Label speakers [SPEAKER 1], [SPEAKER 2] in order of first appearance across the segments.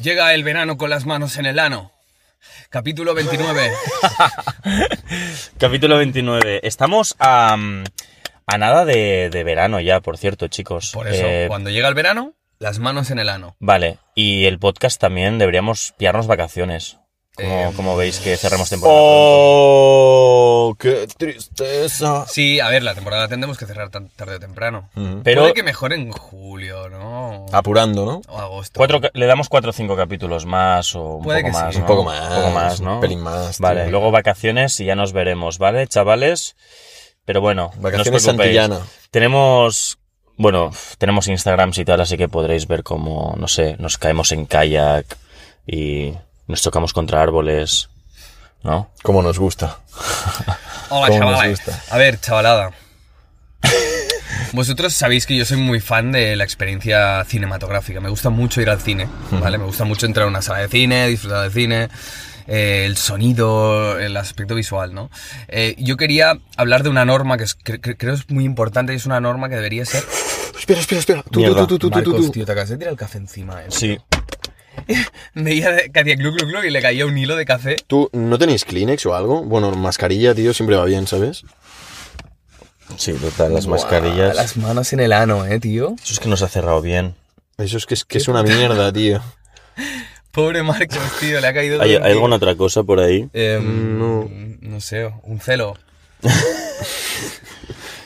[SPEAKER 1] Llega el verano con las manos en el ano. Capítulo 29.
[SPEAKER 2] Capítulo 29. Estamos a, mm, a nada de, de verano ya, por cierto, chicos.
[SPEAKER 1] Por eso,
[SPEAKER 2] Eh,
[SPEAKER 1] cuando llega el verano, las manos en el ano.
[SPEAKER 2] vale, y el podcast también deberíamos pillarnos vacaciones. Como,
[SPEAKER 1] Eh,
[SPEAKER 2] como veis que cerremos temporada.
[SPEAKER 3] ¡Oh! ¡Qué tristeza!
[SPEAKER 1] Sí, a ver, la temporada tendremos que cerrar tan tarde o temprano.
[SPEAKER 2] pronto. Pero
[SPEAKER 1] Puede que mejor en julio, ¿no?
[SPEAKER 3] Apurando, ¿no?
[SPEAKER 1] O agosto.
[SPEAKER 2] cuatro ca- le damos cuatro o cinco capítulos más o un
[SPEAKER 1] Puede
[SPEAKER 2] poco
[SPEAKER 1] que sí.
[SPEAKER 2] más.
[SPEAKER 3] Un
[SPEAKER 2] ¿no?
[SPEAKER 3] poco más.
[SPEAKER 2] Un poco más, ¿no?
[SPEAKER 3] Un pelín más. tío.
[SPEAKER 2] Vale, luego vacaciones y ya nos veremos, ¿vale, chavales? Pero bueno, no os
[SPEAKER 3] Vacaciones
[SPEAKER 2] preocupéis.
[SPEAKER 3] Santillana.
[SPEAKER 2] Tenemos, bueno, tenemos Instagrams y tal, así que podréis ver cómo, no sé, nos caemos en kayak y nos chocamos contra árboles, ¿no?
[SPEAKER 3] Como nos gusta.
[SPEAKER 1] Hola,
[SPEAKER 3] ¿Cómo nos
[SPEAKER 1] chavales.
[SPEAKER 3] gusta?
[SPEAKER 1] Oh, eh. A ver, chavalada. Vosotros sabéis que yo soy muy fan de la experiencia cinematográfica. Me gusta mucho ir al cine, ¿vale? Me gusta mucho entrar a una sala de cine, disfrutar del cine, eh, el sonido, el aspecto visual, ¿no? Eh, yo quería hablar de una norma que es- cre- cre- creo es muy importante y es una norma que debería ser...
[SPEAKER 3] Espera, espera, espera. Tú,
[SPEAKER 2] Mierda,
[SPEAKER 3] tú, tú, tú, tú, tú,
[SPEAKER 1] Marcos,
[SPEAKER 3] tú.
[SPEAKER 1] tío, te acabas de tirar el café encima, eh.
[SPEAKER 2] Sí.
[SPEAKER 1] Veía de- que hacía glu, glu, glu y le caía un hilo de café.
[SPEAKER 3] ¿Tú no tenéis Kleenex o algo? Bueno, mascarilla, tío, siempre va bien, ¿sabes?
[SPEAKER 2] Sí, total, las mascarillas.
[SPEAKER 1] Las manos en el ano, eh, tío.
[SPEAKER 2] Eso es que nos ha cerrado bien.
[SPEAKER 3] Eso es que es, que es una mierda, tío.
[SPEAKER 1] Pobre Marcos, tío, le ha caído...
[SPEAKER 2] ¿Hay,
[SPEAKER 1] todo
[SPEAKER 2] hay
[SPEAKER 1] el-
[SPEAKER 2] alguna otra cosa por ahí?
[SPEAKER 1] Em,
[SPEAKER 3] No.
[SPEAKER 1] No sé, un celo.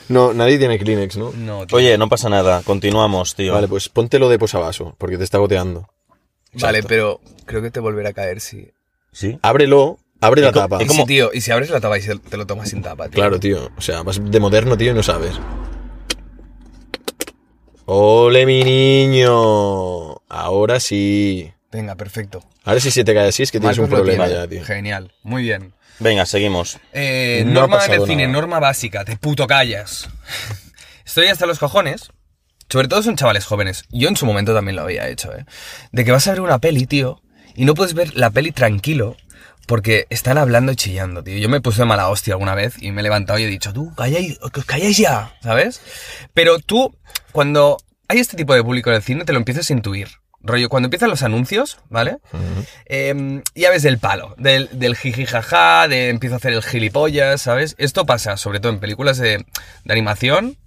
[SPEAKER 3] No, nadie tiene Kleenex, ¿no?
[SPEAKER 1] No, tío.
[SPEAKER 2] Oye, no pasa nada, continuamos, tío.
[SPEAKER 3] Vale, pues póntelo de posavaso, porque te está goteando.
[SPEAKER 1] vale, pero creo que te volverá a caer, sí.
[SPEAKER 2] ¿Sí?
[SPEAKER 3] Ábrelo, abre la
[SPEAKER 2] co-
[SPEAKER 3] tapa.
[SPEAKER 2] y
[SPEAKER 1] Y
[SPEAKER 2] ¿Cómo?
[SPEAKER 1] si, tío, y si abres la tapa y se- te lo tomas sin tapa, tío.
[SPEAKER 3] Claro, tío. O sea, vas de moderno, tío, y no sabes. ¡Ole, mi niño! Ahora sí.
[SPEAKER 1] Venga, perfecto.
[SPEAKER 3] Ahora sí se te cae así, es que tienes
[SPEAKER 1] Marcos
[SPEAKER 3] un
[SPEAKER 1] lo
[SPEAKER 3] problema
[SPEAKER 1] tiene.
[SPEAKER 3] ya, tío.
[SPEAKER 1] Genial, muy bien.
[SPEAKER 2] Venga, seguimos.
[SPEAKER 1] Eh,
[SPEAKER 3] No ha
[SPEAKER 1] norma en el
[SPEAKER 3] pasado
[SPEAKER 1] cine,
[SPEAKER 3] nada.
[SPEAKER 1] norma básica, te puto callas. Estoy hasta los cojones. Sobre todo son chavales jóvenes. Yo en su momento también lo había hecho, ¿eh? De que vas a ver una peli, tío, y no puedes ver la peli tranquilo porque están hablando y chillando, tío. Yo me puse de mala hostia alguna vez y me he levantado y he dicho, tú, calláis, que os calláis ya, ¿sabes? Pero tú, cuando hay este tipo de público en el cine, te lo empiezas a intuir. Rollo, cuando empiezan los anuncios, ¿vale? Em, ya ves del palo, del, del jiji jaja, de empiezo a hacer el gilipollas, ¿sabes? Esto pasa sobre todo en películas de, de animación,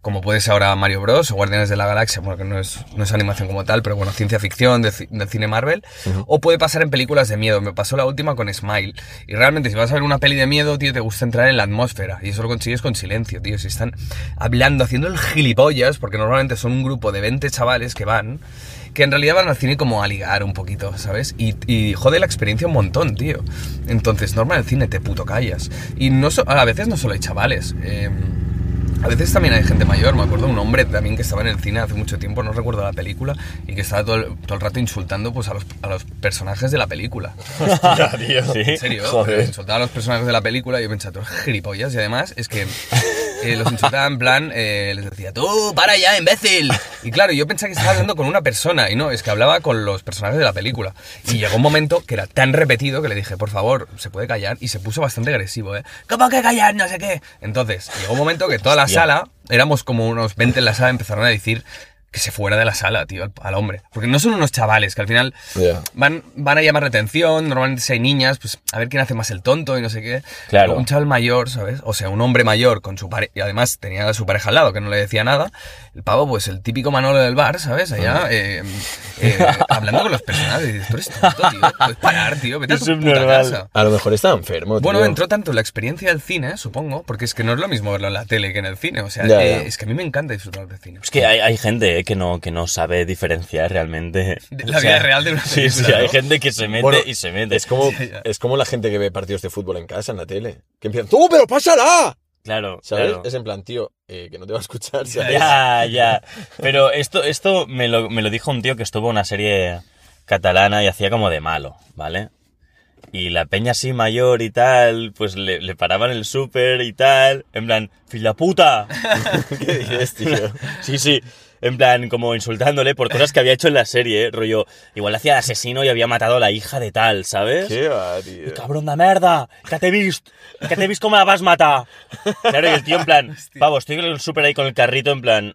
[SPEAKER 1] como puede ser ahora Mario Bros. o Guardianes de la Galaxia, bueno, que no es, no es animación como tal, pero bueno, ciencia ficción de, ci- del cine Marvel. O puede pasar en películas de miedo. Me pasó la última con Smile. Y realmente, si vas a ver una peli de miedo, tío, te gusta entrar en la atmósfera. Y eso lo consigues con silencio, tío. Si están hablando, haciendo el gilipollas, porque normalmente son un grupo de 20 chavales que van que en realidad van al cine como a ligar un poquito, ¿sabes? Y, y jode la experiencia un montón, tío. Entonces, normal el cine, te puto callas. Y no so- a veces no solo hay chavales. eh, a veces también hay gente mayor. Me acuerdo de un hombre también que estaba en el cine hace mucho tiempo, no recuerdo la película, y que estaba todo el, todo el rato insultando pues, a, los, a los personajes de la película.
[SPEAKER 2] ¿Sí?
[SPEAKER 1] En serio, pero insultaba a los personajes de la película y yo pensaba, tú eres gilipollas. Y además es que eh, los insultaba en plan, eh, les decía, tú, para ya, imbécil. Y claro, yo pensaba que estaba hablando con una persona y no, es que hablaba con los personajes de la película. Y llegó un momento que era tan repetido que le dije, por favor, se puede callar. Y se puso bastante agresivo, ¿eh? ¿Cómo que callar? No sé qué. Entonces, llegó un momento que toda la
[SPEAKER 2] Hostia.
[SPEAKER 1] sala, éramos como unos 20 en la sala, empezaron a decir que se fuera de la sala, tío, al- al hombre. Porque no son unos chavales, que al final
[SPEAKER 3] Ya.
[SPEAKER 1] van, van a llamar la atención, normalmente si hay niñas, pues a ver quién hace más el tonto y no sé qué.
[SPEAKER 2] Claro.
[SPEAKER 1] Un chaval mayor, ¿sabes? O sea, un hombre mayor con su pareja, y además tenía a su pareja al lado que no le decía nada. El pavo, pues el típico Manolo del bar, ¿sabes? Allá, eh, eh, hablando con los personajes. Y dices, tú eres tonto, tío, puedes parar, tío, vete a
[SPEAKER 2] Es
[SPEAKER 1] tu puta
[SPEAKER 2] subnormal.
[SPEAKER 1] casa.
[SPEAKER 3] A lo mejor está enfermo, Pues, tío.
[SPEAKER 1] Bueno, entró tanto en la experiencia del cine, supongo, porque es que no es lo mismo verlo en la tele que en el cine. O sea,
[SPEAKER 3] Ya,
[SPEAKER 1] eh,
[SPEAKER 3] ya.
[SPEAKER 1] es que a mí me encanta disfrutar del cine.
[SPEAKER 2] Es que hay, hay gente eh, que, no, que no sabe diferenciar realmente.
[SPEAKER 1] De la vida real de una
[SPEAKER 2] Sí, sí,
[SPEAKER 1] película,
[SPEAKER 2] hay
[SPEAKER 1] ¿no?
[SPEAKER 2] gente que se mete
[SPEAKER 3] Bueno,
[SPEAKER 2] y se mete.
[SPEAKER 3] Es como,
[SPEAKER 1] Ya, ya.
[SPEAKER 3] es como la gente que ve partidos de fútbol en casa, en la tele. Que empiezan, ¡tú, pero pásala!
[SPEAKER 2] Claro,
[SPEAKER 3] ¿Sabes?
[SPEAKER 2] claro.
[SPEAKER 3] Es en plan, tío, eh, que no te va a escuchar, ¿sabes?
[SPEAKER 2] Ya, ya. Pero esto, esto me, lo, me lo dijo un tío que estuvo en una serie catalana y hacía como de malo, ¿vale? Y la peña así mayor y tal, pues le, le paraban el súper y tal, en plan, ¡fila puta!
[SPEAKER 3] ¿Qué dices, tío?
[SPEAKER 2] Sí, sí. En plan, como insultándole por cosas que había hecho en la serie, ¿eh? rollo. Igual hacía de asesino y había matado a la hija de tal, ¿sabes?
[SPEAKER 3] ¿Qué va, tío?
[SPEAKER 2] Cabrón de merda, que te he visto, que te he visto cómo la vas a matar. Claro, y el tío en plan, pavo, estoy en el súper ahí con el carrito en plan,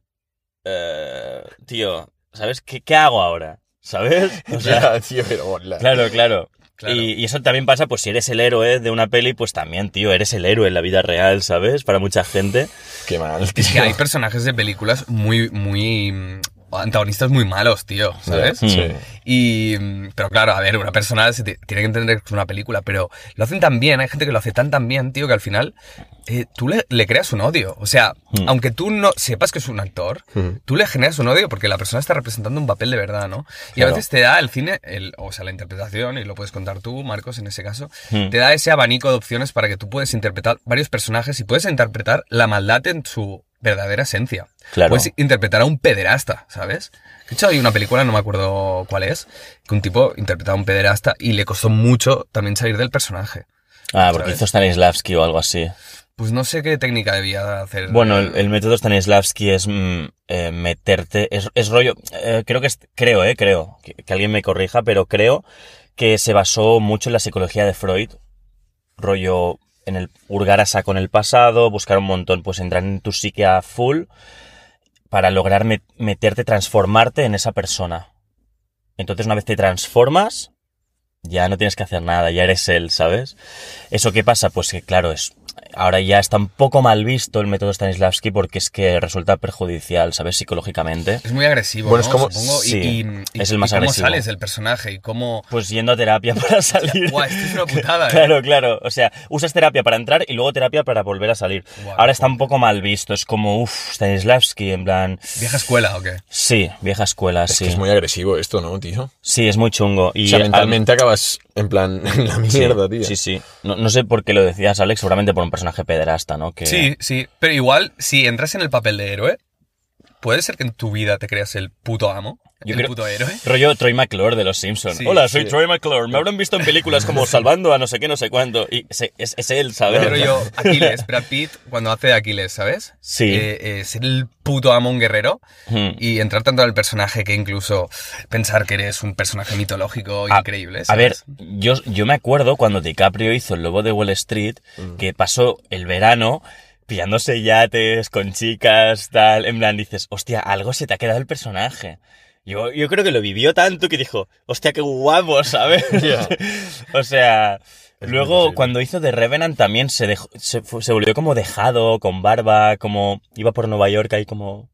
[SPEAKER 2] eh, tío, ¿sabes qué, qué hago ahora? ¿Sabes? O sea,
[SPEAKER 3] Ya, tío, pero hola.
[SPEAKER 2] Claro, claro.
[SPEAKER 1] Claro.
[SPEAKER 2] Y, y eso también pasa, pues si eres el héroe de una peli, pues también, tío, eres el héroe en la vida real, ¿sabes? Para mucha gente.
[SPEAKER 3] Qué mal,
[SPEAKER 1] Es que
[SPEAKER 3] tío.
[SPEAKER 1] hay personajes de películas muy, muy. mm, antagonistas muy malos, tío, ¿sabes?
[SPEAKER 3] Sí.
[SPEAKER 2] Mm.
[SPEAKER 1] Y. mm, Pero claro, a ver, una persona se te- tiene que entender que es una película, pero lo hacen tan bien, hay gente que lo hace tan tan bien, tío, que al final eh, tú le, le creas un odio. O sea,
[SPEAKER 2] Mm.
[SPEAKER 1] aunque tú no sepas que es un actor,
[SPEAKER 3] Mm.
[SPEAKER 1] tú le generas un odio porque la persona está representando un papel de verdad, ¿no? Y a
[SPEAKER 2] Claro.
[SPEAKER 1] veces te da el cine, el, o sea, la interpretación, y lo puedes contar tú, Marcos, en ese caso,
[SPEAKER 2] Mm.
[SPEAKER 1] te da ese abanico de opciones para que tú puedes interpretar varios personajes y puedes interpretar la maldad en su verdadera esencia.
[SPEAKER 2] Claro.
[SPEAKER 1] Puedes interpretar a un pederasta, ¿sabes? De hecho, hay una película, no me acuerdo cuál es, que un tipo interpretaba a un pederasta y le costó mucho también salir del personaje.
[SPEAKER 2] Ah, porque
[SPEAKER 1] ¿Sabes?
[SPEAKER 2] hizo Stanislavski o algo así.
[SPEAKER 1] Pues no sé qué técnica debía hacer.
[SPEAKER 2] Bueno, el, el método Stanislavski es mm, eh, meterte, es, es rollo, eh, creo que es, creo, eh, creo, que, que alguien me corrija, pero creo que se basó mucho en la psicología de Freud, rollo en el hurgar a saco en el pasado, buscar un montón, pues entrar en tu psique a full para lograr met- meterte, transformarte en esa persona. Entonces una vez te transformas, ya no tienes que hacer nada, ya eres él, ¿sabes? ¿Eso qué pasa? Pues que claro, es, ahora ya está un poco mal visto el método Stanislavski porque es que resulta perjudicial, ¿sabes? Psicológicamente.
[SPEAKER 1] Es muy agresivo,
[SPEAKER 3] Bueno, es
[SPEAKER 1] ¿no?
[SPEAKER 3] como-
[SPEAKER 1] Supongo. Y-
[SPEAKER 2] sí,
[SPEAKER 1] y, y-
[SPEAKER 2] es el
[SPEAKER 1] y
[SPEAKER 2] más
[SPEAKER 1] cómo
[SPEAKER 2] agresivo.
[SPEAKER 1] sales del personaje y cómo...
[SPEAKER 2] Pues yendo a terapia para salir.
[SPEAKER 1] Buah, esto es una putada, ¿eh?
[SPEAKER 2] Claro, claro. O sea, usas terapia para entrar y luego terapia para volver a salir.
[SPEAKER 1] Buah,
[SPEAKER 2] Ahora
[SPEAKER 1] qué
[SPEAKER 2] está un poco mal visto. Es como, uff, Stanislavski, en plan.
[SPEAKER 1] ¿Vieja escuela o qué?
[SPEAKER 2] Sí, vieja escuela,
[SPEAKER 3] Es
[SPEAKER 2] sí.
[SPEAKER 3] que es muy agresivo esto, ¿no, tío?
[SPEAKER 2] Sí, es muy chungo. Y
[SPEAKER 3] o sea,
[SPEAKER 2] al-
[SPEAKER 3] mentalmente acabas en plan en la
[SPEAKER 2] sí,
[SPEAKER 3] mierda, tío.
[SPEAKER 2] Sí, sí. No, no sé por qué lo decías, Alex, seguramente por un personaje pederasta, ¿no? Que...
[SPEAKER 1] Sí, sí. Pero igual, si entras en el papel de héroe, puede ser que en tu vida te creas el puto amo,
[SPEAKER 2] Yo
[SPEAKER 1] el
[SPEAKER 2] creo-
[SPEAKER 1] puto héroe.
[SPEAKER 2] Rollo Troy McClure de Los Simpsons.
[SPEAKER 1] Sí,
[SPEAKER 2] Hola, soy
[SPEAKER 3] sí.
[SPEAKER 2] Troy McClure. Me habrán visto en películas como Salvando a no sé qué, no sé cuánto. Y se- es, es él, ¿sabes?
[SPEAKER 1] Pero yo, Aquiles, Brad Pitt, cuando hace de Aquiles, ¿sabes?
[SPEAKER 2] Sí.
[SPEAKER 1] Eh, eh, ser el puto amo, un guerrero,
[SPEAKER 2] Hmm.
[SPEAKER 1] y entrar tanto en el personaje que incluso pensar que eres un personaje mitológico
[SPEAKER 2] A-
[SPEAKER 1] increíble.
[SPEAKER 2] A ver,
[SPEAKER 1] ¿sabes?
[SPEAKER 2] yo, yo me acuerdo cuando DiCaprio hizo El Lobo de Wall Street,
[SPEAKER 3] Mm.
[SPEAKER 2] que pasó el verano pillándose yates con chicas, tal. En plan, dices, hostia, algo se te ha quedado el personaje. Yo, yo creo que lo vivió tanto que dijo, hostia, qué guapo, ¿sabes?
[SPEAKER 3] Ya.
[SPEAKER 2] o sea,
[SPEAKER 3] muy
[SPEAKER 2] luego
[SPEAKER 3] posible.
[SPEAKER 2] cuando hizo The Revenant también se, dejó, se, fu- se volvió como dejado, con barba, como iba por Nueva York ahí como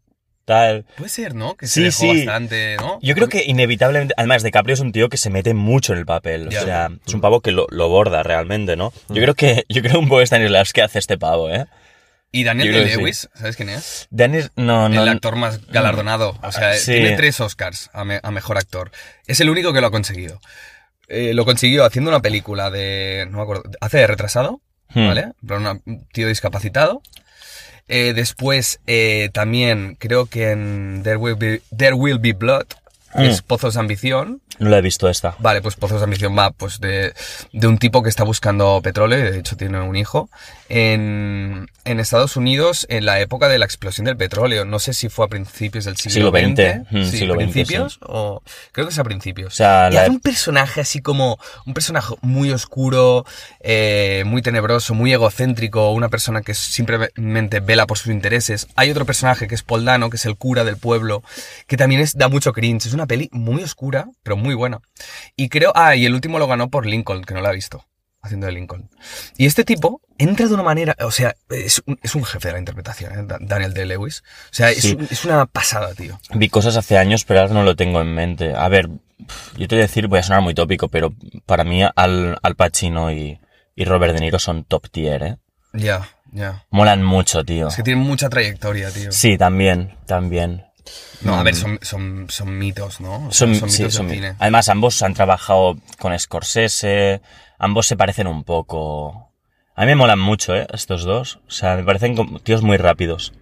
[SPEAKER 2] tal.
[SPEAKER 1] Puede ser, ¿no? Que
[SPEAKER 2] Sí,
[SPEAKER 1] se dejó
[SPEAKER 2] sí.
[SPEAKER 1] bastante, ¿no?
[SPEAKER 2] Yo creo que inevitablemente, además DiCaprio es un tío que se mete mucho en el papel, o
[SPEAKER 1] Ya. Mm.
[SPEAKER 2] sea, es un pavo que lo, lo borda realmente, ¿no? Yo creo que yo creo un poco Stanislavski que hace este pavo, ¿eh?
[SPEAKER 1] Y Daniel
[SPEAKER 2] yo creo que sí.
[SPEAKER 1] Lewis, ¿sabes quién es?
[SPEAKER 2] Danis no no
[SPEAKER 1] el actor más galardonado. O sea,
[SPEAKER 2] Ah, sí.
[SPEAKER 1] tiene tres Oscars a, me- a mejor actor. Es el único que lo ha conseguido. Eh, lo consiguió haciendo una película de. No me acuerdo. Hace de retrasado.
[SPEAKER 2] Hmm.
[SPEAKER 1] ¿vale? En plan, una- un tío discapacitado. Eh, después, eh, también creo que en There Will Be, There Will Be Blood,
[SPEAKER 2] Mm.
[SPEAKER 1] que es Pozos de Ambición.
[SPEAKER 2] no la he visto esta.
[SPEAKER 1] Vale, pues Pozos de Ambición va pues de, de un tipo que está buscando petróleo, y de hecho tiene un hijo, en, en Estados Unidos en la época de la explosión del petróleo. No sé si fue a principios del siglo,
[SPEAKER 2] Siglo XX,
[SPEAKER 1] XX,
[SPEAKER 2] mm,
[SPEAKER 1] sí,
[SPEAKER 2] siglo XX,
[SPEAKER 1] principios, o creo que es a principios.
[SPEAKER 2] O sea,
[SPEAKER 1] Y
[SPEAKER 2] la- e-
[SPEAKER 1] hace un personaje así como un personaje muy oscuro, eh, muy tenebroso, muy egocéntrico, una persona que simplemente vela por sus intereses. Hay otro personaje que es Poldano, que es el cura del pueblo, que también es, da mucho cringe. Es una peli muy oscura, pero muy buena. Y creo, ah, y el último lo ganó por Lincoln, que no la he visto, haciendo de Lincoln. Y este tipo entra de una manera, o sea, es un, es un jefe de la interpretación, ¿eh? Da- Daniel de Lewis. O sea, es
[SPEAKER 2] Sí.
[SPEAKER 1] un- es una pasada, tío.
[SPEAKER 2] vi cosas hace años, pero ahora no lo tengo en mente. A ver, yo te voy a decir, voy a sonar muy tópico, pero para mí Al, Al Pacino y, y Robert De Niro son top tier, ¿eh?
[SPEAKER 1] Ya, ya.
[SPEAKER 2] Molan mucho, tío.
[SPEAKER 1] Es que tienen mucha trayectoria, tío.
[SPEAKER 2] Sí, también, también.
[SPEAKER 1] No, a ver, son, son, son mitos, ¿no? O sea,
[SPEAKER 2] Son,
[SPEAKER 1] son
[SPEAKER 2] sí,
[SPEAKER 1] mitos
[SPEAKER 2] son
[SPEAKER 1] del
[SPEAKER 2] mi-
[SPEAKER 1] cine.
[SPEAKER 2] Además, ambos han trabajado con Scorsese, ambos se parecen un poco. A mí me molan mucho, ¿eh? Estos dos. O sea, me parecen como tíos muy rápidos.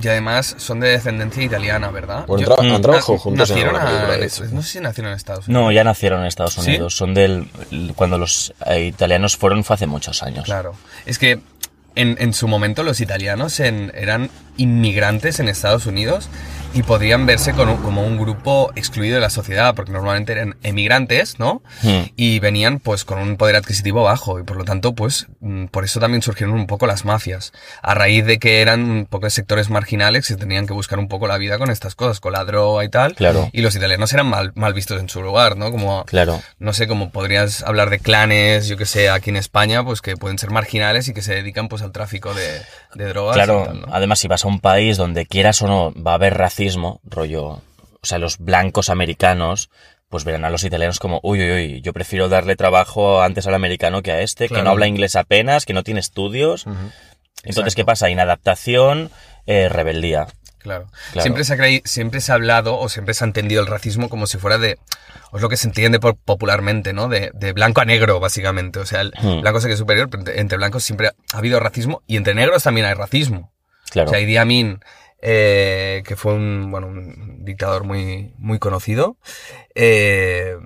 [SPEAKER 1] Y además son de descendencia italiana, ¿verdad?
[SPEAKER 3] Bueno,
[SPEAKER 1] Yo-
[SPEAKER 3] tra- han trabajado
[SPEAKER 1] na-
[SPEAKER 3] juntos en
[SPEAKER 1] nacieron
[SPEAKER 3] alguna película,
[SPEAKER 1] a-
[SPEAKER 3] de hecho.
[SPEAKER 1] No sé si nacieron en Estados Unidos.
[SPEAKER 2] No, ya nacieron en Estados
[SPEAKER 1] ¿Sí?
[SPEAKER 2] Unidos. Son del. Cuando los eh, italianos fueron fue hace muchos años.
[SPEAKER 1] Claro. Es que en, en su momento los italianos en- eran inmigrantes en Estados Unidos y podrían verse con un- como un grupo excluido de la sociedad, porque normalmente eran emigrantes, ¿no?
[SPEAKER 2] Hmm.
[SPEAKER 1] Y venían pues con un poder adquisitivo bajo y por lo tanto pues mm, por eso también surgieron un poco las mafias, a raíz de que eran un poco de sectores marginales y tenían que buscar un poco la vida con estas cosas, con la droga y tal.
[SPEAKER 2] Claro.
[SPEAKER 1] Y los italianos eran mal, mal vistos en su lugar, ¿no? Como
[SPEAKER 2] Claro.
[SPEAKER 1] no sé, como podrías hablar de clanes, yo que sé, aquí en España, pues que pueden ser marginales y que se dedican pues al tráfico de, de drogas. y
[SPEAKER 2] Claro,
[SPEAKER 1] tal, ¿no?
[SPEAKER 2] además si vas a un país donde quieras o no va a haber racismo, rollo, o sea, los blancos americanos pues verán a los italianos como, uy, uy, uy, yo prefiero darle trabajo antes al americano que a este, que
[SPEAKER 1] Claro.
[SPEAKER 2] no habla inglés apenas, que no tiene estudios. Entonces,
[SPEAKER 1] Exacto.
[SPEAKER 2] ¿qué pasa? Inadaptación, eh, rebeldía.
[SPEAKER 1] Claro.
[SPEAKER 2] Claro.
[SPEAKER 1] Siempre, se ha creí- siempre se ha hablado o siempre se ha entendido el racismo como si fuera de. O es lo que se entiende por- popularmente, ¿no? De, de blanco a negro, básicamente. O sea, el
[SPEAKER 2] Hmm.
[SPEAKER 1] blanco es el que es superior, pero entre, entre blancos siempre ha habido racismo y entre negros también hay racismo.
[SPEAKER 2] Claro.
[SPEAKER 1] O sea, Idi Amin, eh, que fue un, bueno, un dictador muy, muy conocido, eh,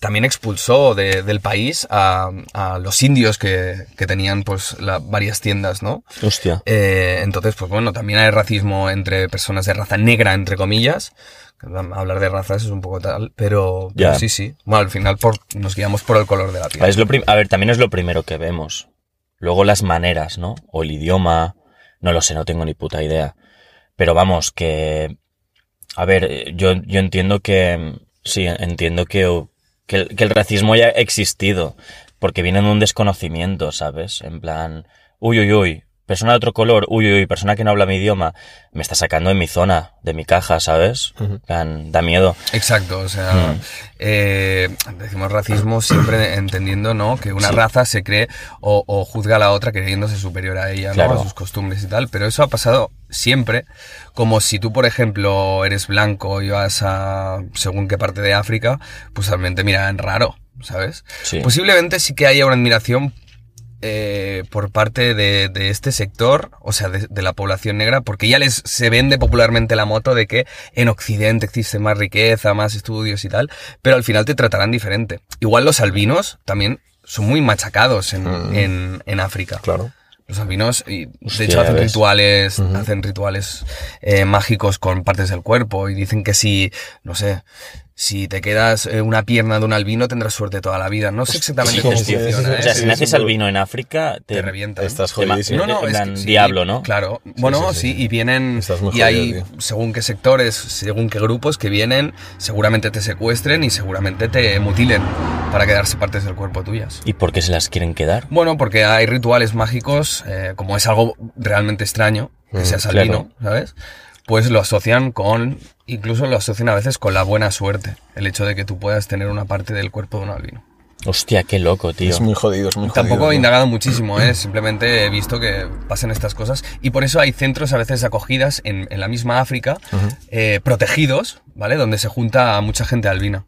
[SPEAKER 1] también expulsó de- del país a, a los indios que, que tenían pues la- varias tiendas, ¿no?
[SPEAKER 2] Hostia.
[SPEAKER 1] Eh, entonces, pues bueno, también hay racismo entre personas de raza negra, entre comillas. Hablar de razas es un poco tal, pero, pero
[SPEAKER 2] Ya.
[SPEAKER 1] sí, sí. Bueno, al final por, nos guiamos por el color de la piel.
[SPEAKER 2] Es lo prim- a ver, también es lo primero que vemos. Luego las maneras, ¿no? O el idioma. No lo sé, no tengo ni puta idea. Pero vamos, que. A ver, eh, yo, yo entiendo que. Sí, entiendo que, que, el, que el racismo haya existido. Porque viene de un desconocimiento, ¿sabes? En plan. Uy, uy, uy. Persona de otro color, uy, uy, uy, persona que no habla mi idioma, me está sacando de mi zona, de mi caja, ¿sabes? En plan, da miedo.
[SPEAKER 1] Exacto, o sea,
[SPEAKER 2] Mm.
[SPEAKER 1] eh, decimos racismo siempre entendiendo, ¿no? Que una raza se cree o, o juzga a la otra creyéndose superior a ella, ¿no?
[SPEAKER 2] Claro.
[SPEAKER 1] A sus costumbres y tal, pero eso ha pasado siempre, como si tú, por ejemplo, eres blanco y vas a según qué parte de África, pues realmente miran raro, ¿sabes?
[SPEAKER 2] Sí.
[SPEAKER 1] Posiblemente sí que haya una admiración eh, por parte de, de este sector, o sea, de, de la población negra, porque ya les se vende popularmente la moto de que en Occidente existe más riqueza, más estudios y tal, pero al final te tratarán diferente. Igual los albinos también son muy machacados en, en- en África.
[SPEAKER 3] Claro.
[SPEAKER 1] Los albinos, y de
[SPEAKER 2] Hostia,
[SPEAKER 1] hecho, hacen
[SPEAKER 2] ya ves.
[SPEAKER 1] rituales, hacen rituales eh, mágicos con partes del cuerpo y dicen que si, no sé, si te quedas eh, una pierna de un albino tendrás suerte toda la vida. No sé exactamente
[SPEAKER 2] Sí,
[SPEAKER 1] cómo
[SPEAKER 2] sí, sí,
[SPEAKER 1] funciona,
[SPEAKER 3] sí,
[SPEAKER 1] ¿eh?
[SPEAKER 2] O sea,
[SPEAKER 3] sí,
[SPEAKER 2] si
[SPEAKER 3] sí,
[SPEAKER 2] naces
[SPEAKER 3] sí.
[SPEAKER 2] albino en África,
[SPEAKER 1] te revienta. ¿eh?
[SPEAKER 3] Estás
[SPEAKER 2] Te ma-
[SPEAKER 3] jodidísimo.
[SPEAKER 2] No, no. en
[SPEAKER 1] es
[SPEAKER 2] plan
[SPEAKER 1] que
[SPEAKER 2] diablo, ¿no?
[SPEAKER 1] Claro. Bueno,
[SPEAKER 3] sí,
[SPEAKER 1] sí,
[SPEAKER 3] sí.
[SPEAKER 1] y vienen.
[SPEAKER 3] Estás muy
[SPEAKER 1] y hay,
[SPEAKER 3] jodido, tío.
[SPEAKER 1] según qué sectores, según qué grupos que vienen, seguramente te secuestren y seguramente te mutilen para quedarse partes del cuerpo tuyas.
[SPEAKER 2] ¿Y por qué se las quieren quedar?
[SPEAKER 1] Bueno, porque hay rituales mágicos, eh, como es algo realmente extraño, que seas
[SPEAKER 2] claro.
[SPEAKER 1] albino, ¿sabes? Pues lo asocian con. Incluso lo asocian a veces con la buena suerte, el hecho de que tú puedas tener una parte del cuerpo de un albino.
[SPEAKER 2] Hostia, qué loco, tío.
[SPEAKER 3] Es muy jodido, es muy jodido.
[SPEAKER 1] Tampoco he
[SPEAKER 3] tío.
[SPEAKER 1] indagado muchísimo, ¿eh? simplemente he visto que pasan estas cosas y por eso hay centros a veces de acogidas en, en la misma África, eh, protegidos, ¿vale? Donde se junta a mucha gente albina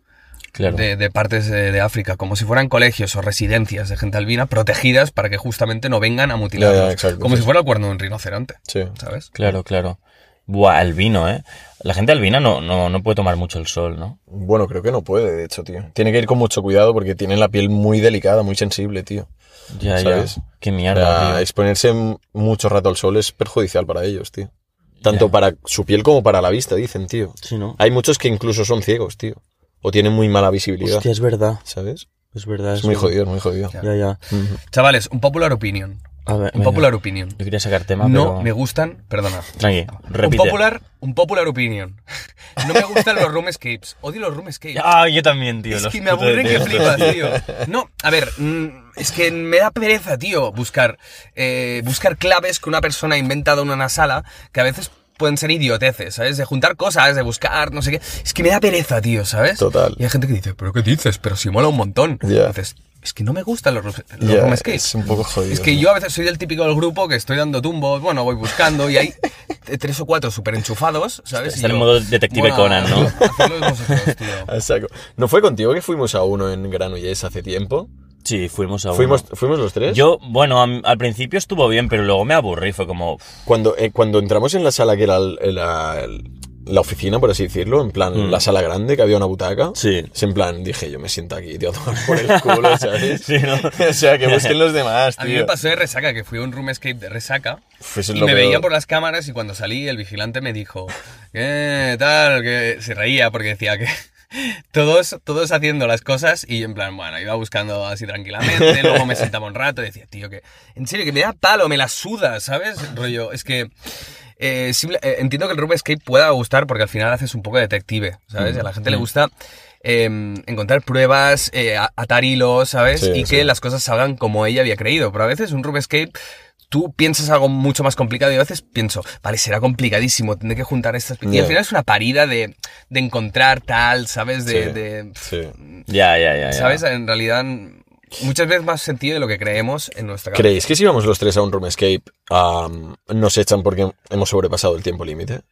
[SPEAKER 2] Claro.
[SPEAKER 1] de, de partes de, de África, como si fueran colegios o residencias de gente albina protegidas para que justamente no vengan a mutilarlos,
[SPEAKER 3] Ya, ya, exacto,
[SPEAKER 1] como
[SPEAKER 3] sí,
[SPEAKER 1] si fuera el cuerno de un rinoceronte,
[SPEAKER 3] Sí.
[SPEAKER 1] ¿sabes?
[SPEAKER 2] Claro, claro. Buah, albino, ¿eh? La gente albina no, no, no puede tomar mucho el sol, ¿no?
[SPEAKER 3] Bueno, creo que no puede, de hecho, tío. Tiene que ir con mucho cuidado porque tiene la piel muy delicada, muy sensible, tío.
[SPEAKER 2] Ya,
[SPEAKER 3] ¿Sabes?
[SPEAKER 2] ya. Qué
[SPEAKER 3] O
[SPEAKER 2] mierda,
[SPEAKER 3] sea,
[SPEAKER 2] tío.
[SPEAKER 3] exponerse m- mucho rato al sol es perjudicial para ellos, tío. Tanto
[SPEAKER 2] Ya.
[SPEAKER 3] para su piel como para la vista, dicen, tío.
[SPEAKER 2] Sí, ¿no?
[SPEAKER 3] Hay muchos que incluso son ciegos, tío. O tienen muy mala visibilidad,
[SPEAKER 2] Hostia, es verdad.
[SPEAKER 3] ¿sabes?
[SPEAKER 2] Es verdad.
[SPEAKER 3] Es muy
[SPEAKER 2] verdad.
[SPEAKER 3] jodido, es muy jodido.
[SPEAKER 1] Ya.
[SPEAKER 2] Ya, ya.
[SPEAKER 1] Chavales, un popular opinion,
[SPEAKER 2] A ver,
[SPEAKER 1] un
[SPEAKER 2] venga.
[SPEAKER 1] popular opinion.
[SPEAKER 2] Yo quería sacar tema,
[SPEAKER 1] No
[SPEAKER 2] pero...
[SPEAKER 1] me gustan, perdona.
[SPEAKER 2] Tranqui, repite.
[SPEAKER 1] Un popular, un popular opinion. No me gustan los room escapes. Odio los room escapes.
[SPEAKER 2] Ah, yo también, tío.
[SPEAKER 1] Es
[SPEAKER 2] los
[SPEAKER 1] que me
[SPEAKER 2] putos
[SPEAKER 1] aburren que
[SPEAKER 2] dedos.
[SPEAKER 1] flipas, tío. No, a ver, mm, es que me da pereza, tío, buscar, eh, buscar claves que una persona ha inventado en una sala que a veces pueden ser idioteces, ¿sabes? De juntar cosas, de buscar, no sé qué. Es que me da pereza, tío, ¿sabes?
[SPEAKER 3] Total.
[SPEAKER 1] Y hay gente que dice, ¿pero qué dices? Pero si mola un montón.
[SPEAKER 3] Ya.
[SPEAKER 1] Entonces, es que no me gustan los, ru- los
[SPEAKER 3] Ya,
[SPEAKER 1] room escapes.
[SPEAKER 3] es un poco jodido.
[SPEAKER 1] Es que
[SPEAKER 3] tío.
[SPEAKER 1] yo a veces soy del típico del grupo que estoy dando tumbos, bueno, voy buscando y hay tres o cuatro súper enchufados, ¿sabes?
[SPEAKER 2] Está
[SPEAKER 1] Y
[SPEAKER 2] en
[SPEAKER 1] yo,
[SPEAKER 2] modo detective Conan, ¿no?
[SPEAKER 1] hacedlo vosotros, tío.
[SPEAKER 3] A Ah, saco. ¿No fue contigo que fuimos a uno en Granollers hace tiempo?
[SPEAKER 2] Sí, fuimos a uno.
[SPEAKER 3] ¿Fuimos, ¿Fuimos los tres?
[SPEAKER 2] Yo, bueno, am- al principio estuvo bien, pero luego me aburrí. Fue como... uf,
[SPEAKER 3] Cuando, eh, cuando entramos en la sala que era el- el- la- el- la oficina, por así decirlo, en plan la sala grande, que había una butaca.
[SPEAKER 2] Mm. Sí.
[SPEAKER 3] Es en plan, dije, yo me siento aquí, tío, a tomar por el culo, ¿sabes?
[SPEAKER 2] Sí, ¿no?
[SPEAKER 3] o sea, que busquen los demás,
[SPEAKER 1] A mí me
[SPEAKER 3] tío.
[SPEAKER 1] pasó de resaca, que fui a un room escape de resaca.
[SPEAKER 3] Pues es
[SPEAKER 1] y
[SPEAKER 3] lo
[SPEAKER 1] me
[SPEAKER 3] peor.
[SPEAKER 1] veían por las cámaras y cuando salí el vigilante me dijo, ¿qué tal? Que se reía porque decía que todos, todos haciendo las cosas y yo en plan, bueno, iba buscando así tranquilamente, luego me sentaba un rato y decía, tío, que en serio, que me da palo, me la suda, ¿sabes? Rollo, es que... eh, simple- eh, entiendo que el room escape pueda gustar porque al final haces un poco detective, ¿sabes?
[SPEAKER 3] Mm,
[SPEAKER 1] A la gente le gusta eh, encontrar pruebas, eh, a- atar hilos, ¿sabes?
[SPEAKER 3] Sí,
[SPEAKER 1] y
[SPEAKER 3] sí.
[SPEAKER 1] que las cosas salgan como ella había creído. Pero a veces un RubeScape, tú piensas algo mucho más complicado y a veces pienso, vale, será complicadísimo, tendré que juntar estas... pi-". Y
[SPEAKER 3] Ya.
[SPEAKER 1] al final es una parida de, de encontrar tal, ¿sabes? De,
[SPEAKER 3] Sí,
[SPEAKER 1] de-
[SPEAKER 3] sí.
[SPEAKER 2] Ya, ya, ya. ya.
[SPEAKER 1] ¿Sabes? En realidad, muchas veces más sentido de lo que creemos en nuestra cabeza.
[SPEAKER 3] ¿Creéis que si vamos los tres a un room escape am, nos echan porque hemos sobrepasado el tiempo límite?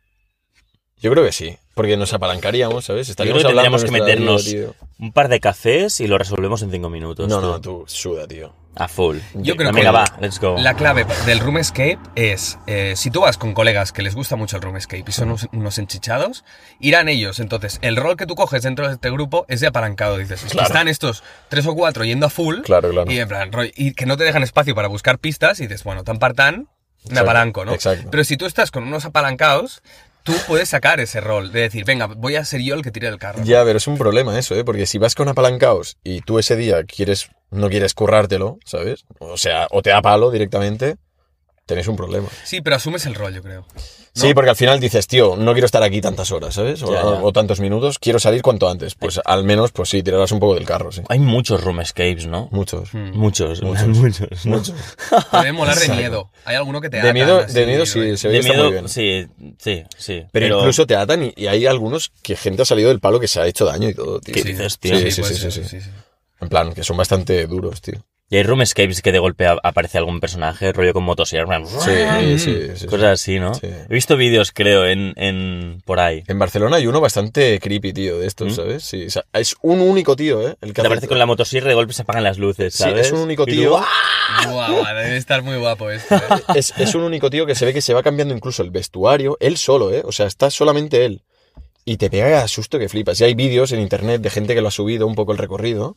[SPEAKER 3] Yo creo que sí, porque nos apalancaríamos, ¿sabes?
[SPEAKER 2] Yo
[SPEAKER 3] Estaríamos
[SPEAKER 2] creo que
[SPEAKER 3] hablando
[SPEAKER 2] tendríamos que
[SPEAKER 3] nuestra vida,
[SPEAKER 2] meternos
[SPEAKER 3] tío.
[SPEAKER 2] un par de cafés y lo resolvemos en cinco minutos.
[SPEAKER 3] No,
[SPEAKER 2] tú.
[SPEAKER 3] no, tú suda, tío.
[SPEAKER 2] A full. Ah,
[SPEAKER 1] Yo creo
[SPEAKER 2] Venga,
[SPEAKER 1] que
[SPEAKER 2] va, let's go.
[SPEAKER 1] La clave del room escape es, eh, si tú vas con colegas que les gusta mucho el room escape y son unos, unos enchichados, irán ellos. Entonces, el rol que tú coges dentro de este grupo es de apalancado. Dices, es que están estos tres o cuatro yendo a full
[SPEAKER 3] Claro, claro.
[SPEAKER 1] y en plan, rollo- y que no te dejan espacio para buscar pistas y dices, bueno, tan partan, me
[SPEAKER 3] Exacto,
[SPEAKER 1] apalanco, ¿no?
[SPEAKER 3] exacto.
[SPEAKER 1] Pero si tú estás con unos apalancados, tú puedes sacar ese rol de decir, venga, voy a ser yo el que tire del carro.
[SPEAKER 3] Ya, pero es un problema eso, ¿eh? Porque si vas con apalancaos y tú ese día quieres, no quieres currártelo, ¿sabes? O sea, o te da palo directamente, tenéis un problema.
[SPEAKER 1] Sí, pero asumes el rol, yo creo.
[SPEAKER 3] Sí, porque al final dices, tío, no quiero estar aquí tantas horas, ¿sabes? O,
[SPEAKER 2] Ya, ya.
[SPEAKER 3] o tantos minutos, quiero salir cuanto antes. Pues al menos, pues sí, tirarás un poco del carro, sí.
[SPEAKER 2] Hay muchos room escapes, ¿no?
[SPEAKER 3] Muchos.
[SPEAKER 2] Hmm. Muchos, muchos. muchos, ¿no?
[SPEAKER 1] Puede molar de miedo. Hay alguno que te
[SPEAKER 3] De
[SPEAKER 1] atan,
[SPEAKER 3] miedo,
[SPEAKER 1] así,
[SPEAKER 3] de miedo
[SPEAKER 1] rollo.
[SPEAKER 3] sí, se ve
[SPEAKER 2] De
[SPEAKER 3] que está muy bien.
[SPEAKER 2] miedo, sí, sí, sí.
[SPEAKER 3] Pero, incluso te atan y, y hay algunos que gente ha salido del palo que se ha hecho daño y todo, tío.
[SPEAKER 2] ¿Qué
[SPEAKER 3] Sí.
[SPEAKER 2] dices, tío?
[SPEAKER 3] Sí, sí,
[SPEAKER 1] puede
[SPEAKER 3] sí,
[SPEAKER 1] ser,
[SPEAKER 3] sí, sí.
[SPEAKER 1] sí, sí.
[SPEAKER 3] En plan, que son bastante duros, tío.
[SPEAKER 2] Y hay room escapes que de golpe a- aparece algún personaje, rollo con motosierra,
[SPEAKER 3] Sí, sí, sí, sí.
[SPEAKER 2] cosas así, ¿no?
[SPEAKER 3] Sí.
[SPEAKER 2] He visto vídeos, creo, en, en por ahí.
[SPEAKER 3] En Barcelona hay uno bastante creepy, tío, de estos, ¿sabes? Sí, o sea, es un único tío, ¿eh? El que
[SPEAKER 2] Te
[SPEAKER 3] hace-
[SPEAKER 2] aparece con Mm. la motosierra y de golpe se apagan las luces,
[SPEAKER 3] Sí,
[SPEAKER 2] ¿sabes?
[SPEAKER 3] es un único
[SPEAKER 2] Y tú,
[SPEAKER 3] tío.
[SPEAKER 2] ¡ah!
[SPEAKER 1] Guau, debe estar muy guapo esto. ¿eh?
[SPEAKER 3] Es, es un único tío que se ve que se va cambiando incluso el vestuario, él solo, ¿eh? O sea, está solamente él. Y te pega a susto que flipas. Y hay vídeos en internet de gente que lo ha subido un poco el recorrido.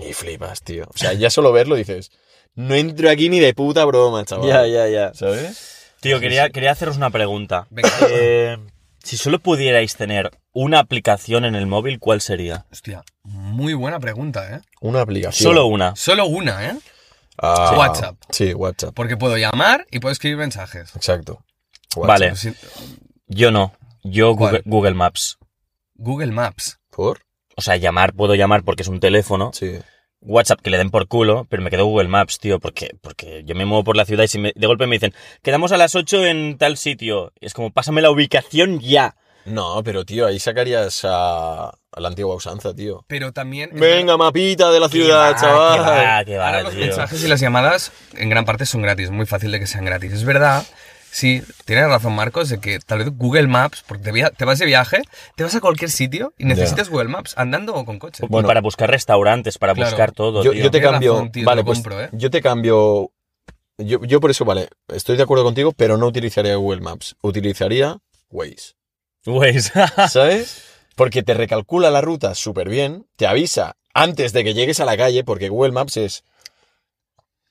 [SPEAKER 3] Y flipas, tío. O sea, ya solo verlo dices, no entro aquí ni de puta broma, chaval.
[SPEAKER 2] Ya, ya, ya.
[SPEAKER 3] ¿Sabes?
[SPEAKER 2] Tío, quería, quería haceros una pregunta.
[SPEAKER 1] Venga.
[SPEAKER 2] Eh, si solo pudierais tener una aplicación en el móvil, ¿cuál sería?
[SPEAKER 1] Hostia, muy buena pregunta, ¿eh?
[SPEAKER 3] Una aplicación.
[SPEAKER 2] Solo una.
[SPEAKER 1] Solo una, ¿eh?
[SPEAKER 3] Ah,
[SPEAKER 1] WhatsApp.
[SPEAKER 3] Sí, WhatsApp.
[SPEAKER 1] Porque puedo llamar y puedo escribir mensajes.
[SPEAKER 3] Exacto. WhatsApp.
[SPEAKER 2] Vale.
[SPEAKER 1] Pues sí,
[SPEAKER 2] Yo no. Yo
[SPEAKER 1] ¿Cuál?
[SPEAKER 2] Google, Google Maps.
[SPEAKER 1] Google Maps.
[SPEAKER 3] ¿Por?
[SPEAKER 2] O sea, llamar, puedo llamar porque es un teléfono.
[SPEAKER 3] Sí.
[SPEAKER 2] WhatsApp que le den por culo, pero me quedo Google Maps, tío, porque, porque yo me muevo por la ciudad y si me- de golpe me dicen, quedamos a las 8 en tal sitio. Es como, pásame la ubicación ya.
[SPEAKER 3] No, pero tío, ahí sacarías a, a la antigua usanza, tío.
[SPEAKER 1] Pero también... es
[SPEAKER 3] Venga, mapita de la ciudad,
[SPEAKER 2] va,
[SPEAKER 3] chaval.
[SPEAKER 2] qué va, qué va,
[SPEAKER 1] Ahora los
[SPEAKER 2] tío.
[SPEAKER 1] mensajes y las llamadas en gran parte son gratis, muy fácil de que sean gratis. Es verdad, sí, tienes razón Marcos, de que tal vez Google Maps, porque te, via- te vas de viaje, te vas a cualquier sitio y necesitas Google Maps, andando o con coche.
[SPEAKER 2] Y para buscar restaurantes, para
[SPEAKER 1] Claro.
[SPEAKER 2] buscar todo,
[SPEAKER 3] yo,
[SPEAKER 2] tío.
[SPEAKER 3] yo te
[SPEAKER 1] Tienes
[SPEAKER 3] cambio.
[SPEAKER 1] razón, tío,
[SPEAKER 3] vale,
[SPEAKER 1] lo
[SPEAKER 3] pues,
[SPEAKER 1] compro, ¿eh?
[SPEAKER 3] Yo te cambio. Yo, yo por eso, vale, estoy de acuerdo contigo, pero no utilizaría Google Maps. Utilizaría Waze.
[SPEAKER 2] Waze.
[SPEAKER 3] ¿Sabes? Porque te recalcula la ruta súper bien, te avisa antes de que llegues a la calle, porque Google Maps es.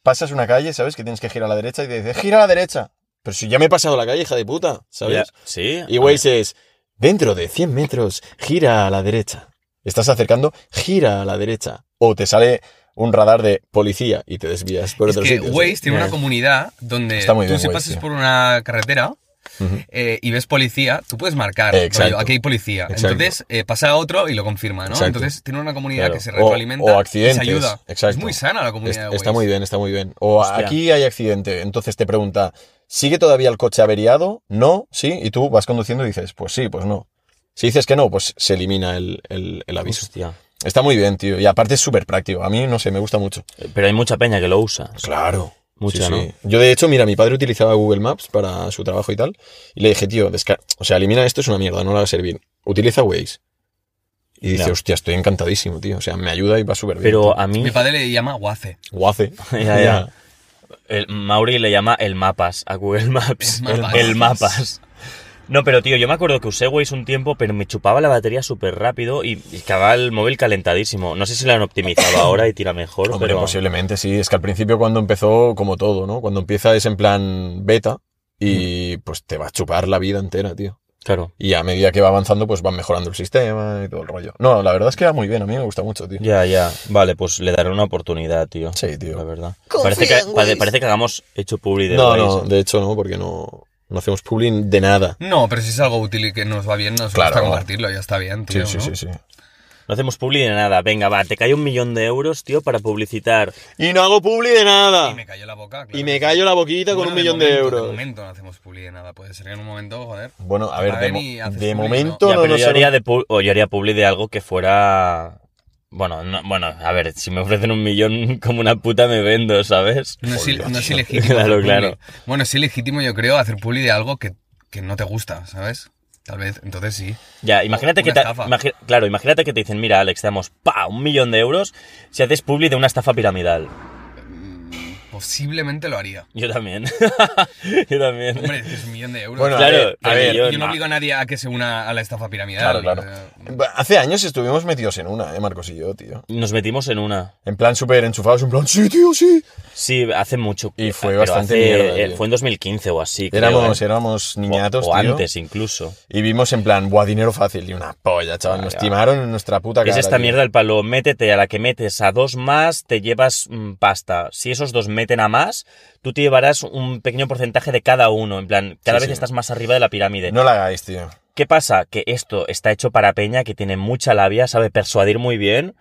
[SPEAKER 3] Pasas una calle, ¿sabes? Que tienes que girar a la derecha y te dice, gira a la derecha. Pero si ya me he pasado la calle, hija de puta, ¿sabes?
[SPEAKER 2] Ya, Sí.
[SPEAKER 3] Y
[SPEAKER 2] a
[SPEAKER 3] Waze es, dentro de 100 metros, gira a la derecha. Estás acercando, gira a la derecha. O te sale un radar de policía y te desvías por ¿eh?
[SPEAKER 1] Es
[SPEAKER 3] otro
[SPEAKER 1] que
[SPEAKER 3] sitio.
[SPEAKER 1] Waze tiene
[SPEAKER 2] Ya.
[SPEAKER 1] una comunidad donde
[SPEAKER 3] Está
[SPEAKER 1] tú
[SPEAKER 3] muy bien
[SPEAKER 1] si
[SPEAKER 3] Waze,
[SPEAKER 1] pasas
[SPEAKER 3] tío.
[SPEAKER 1] por una carretera
[SPEAKER 3] Ujú.
[SPEAKER 1] eh, y ves policía, tú puedes marcar,
[SPEAKER 3] Exacto.
[SPEAKER 1] rollo, aquí hay policía.
[SPEAKER 3] Exacto.
[SPEAKER 1] Entonces eh, pasa a otro y lo confirma, ¿no?
[SPEAKER 3] Exacto.
[SPEAKER 1] Entonces tiene una comunidad
[SPEAKER 3] Claro.
[SPEAKER 1] que se
[SPEAKER 3] O-
[SPEAKER 1] retroalimenta
[SPEAKER 3] o
[SPEAKER 1] y
[SPEAKER 3] accidentes,
[SPEAKER 1] se ayuda.
[SPEAKER 3] exacto.
[SPEAKER 1] Es muy sana la comunidad
[SPEAKER 3] Es-
[SPEAKER 1] de Waze.
[SPEAKER 3] está muy bien, está muy bien. O
[SPEAKER 2] Hostia.
[SPEAKER 3] aquí hay accidente, entonces te pregunta, ¿sigue todavía el coche averiado? No, sí, y tú vas conduciendo y dices, pues sí, pues no. Si dices que no, pues se elimina el, el- el
[SPEAKER 2] ver,
[SPEAKER 3] aviso.
[SPEAKER 2] hostia.
[SPEAKER 3] Está muy bien, tío. Y aparte es súper práctico. A mí, no sé, me gusta mucho.
[SPEAKER 2] Pero hay mucha peña que lo usa.
[SPEAKER 3] Claro.
[SPEAKER 2] Mucha, ¿no?
[SPEAKER 3] Yo, de hecho, mira, mi padre utilizaba Google Maps para su trabajo y tal. Y le dije, tío, desca- o sea, elimina esto, es una mierda, no la va a servir. Utiliza Waze. Y dice,
[SPEAKER 2] Ya.
[SPEAKER 3] hostia, estoy encantadísimo, tío. O sea, me ayuda y va súper bien.
[SPEAKER 2] Pero
[SPEAKER 3] tío.
[SPEAKER 2] a mí,
[SPEAKER 1] Mi padre le llama Waze.
[SPEAKER 3] Guace.
[SPEAKER 2] Ya, ya. el Mauri le llama el mapas a Google Maps.
[SPEAKER 1] El mapas.
[SPEAKER 2] El mapas. No, pero tío, yo me acuerdo que usé Waze un tiempo, pero me chupaba la batería súper rápido y, y acababa el móvil calentadísimo. No sé si lo han optimizado ahora y tira mejor,
[SPEAKER 3] Hombre,
[SPEAKER 2] pero...
[SPEAKER 3] posiblemente sí. Es que al principio cuando empezó, como todo, ¿no? Cuando empieza es en plan beta
[SPEAKER 2] Mm.
[SPEAKER 3] y pues te va a chupar la vida entera, tío.
[SPEAKER 2] Claro.
[SPEAKER 3] Y a medida que va avanzando, pues van mejorando el sistema y todo el rollo. No, la verdad es que va muy bien. A mí me gusta mucho, tío.
[SPEAKER 2] Ya, ya. Vale, pues le daré una oportunidad, tío.
[SPEAKER 3] Sí, tío.
[SPEAKER 2] La verdad.
[SPEAKER 4] Confía
[SPEAKER 2] Parece que,
[SPEAKER 4] en
[SPEAKER 2] pare-
[SPEAKER 4] Waze.
[SPEAKER 2] parece que hagamos hecho publi de
[SPEAKER 3] No,
[SPEAKER 2] Waze.
[SPEAKER 3] no, de hecho no, porque no, no hacemos publing de nada.
[SPEAKER 1] No, pero si es algo útil y que nos va bien, nos
[SPEAKER 3] Claro.
[SPEAKER 1] gusta compartirlo, ya está bien,
[SPEAKER 3] Sí,
[SPEAKER 1] tío.
[SPEAKER 3] sí,
[SPEAKER 1] ¿no?
[SPEAKER 3] sí, sí.
[SPEAKER 2] No hacemos publi de nada. Venga, va, te cae un millón de euros, tío, para publicitar.
[SPEAKER 3] Y no hago publi de
[SPEAKER 1] Y
[SPEAKER 3] nada.
[SPEAKER 1] me cayó la boca. claro.
[SPEAKER 3] Y me callo la boquita con
[SPEAKER 1] Bueno,
[SPEAKER 3] un millón de
[SPEAKER 1] momento, De
[SPEAKER 3] euros.
[SPEAKER 1] momento no hacemos publi de nada, puede ser que en un momento, joder.
[SPEAKER 3] Bueno, a
[SPEAKER 1] te
[SPEAKER 3] ver, de,
[SPEAKER 1] paguen
[SPEAKER 3] mo-
[SPEAKER 1] y haces
[SPEAKER 3] de
[SPEAKER 1] publi,
[SPEAKER 3] momento
[SPEAKER 2] Ya,
[SPEAKER 3] no
[SPEAKER 2] pero
[SPEAKER 3] nos
[SPEAKER 2] yo,
[SPEAKER 3] han-
[SPEAKER 2] haría de pu- o yo haría publi de algo que fuera... Bueno, no- bueno, a ver, si me ofrecen un millón como una puta me vendo, ¿sabes?
[SPEAKER 1] No, es, il-
[SPEAKER 3] Joder,
[SPEAKER 1] no es
[SPEAKER 3] tío.
[SPEAKER 1] ilegítimo.
[SPEAKER 2] Claro,
[SPEAKER 1] hacer publi.
[SPEAKER 2] claro.
[SPEAKER 1] Bueno, es ilegítimo, yo creo, hacer publi de algo que, que no te gusta, ¿sabes? Tal vez, entonces sí.
[SPEAKER 2] Ya, imagínate
[SPEAKER 1] una
[SPEAKER 2] que te,
[SPEAKER 1] estafa.
[SPEAKER 2] imagi- claro, imagínate que te dicen, mira, Alex, te damos pa un millón de euros si haces publi de una estafa piramidal.
[SPEAKER 1] Posiblemente lo haría.
[SPEAKER 2] Yo también. yo también.
[SPEAKER 1] Hombre, es un millón de euros.
[SPEAKER 3] Bueno,
[SPEAKER 2] Claro,
[SPEAKER 3] a ver, a
[SPEAKER 2] de
[SPEAKER 3] ver,
[SPEAKER 2] millón.
[SPEAKER 1] yo no obligo a nadie a que se una a la estafa piramidal.
[SPEAKER 3] Claro, claro.
[SPEAKER 1] Eh,
[SPEAKER 3] Hace años estuvimos metidos en una, ¿eh, Marcos y yo, tío?
[SPEAKER 2] Nos metimos en una.
[SPEAKER 3] En plan súper enchufados, en plan, sí, tío, sí.
[SPEAKER 2] Sí, hace mucho.
[SPEAKER 3] Y fue
[SPEAKER 2] pero
[SPEAKER 3] bastante
[SPEAKER 2] hace-
[SPEAKER 3] mierda,
[SPEAKER 2] eh,
[SPEAKER 3] tío.
[SPEAKER 2] Fue en 2015 o así. creo,
[SPEAKER 3] Éramos,
[SPEAKER 2] ¿eh?
[SPEAKER 3] éramos niñatos,
[SPEAKER 2] o, o
[SPEAKER 3] tío.
[SPEAKER 2] antes incluso.
[SPEAKER 3] Y vimos en plan, buah, dinero fácil. Y una polla, chaval. Nos
[SPEAKER 2] Ya.
[SPEAKER 3] timaron en nuestra puta cara.
[SPEAKER 2] es esta
[SPEAKER 3] tío.
[SPEAKER 2] mierda el palo, métete a la que metes a dos más, te llevas mm, pasta. Si esos dos meten a más, tú te llevarás un pequeño porcentaje de cada uno. En plan, cada
[SPEAKER 3] Sí,
[SPEAKER 2] vez
[SPEAKER 3] sí.
[SPEAKER 2] estás más arriba de la pirámide.
[SPEAKER 3] No la hagáis, tío.
[SPEAKER 2] ¿Qué pasa? Que esto está hecho para Peña, que tiene mucha labia, sabe persuadir muy bien.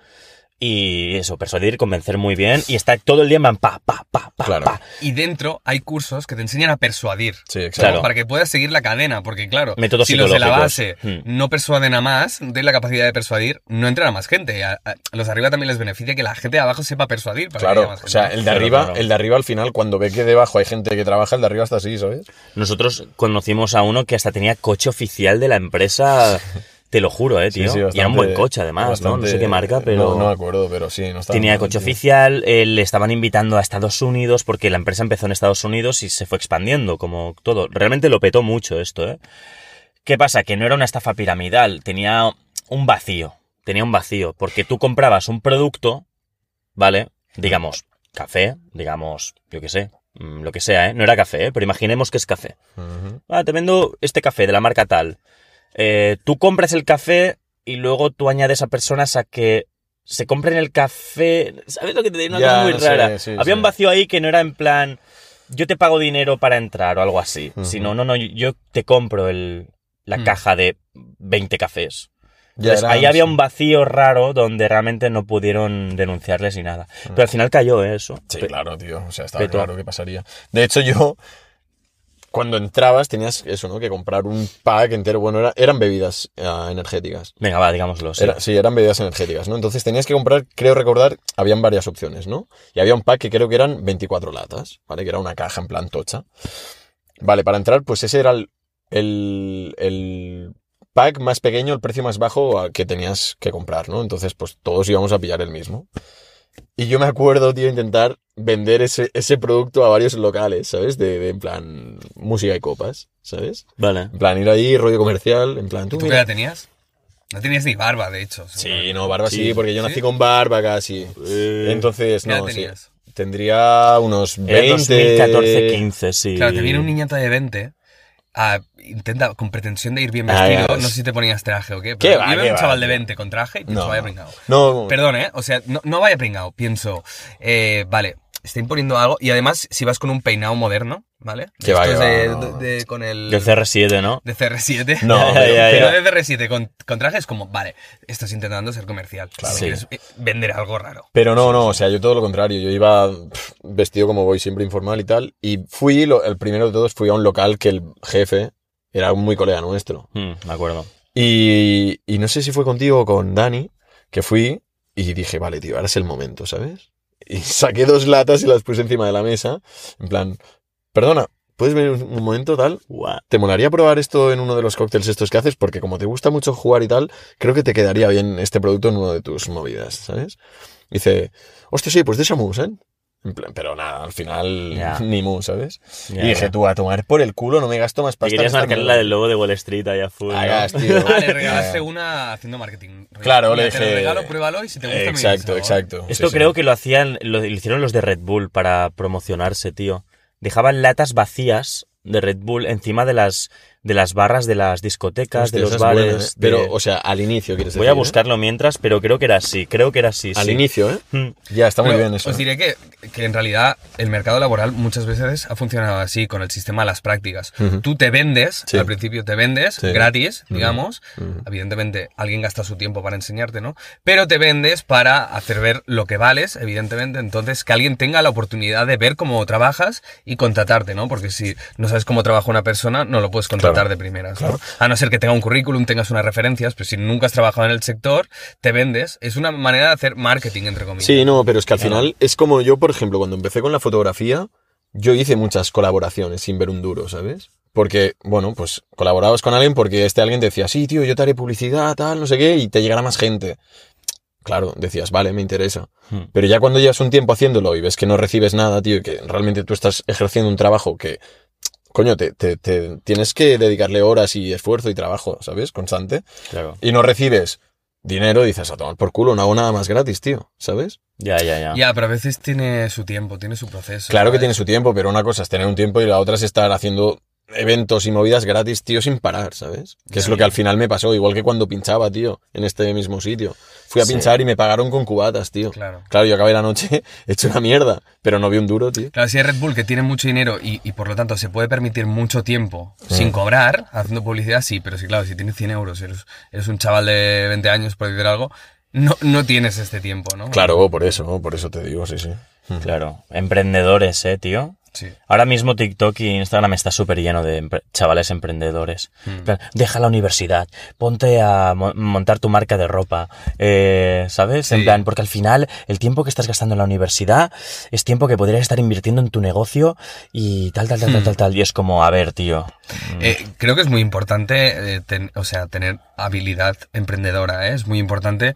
[SPEAKER 2] Y eso, persuadir, convencer muy bien. Y está todo el día en plan, pa, pa, pa, pa,
[SPEAKER 3] Claro.
[SPEAKER 2] pa.
[SPEAKER 1] Y dentro hay cursos que te enseñan a persuadir.
[SPEAKER 3] Sí,
[SPEAKER 2] Claro.
[SPEAKER 3] exacto.
[SPEAKER 1] Para que puedas seguir la cadena, porque claro,
[SPEAKER 2] Métodos
[SPEAKER 1] si los de la base
[SPEAKER 2] psicológicos.
[SPEAKER 3] Hmm.
[SPEAKER 1] no persuaden a más, no tienen la capacidad de persuadir, no entran a más gente. A, a- a los de arriba también les beneficia que la gente de abajo sepa persuadir. Para que
[SPEAKER 3] Claro,
[SPEAKER 1] haya más
[SPEAKER 3] o sea,
[SPEAKER 1] gente.
[SPEAKER 3] el de
[SPEAKER 2] Claro,
[SPEAKER 3] arriba,
[SPEAKER 2] claro.
[SPEAKER 3] el de arriba al final, cuando ve que debajo hay gente que trabaja, el de arriba está así, ¿sabes?
[SPEAKER 2] Nosotros conocimos a uno que hasta tenía coche oficial de la empresa, te lo juro, eh, tío. y era un
[SPEAKER 3] bastante-
[SPEAKER 2] buen coche, además, ¿no? No sé
[SPEAKER 3] bastante-
[SPEAKER 2] qué marca, pero...
[SPEAKER 3] No, no me acuerdo, pero sí, no estaba
[SPEAKER 2] Tenía
[SPEAKER 3] mal,
[SPEAKER 2] coche
[SPEAKER 3] tío.
[SPEAKER 2] oficial, eh, le estaban invitando a Estados Unidos porque la empresa empezó en Estados Unidos y se fue expandiendo, como todo. Realmente lo petó mucho esto, ¿eh? ¿Qué pasa? Que no era una estafa piramidal, tenía un vacío. Tenía un vacío, porque tú comprabas un producto, ¿vale? Digamos, café, digamos, yo qué sé, mm, lo que sea, ¿eh? No era café, ¿eh? pero imaginemos que es café.
[SPEAKER 3] Ujú.
[SPEAKER 2] Ah, te vendo este café de la marca tal. Eh, tú compras el café y luego tú añades a personas a que se compren el café. ¿Sabes lo que te digo? Una
[SPEAKER 3] Ya,
[SPEAKER 2] cosa muy
[SPEAKER 3] no sé,
[SPEAKER 2] rara.
[SPEAKER 3] sí,
[SPEAKER 2] Había
[SPEAKER 3] sí.
[SPEAKER 2] un vacío ahí que no era en plan, yo te pago dinero para entrar o algo así.
[SPEAKER 3] Ujú.
[SPEAKER 2] Sino, no, no, yo te compro el, la
[SPEAKER 1] Mm.
[SPEAKER 2] caja de 20 cafés.
[SPEAKER 3] Ya
[SPEAKER 2] Entonces,
[SPEAKER 3] era,
[SPEAKER 2] ahí
[SPEAKER 3] no
[SPEAKER 2] había
[SPEAKER 3] sé.
[SPEAKER 2] un vacío raro donde realmente no pudieron denunciarles ni nada.
[SPEAKER 3] Mm.
[SPEAKER 2] Pero al final cayó ¿eh? eso.
[SPEAKER 3] Sí,
[SPEAKER 2] Pe-
[SPEAKER 3] claro, tío. O sea, estaba
[SPEAKER 2] Petó.
[SPEAKER 3] claro que pasaría. De hecho, yo, cuando entrabas, tenías eso, ¿no? Que comprar un pack entero. Bueno, era- eran bebidas ah, energéticas.
[SPEAKER 2] Venga, va, digámoslo. sí.
[SPEAKER 3] Era- sí, eran bebidas energéticas, ¿no? Entonces tenías que comprar, creo recordar, habían varias opciones, ¿no? Y había un pack que creo que eran 24 latas, ¿vale? Que era una caja en plan tocha. Vale, para entrar, pues ese era el, el, el pack más pequeño, el precio más bajo a- que tenías que comprar, ¿no? Entonces, pues todos íbamos a pillar el mismo. Y yo me acuerdo, tío, intentar vender ese, ese producto a varios locales, ¿sabes? De, de, en plan música y copas, ¿sabes?
[SPEAKER 2] Vale.
[SPEAKER 3] En plan ir ahí, rollo comercial, en plan...
[SPEAKER 1] ¿Y
[SPEAKER 3] Tú,
[SPEAKER 1] tú qué
[SPEAKER 3] mira,
[SPEAKER 1] edad tenías? No tenías ni barba, de hecho.
[SPEAKER 3] Sí, no, barba sí,
[SPEAKER 2] Sí.
[SPEAKER 3] porque yo nací
[SPEAKER 1] ¿Sí?
[SPEAKER 3] con barba casi. Entonces,
[SPEAKER 1] ¿Qué edad
[SPEAKER 3] Pues no, sí.
[SPEAKER 1] tenías?
[SPEAKER 3] Tendría unos 20...
[SPEAKER 2] Era 2014-15, sí.
[SPEAKER 1] Claro, te viene un niñato de 20. ah, intenta con pretensión de ir bien
[SPEAKER 3] Ah,
[SPEAKER 1] vestido.
[SPEAKER 3] ya ves.
[SPEAKER 1] no sé si te ponías traje o qué. Pero
[SPEAKER 3] ¿Qué
[SPEAKER 1] yo
[SPEAKER 3] va,
[SPEAKER 1] veo
[SPEAKER 3] qué
[SPEAKER 1] un
[SPEAKER 3] va,
[SPEAKER 1] chaval de
[SPEAKER 3] tío?
[SPEAKER 1] 20 con traje y pienso,
[SPEAKER 3] No,
[SPEAKER 1] vaya pringao.
[SPEAKER 3] No,
[SPEAKER 1] Perdón, ¿eh? O sea, no, no vaya pringao. Pienso, eh, vale, está imponiendo algo. Y además, si vas con un peinado moderno, ¿vale?
[SPEAKER 3] Que va,
[SPEAKER 1] Estos
[SPEAKER 3] que va,
[SPEAKER 1] de-
[SPEAKER 3] no.
[SPEAKER 1] de- de- con el.
[SPEAKER 2] Del CR7, ¿no?
[SPEAKER 1] de CR7.
[SPEAKER 3] No,
[SPEAKER 1] pero,
[SPEAKER 2] ya, ya,
[SPEAKER 1] pero de
[SPEAKER 2] ya.
[SPEAKER 1] CR7 con, con traje es como, vale, estás intentando ser comercial.
[SPEAKER 2] Claro.
[SPEAKER 1] Quieres,
[SPEAKER 2] Sí.
[SPEAKER 1] eh, vender algo raro.
[SPEAKER 3] Pero no, no, o sea, yo todo lo contrario. Yo iba pf, vestido como voy, siempre informal y tal. Y fui, lo- el primero de todos, fui a un local que el jefe era un muy colega nuestro.
[SPEAKER 2] Mm, me acuerdo.
[SPEAKER 3] Y, y no sé si fue contigo o con Dani, que fui y dije, vale, tío, ahora es el momento, ¿sabes? Y saqué dos latas y las puse encima de la mesa. En plan, perdona, ¿puedes venir un- un momento tal? ¿Te molaría probar esto en uno de los cócteles estos que haces? Porque como te gusta mucho jugar y tal, creo que te quedaría bien este producto en uno de tus movidas, ¿sabes? Dice, hostia, sí, pues de esa mousse, ¿eh? En En plan, Pero nada, al final
[SPEAKER 2] Ya.
[SPEAKER 3] ni mu, ¿sabes?
[SPEAKER 2] Ya,
[SPEAKER 3] y dije,
[SPEAKER 2] ya.
[SPEAKER 3] tú, a tomar por el culo, no me gasto más
[SPEAKER 2] Te
[SPEAKER 3] pasta.
[SPEAKER 2] querías
[SPEAKER 3] en esta
[SPEAKER 2] marcar
[SPEAKER 3] mierda.
[SPEAKER 2] la del lobo de Wall Street allá full. ¿no?
[SPEAKER 3] Hagas, tío.
[SPEAKER 1] Ah, le
[SPEAKER 3] Ya,
[SPEAKER 1] regalaste
[SPEAKER 3] ya.
[SPEAKER 1] una haciendo marketing.
[SPEAKER 3] Eh. Claro,
[SPEAKER 1] Mira,
[SPEAKER 3] le
[SPEAKER 1] Te
[SPEAKER 3] dije-
[SPEAKER 1] lo regalo, pruébalo y si te gusta me dices
[SPEAKER 3] Exacto,
[SPEAKER 1] algo.
[SPEAKER 3] exacto.
[SPEAKER 2] Esto creo que lo hacían, lo, lo hicieron los de Red Bull para promocionarse, tío. Dejaban latas vacías de Red Bull encima de las, de las barras de las discotecas, de los bares. de-
[SPEAKER 3] ¿eh? Pero, o sea, al inicio, quieres
[SPEAKER 2] Voy
[SPEAKER 3] decir,
[SPEAKER 2] a
[SPEAKER 3] ¿eh?
[SPEAKER 2] buscarlo mientras, pero creo que era así, creo que era así.
[SPEAKER 3] Al
[SPEAKER 2] sí.
[SPEAKER 3] inicio, ¿eh?
[SPEAKER 2] Mm.
[SPEAKER 3] Ya, está muy
[SPEAKER 1] Pero
[SPEAKER 3] bien eso. ¿eh?
[SPEAKER 1] Os diré que, que en realidad el mercado laboral muchas veces ha funcionado así, con el sistema de las prácticas.
[SPEAKER 3] Ujú.
[SPEAKER 1] Tú te vendes,
[SPEAKER 3] Sí.
[SPEAKER 1] al principio te vendes,
[SPEAKER 3] Sí.
[SPEAKER 1] gratis,
[SPEAKER 3] Ujú.
[SPEAKER 1] digamos.
[SPEAKER 3] Ujú.
[SPEAKER 1] Evidentemente alguien gasta su tiempo para enseñarte, ¿no? Pero te vendes para hacer ver lo que vales, evidentemente. Entonces, que alguien tenga la oportunidad de ver cómo trabajas y contratarte, ¿no? Porque si no sabes cómo trabaja una persona, no lo puedes contratar
[SPEAKER 3] Claro.
[SPEAKER 1] de primeras, ¿no? A no ser que tenga un currículum, tengas unas referencias, pero si nunca has trabajado en el sector, te vendes. Es una manera de hacer marketing, entre comillas.
[SPEAKER 3] Sí, no, pero es que al final es como yo, por ejemplo, cuando empecé con la fotografía, yo hice muchas colaboraciones sin ver un duro, ¿sabes? Porque, bueno, pues colaborabas con alguien porque este alguien te decía, sí, tío, yo te haré publicidad, tal, no sé qué, y te llegará más gente. Claro, decías, vale, me interesa.
[SPEAKER 2] Hmm.
[SPEAKER 3] Pero ya cuando llevas un tiempo haciéndolo y ves que no recibes nada, tío, y que realmente tú estás ejerciendo un trabajo que, coño, te, te- te- tienes que dedicarle horas y esfuerzo y trabajo, ¿sabes? Constante.
[SPEAKER 2] Claro.
[SPEAKER 3] Y no recibes dinero, dices, a tomar por culo, no hago nada más gratis, tío, ¿sabes?
[SPEAKER 2] Ya, ya, ya.
[SPEAKER 1] Ya, pero a veces tiene su tiempo, tiene su proceso.
[SPEAKER 3] Claro que
[SPEAKER 1] ¿sabes?
[SPEAKER 3] tiene su tiempo, pero una cosa es tener un tiempo y la otra es estar haciendo eventos y movidas gratis, tío, sin parar, ¿sabes? Que es
[SPEAKER 1] Sí.
[SPEAKER 3] lo que al final me pasó, igual que cuando pinchaba, tío, en este mismo sitio. Fui a
[SPEAKER 2] Sí.
[SPEAKER 3] pinchar y me pagaron con cubatas, tío.
[SPEAKER 1] Claro.
[SPEAKER 3] Claro, yo acabé la noche hecho una mierda, pero no vi un duro, tío.
[SPEAKER 1] Claro, si hay Red Bull que tiene mucho dinero y, y por lo tanto se puede permitir mucho tiempo
[SPEAKER 3] Mm.
[SPEAKER 1] sin cobrar, haciendo publicidad, sí, pero sí, claro, si tienes 100 euros, eres, eres un chaval de 20 años, por decir algo, no, no tienes este tiempo, ¿no?
[SPEAKER 3] Claro, por eso, por eso te digo, sí, sí.
[SPEAKER 2] Claro. Emprendedores, eh, tío.
[SPEAKER 1] Sí.
[SPEAKER 2] Ahora mismo TikTok y Instagram está súper lleno de empre- chavales emprendedores.
[SPEAKER 1] Mm.
[SPEAKER 2] En plan, Deja la universidad, ponte a mo- montar tu marca de ropa, eh, ¿sabes? En
[SPEAKER 1] Sí.
[SPEAKER 2] plan, porque al final el tiempo que estás gastando en la universidad es tiempo que podrías estar invirtiendo en tu negocio y tal, tal, tal, tal,
[SPEAKER 1] Mm.
[SPEAKER 2] tal, tal. Y es como, a ver, tío.
[SPEAKER 3] Mm.
[SPEAKER 1] Eh, creo que es muy importante, eh, ten- o sea, tener habilidad emprendedora, ¿eh? es muy importante.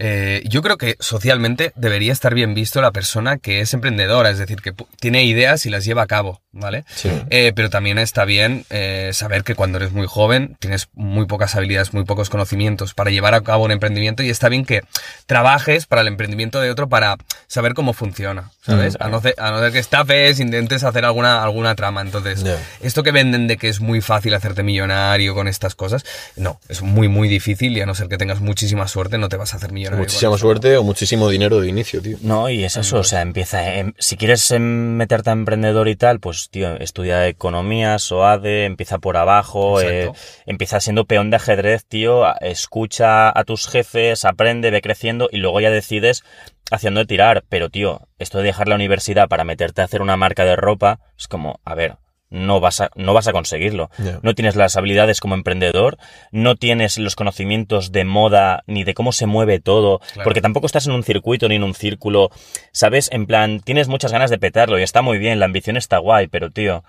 [SPEAKER 1] Eh, yo creo que socialmente debería estar bien visto la persona que es emprendedora, es decir, que pu- tiene ideas y las lleva a cabo, ¿vale?
[SPEAKER 3] Sí.
[SPEAKER 1] Eh, pero también está bien eh, saber que cuando eres muy joven tienes muy pocas habilidades, muy pocos conocimientos para llevar a cabo un emprendimiento y está bien que trabajes para el emprendimiento de otro para saber cómo funciona, ¿sabes?
[SPEAKER 3] Mm.
[SPEAKER 1] a, no ser, a no ser que estafes, intentes hacer alguna, alguna trama. Entonces,
[SPEAKER 3] Ya.
[SPEAKER 1] esto que venden de que es muy fácil hacerte millonario con estas cosas, no, es muy, muy difícil y a no ser que tengas muchísima suerte no te vas a hacer millonario. con
[SPEAKER 3] Muchísima
[SPEAKER 1] eso.
[SPEAKER 3] suerte o muchísimo dinero de inicio, tío.
[SPEAKER 2] No, y es
[SPEAKER 1] Mm.
[SPEAKER 2] eso, o sea, empieza, em, si quieres em, meterte a emprendedor y tal, pues tío, estudia economía, SOADE, empieza por abajo, eh,
[SPEAKER 1] Exacto.
[SPEAKER 2] empieza siendo peón de ajedrez, tío, a- escucha a tus jefes, aprende, ve creciendo y luego ya decides haciendo de tirar, pero tío, esto de dejar la universidad para meterte a hacer una marca de ropa, es como, a ver, no vas a, no vas a conseguirlo.
[SPEAKER 3] Ya.
[SPEAKER 2] No tienes las habilidades como emprendedor, no tienes los conocimientos de moda ni de cómo se mueve todo,
[SPEAKER 1] Claro.
[SPEAKER 2] porque tampoco estás en un circuito ni en un círculo, ¿sabes? En plan, tienes muchas ganas de petarlo y está muy bien, la ambición está guay, pero tío,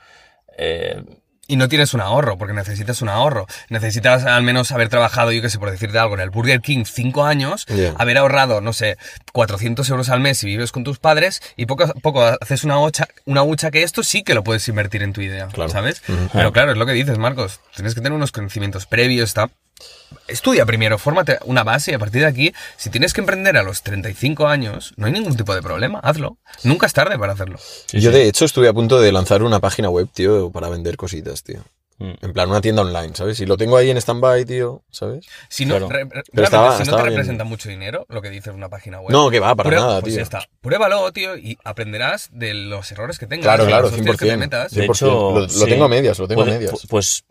[SPEAKER 2] eh,
[SPEAKER 1] Y no tienes un ahorro, porque necesitas un ahorro. Necesitas al menos haber trabajado, yo que sé, por decirte algo, en el Burger King cinco años,
[SPEAKER 3] Ya.
[SPEAKER 1] haber ahorrado, no sé, 400 euros al mes si vives con tus padres y poco a poco haces una hucha, una hucha que esto sí que lo puedes invertir en tu idea,
[SPEAKER 3] Claro.
[SPEAKER 1] ¿sabes? Pero claro, es lo que dices, Marcos. Tienes que tener unos conocimientos previos, está Estudia primero, fórmate una base y a partir de aquí, si tienes que emprender a los 35 años, no hay ningún tipo de problema, hazlo. Nunca es tarde para hacerlo.
[SPEAKER 3] yo, de hecho, estuve a punto de lanzar una página web, tío, para vender cositas, tío.
[SPEAKER 2] mm,
[SPEAKER 3] En plan, una tienda online, ¿sabes? Y lo tengo ahí en stand-by, tío, ¿sabes?
[SPEAKER 1] Si no,
[SPEAKER 2] Claro.
[SPEAKER 1] re- re-
[SPEAKER 3] Pero
[SPEAKER 1] realmente,
[SPEAKER 3] estaba-
[SPEAKER 1] si no
[SPEAKER 3] estaba
[SPEAKER 1] te
[SPEAKER 3] bien.
[SPEAKER 1] representa mucho dinero, lo que dices en una página web.
[SPEAKER 3] No, que va, para
[SPEAKER 1] prueba-
[SPEAKER 3] nada,
[SPEAKER 1] pues
[SPEAKER 3] tío.
[SPEAKER 1] ya está. Pruébalo, tío, y aprenderás de los errores que tengas.
[SPEAKER 3] Claro,
[SPEAKER 1] de
[SPEAKER 3] claro,
[SPEAKER 1] las hostias que te
[SPEAKER 3] 100%.
[SPEAKER 1] metas.
[SPEAKER 2] De
[SPEAKER 3] 100%.
[SPEAKER 2] hecho,
[SPEAKER 3] Lo- lo
[SPEAKER 2] sí.
[SPEAKER 3] tengo a medias, lo tengo a
[SPEAKER 2] Puede-
[SPEAKER 3] medias.
[SPEAKER 2] pu- Pues,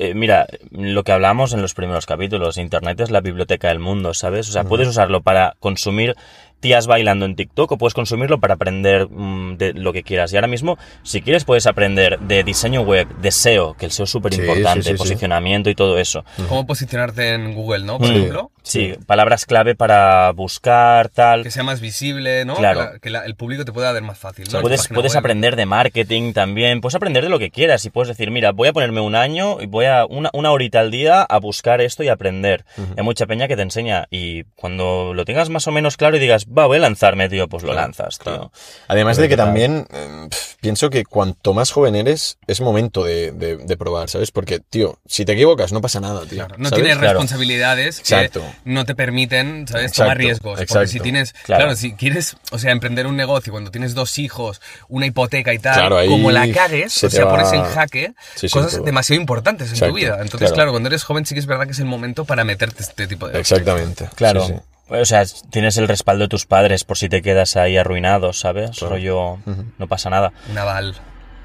[SPEAKER 2] eh, mira, lo que hablamos en los primeros capítulos, Internet es la biblioteca del mundo, ¿sabes? O sea, puedes usarlo para consumir tías bailando en TikTok o puedes consumirlo para aprender mm, de lo que quieras. Y ahora mismo, si quieres, puedes aprender de diseño web, de SEO, que el SEO es súper
[SPEAKER 3] Sí,
[SPEAKER 2] importante,
[SPEAKER 3] sí, sí, sí.
[SPEAKER 2] posicionamiento y todo eso.
[SPEAKER 1] Cómo posicionarte en Google, ¿no? Por
[SPEAKER 2] Sí.
[SPEAKER 1] ejemplo.
[SPEAKER 2] Sí, palabras clave para buscar, tal.
[SPEAKER 1] Que sea más visible, ¿no?
[SPEAKER 2] Claro.
[SPEAKER 1] Que, la- que la- el público te pueda ver más fácil. ¿no? En tu
[SPEAKER 2] puedes,
[SPEAKER 1] página
[SPEAKER 2] puedes
[SPEAKER 1] web.
[SPEAKER 2] aprender de marketing también, puedes aprender de lo que quieras y puedes decir, mira, voy a ponerme un año y voy a una, una horita al día a buscar esto y aprender. Hay mucha peña que te enseña y cuando lo tengas más o menos claro y digas, va, voy a lanzarme, tío, pues lo
[SPEAKER 3] Claro,
[SPEAKER 2] lanzas,
[SPEAKER 3] claro.
[SPEAKER 2] tío.
[SPEAKER 3] Además
[SPEAKER 2] Pero
[SPEAKER 3] de que
[SPEAKER 2] ¿qué tal?
[SPEAKER 3] también eh, pf, pienso que cuanto más joven eres, es momento de, de- de probar, ¿sabes? Porque, tío, si te equivocas, no pasa nada, tío.
[SPEAKER 1] Claro, no
[SPEAKER 3] ¿sabes?
[SPEAKER 1] tienes
[SPEAKER 2] Claro.
[SPEAKER 1] responsabilidades que
[SPEAKER 3] Exacto.
[SPEAKER 1] no te permiten, ¿sabes?
[SPEAKER 3] Exacto,
[SPEAKER 1] Tomar riesgos. Porque
[SPEAKER 3] exacto.
[SPEAKER 1] si tienes, claro.
[SPEAKER 2] Claro.
[SPEAKER 1] si quieres, o sea, emprender un negocio cuando tienes dos hijos, una hipoteca y tal,
[SPEAKER 3] Claro, ahí
[SPEAKER 1] como la cagues,
[SPEAKER 3] se
[SPEAKER 1] o
[SPEAKER 3] te
[SPEAKER 1] sea,
[SPEAKER 3] va-
[SPEAKER 1] pones en jaque
[SPEAKER 3] Sí, sí,
[SPEAKER 1] cosas
[SPEAKER 3] todo.
[SPEAKER 1] demasiado importantes en
[SPEAKER 3] Exacto,
[SPEAKER 1] tu vida. Entonces, claro.
[SPEAKER 3] claro.
[SPEAKER 1] cuando eres joven sí que es verdad que es el momento para meterte este tipo de...
[SPEAKER 3] Exactamente.
[SPEAKER 2] Claro.
[SPEAKER 3] sí, sí.
[SPEAKER 2] O sea, tienes el respaldo de tus padres por si te quedas ahí arruinado, ¿sabes?
[SPEAKER 3] Claro.
[SPEAKER 2] Rollo, no pasa nada.
[SPEAKER 1] Un aval.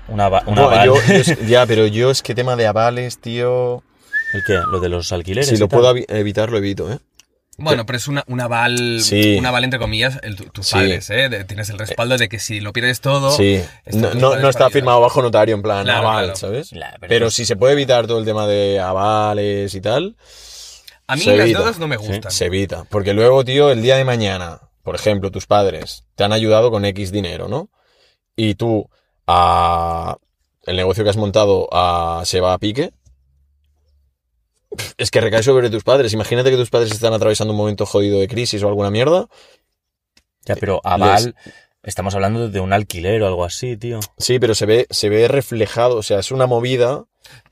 [SPEAKER 2] Una, va- un
[SPEAKER 3] No,
[SPEAKER 2] aval.
[SPEAKER 3] yo- yo es- ya, pero yo es que tema de avales, tío.
[SPEAKER 2] ¿El qué? ¿Lo de los alquileres?
[SPEAKER 3] Si
[SPEAKER 2] y
[SPEAKER 3] lo
[SPEAKER 2] tal?
[SPEAKER 3] puedo avi- evitar, lo evito, ¿eh?
[SPEAKER 1] Bueno, pero es una, un aval,
[SPEAKER 3] Sí.
[SPEAKER 1] un aval entre comillas, el, tu- tus
[SPEAKER 3] Sí.
[SPEAKER 1] padres, ¿eh? De- tienes el respaldo de que si lo pierdes todo...
[SPEAKER 3] sí.
[SPEAKER 1] están
[SPEAKER 3] No,
[SPEAKER 1] tus
[SPEAKER 3] no,
[SPEAKER 1] padres
[SPEAKER 3] no está
[SPEAKER 1] para ayudar.
[SPEAKER 3] firmado bajo notario, en plan
[SPEAKER 1] Claro,
[SPEAKER 3] aval,
[SPEAKER 1] claro.
[SPEAKER 3] ¿sabes?
[SPEAKER 2] Claro, pero
[SPEAKER 3] pero
[SPEAKER 2] es-
[SPEAKER 3] si se puede evitar todo el tema de avales y tal,
[SPEAKER 1] A mí
[SPEAKER 3] Se
[SPEAKER 1] las
[SPEAKER 3] evita.
[SPEAKER 1] deudas no me
[SPEAKER 2] Sí,
[SPEAKER 1] gustan.
[SPEAKER 3] Se evita. Porque luego, tío, el día de mañana, por ejemplo, tus padres te han ayudado con X dinero, ¿no? Y tú, a... el negocio que has montado ah, se va a pique. Pff, Es que recae sobre tus padres. Imagínate que tus padres están atravesando un momento jodido de crisis o alguna mierda.
[SPEAKER 2] Ya, pero aval... Estamos hablando de un alquiler o algo así, tío.
[SPEAKER 3] Sí, pero se ve, se ve reflejado. O sea, es una movida.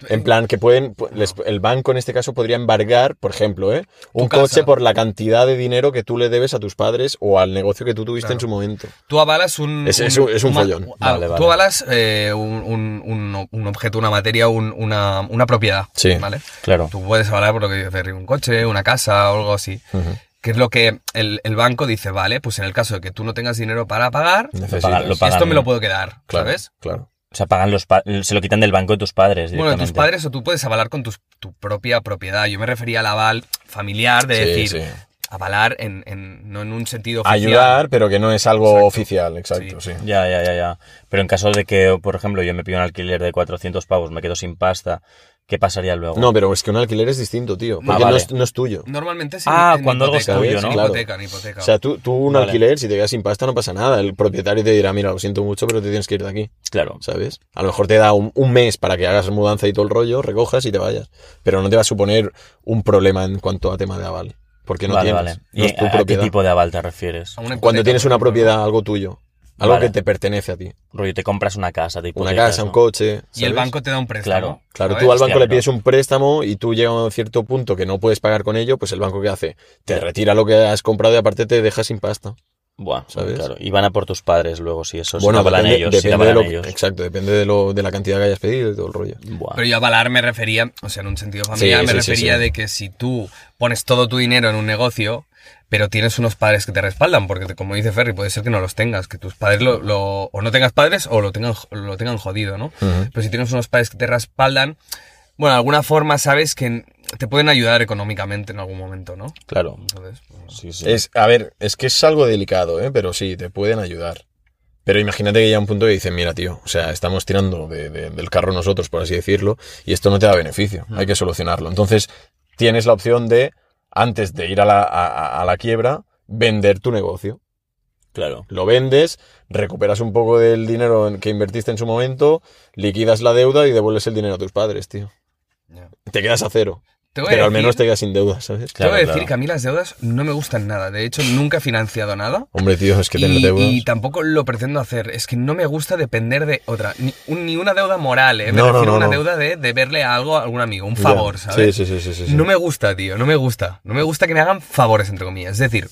[SPEAKER 3] En plan, que pueden. pu- les- el banco en este caso podría embargar, por ejemplo, ¿eh? un
[SPEAKER 1] casa.
[SPEAKER 3] coche por la cantidad de dinero que tú le debes a tus padres o al negocio que tú tuviste
[SPEAKER 1] Claro.
[SPEAKER 3] en su momento.
[SPEAKER 1] Tú avalas un.
[SPEAKER 3] Es- es un- es un
[SPEAKER 1] ma-
[SPEAKER 3] follón.
[SPEAKER 1] ah,
[SPEAKER 3] Vale, vale.
[SPEAKER 1] Tú avalas eh, un, un- un- un objeto, una materia, un- una, una propiedad.
[SPEAKER 3] Sí.
[SPEAKER 1] ¿Vale?
[SPEAKER 2] Claro.
[SPEAKER 1] Tú puedes avalar por lo que dice Ferri, un coche, una casa o algo así.
[SPEAKER 3] Ujú.
[SPEAKER 1] Que es lo que el, el banco dice, vale, pues en el caso de que tú no tengas dinero para pagar,
[SPEAKER 3] Necesitas.
[SPEAKER 2] paga- lo paga-
[SPEAKER 1] esto
[SPEAKER 2] pagan.
[SPEAKER 1] me lo puedo quedar,
[SPEAKER 3] Claro,
[SPEAKER 1] ¿sabes?
[SPEAKER 3] Claro.
[SPEAKER 2] O sea, pagan los pa- se lo quitan del banco de tus padres.
[SPEAKER 1] Bueno, tus
[SPEAKER 2] directamente.
[SPEAKER 1] padres o tú puedes avalar con tus- tu propia propiedad. Yo me refería al aval familiar, de
[SPEAKER 3] Sí,
[SPEAKER 1] decir,
[SPEAKER 3] sí.
[SPEAKER 1] avalar en, en- no en un sentido oficial.
[SPEAKER 3] Ayudar, pero que no es algo
[SPEAKER 1] Exacto.
[SPEAKER 3] oficial, exacto, sí.
[SPEAKER 2] Ya, ya, ya, ya. Pero en caso de que, por ejemplo, yo me pido un alquiler de 400 pavos, me quedo sin pasta, ¿qué pasaría luego?
[SPEAKER 3] No, pero es que un alquiler es distinto, tío.
[SPEAKER 1] Ah,
[SPEAKER 3] Porque no,
[SPEAKER 2] vale.
[SPEAKER 3] es, no es tuyo.
[SPEAKER 1] Normalmente sí.
[SPEAKER 2] Ah, cuando algo es
[SPEAKER 3] tuyo, ¿no?
[SPEAKER 1] Ni
[SPEAKER 3] Claro.
[SPEAKER 1] hipoteca, ni hipoteca.
[SPEAKER 3] O sea, tú, tú un
[SPEAKER 2] Vale.
[SPEAKER 3] alquiler, si te quedas sin pasta, no pasa nada. El propietario te dirá, mira, lo siento mucho, pero te tienes que ir de aquí,
[SPEAKER 2] Claro.
[SPEAKER 3] ¿sabes? A lo mejor te da un, un mes para que hagas mudanza y todo el rollo, recojas y te vayas. Pero no te va a suponer un problema en cuanto a tema de aval. Porque no
[SPEAKER 2] vale,
[SPEAKER 3] tienes.
[SPEAKER 2] vale.
[SPEAKER 3] No
[SPEAKER 2] ¿Y
[SPEAKER 3] es tu
[SPEAKER 2] a- a qué
[SPEAKER 3] propiedad.
[SPEAKER 2] tipo de aval te refieres?
[SPEAKER 1] A una hipoteca,
[SPEAKER 3] Cuando tienes
[SPEAKER 1] por
[SPEAKER 3] una
[SPEAKER 1] ejemplo.
[SPEAKER 3] propiedad, algo tuyo. Algo
[SPEAKER 2] Vale.
[SPEAKER 3] que te pertenece a ti.
[SPEAKER 2] Rollo, te compras una casa, te
[SPEAKER 3] Una
[SPEAKER 2] hipotecas,
[SPEAKER 3] casa,
[SPEAKER 2] ¿no?
[SPEAKER 3] un coche.
[SPEAKER 1] Y el
[SPEAKER 3] ¿sabes?
[SPEAKER 1] banco te da un préstamo.
[SPEAKER 2] Claro,
[SPEAKER 3] Claro,
[SPEAKER 1] ¿sabes?
[SPEAKER 3] tú al banco
[SPEAKER 2] Hostia,
[SPEAKER 3] le
[SPEAKER 2] pero-
[SPEAKER 3] pides un préstamo y tú llegas a un cierto punto que no puedes pagar con ello, pues el banco ¿qué hace? Te retira lo que has comprado y aparte te deja sin pasta.
[SPEAKER 2] Buah,
[SPEAKER 3] ¿Sabes?
[SPEAKER 2] claro. Y van a por tus padres luego, si eso, si te avalan
[SPEAKER 3] depende,
[SPEAKER 2] Pues ellos, si te
[SPEAKER 3] depende de
[SPEAKER 2] avalan
[SPEAKER 3] lo,
[SPEAKER 2] ellos.
[SPEAKER 3] exacto, depende de, lo, de la cantidad que hayas pedido y todo el rollo.
[SPEAKER 2] Buah.
[SPEAKER 1] Pero yo avalar me refería, o sea, en un sentido familiar,
[SPEAKER 3] Sí,
[SPEAKER 1] me
[SPEAKER 3] sí, sí,
[SPEAKER 1] refería
[SPEAKER 3] sí.
[SPEAKER 1] de que si tú pones todo tu dinero en un negocio, pero tienes unos padres que te respaldan, porque te- como dice Ferry, puede ser que no los tengas, que tus padres lo, lo- o no tengas padres o lo tengan, lo tengan jodido, ¿no? Pero si tienes unos padres que te respaldan, bueno, de alguna forma sabes que te pueden ayudar económicamente en algún momento, ¿no?
[SPEAKER 2] Claro.
[SPEAKER 1] Entonces, pues,
[SPEAKER 2] Sí, sí.
[SPEAKER 3] Es, a ver, es que es algo delicado, ¿eh? pero sí, te pueden ayudar. Pero imagínate que llega un punto que dicen, mira, tío, o sea, estamos tirando de- de- del carro nosotros, por así decirlo, y esto no te da beneficio,
[SPEAKER 1] Mm.
[SPEAKER 3] hay que solucionarlo. Entonces, tienes la opción de, antes de ir a la, a- a- a la quiebra, vender tu negocio.
[SPEAKER 2] Claro.
[SPEAKER 3] Lo vendes, recuperas un poco del dinero en- que invertiste en su momento, liquidas la deuda y devuelves el dinero a tus padres, tío.
[SPEAKER 1] ya.
[SPEAKER 3] Te quedas a cero.
[SPEAKER 1] Te voy a
[SPEAKER 3] Pero al menos
[SPEAKER 1] decir-
[SPEAKER 3] te quedas sin deuda, ¿sabes?
[SPEAKER 1] te voy a
[SPEAKER 2] Claro,
[SPEAKER 1] decir
[SPEAKER 2] claro.
[SPEAKER 1] que a mí las deudas no me gustan nada. De hecho, nunca he financiado nada.
[SPEAKER 3] Hombre, tío, es que tener
[SPEAKER 1] y,
[SPEAKER 3] deudas.
[SPEAKER 1] y tampoco lo pretendo hacer. Es que no me gusta depender de otra. Ni, un- ni una deuda moral, ¿eh? Me
[SPEAKER 3] No, no,
[SPEAKER 1] refiero
[SPEAKER 3] no,
[SPEAKER 1] a una
[SPEAKER 3] no.
[SPEAKER 1] deuda de deberle a algo a algún amigo, un
[SPEAKER 3] Ya.
[SPEAKER 1] favor, ¿sabes?
[SPEAKER 3] Sí, sí, sí, sí, sí, sí.
[SPEAKER 1] No me gusta, tío. No me gusta. No me gusta que me hagan favores, entre comillas. Es decir,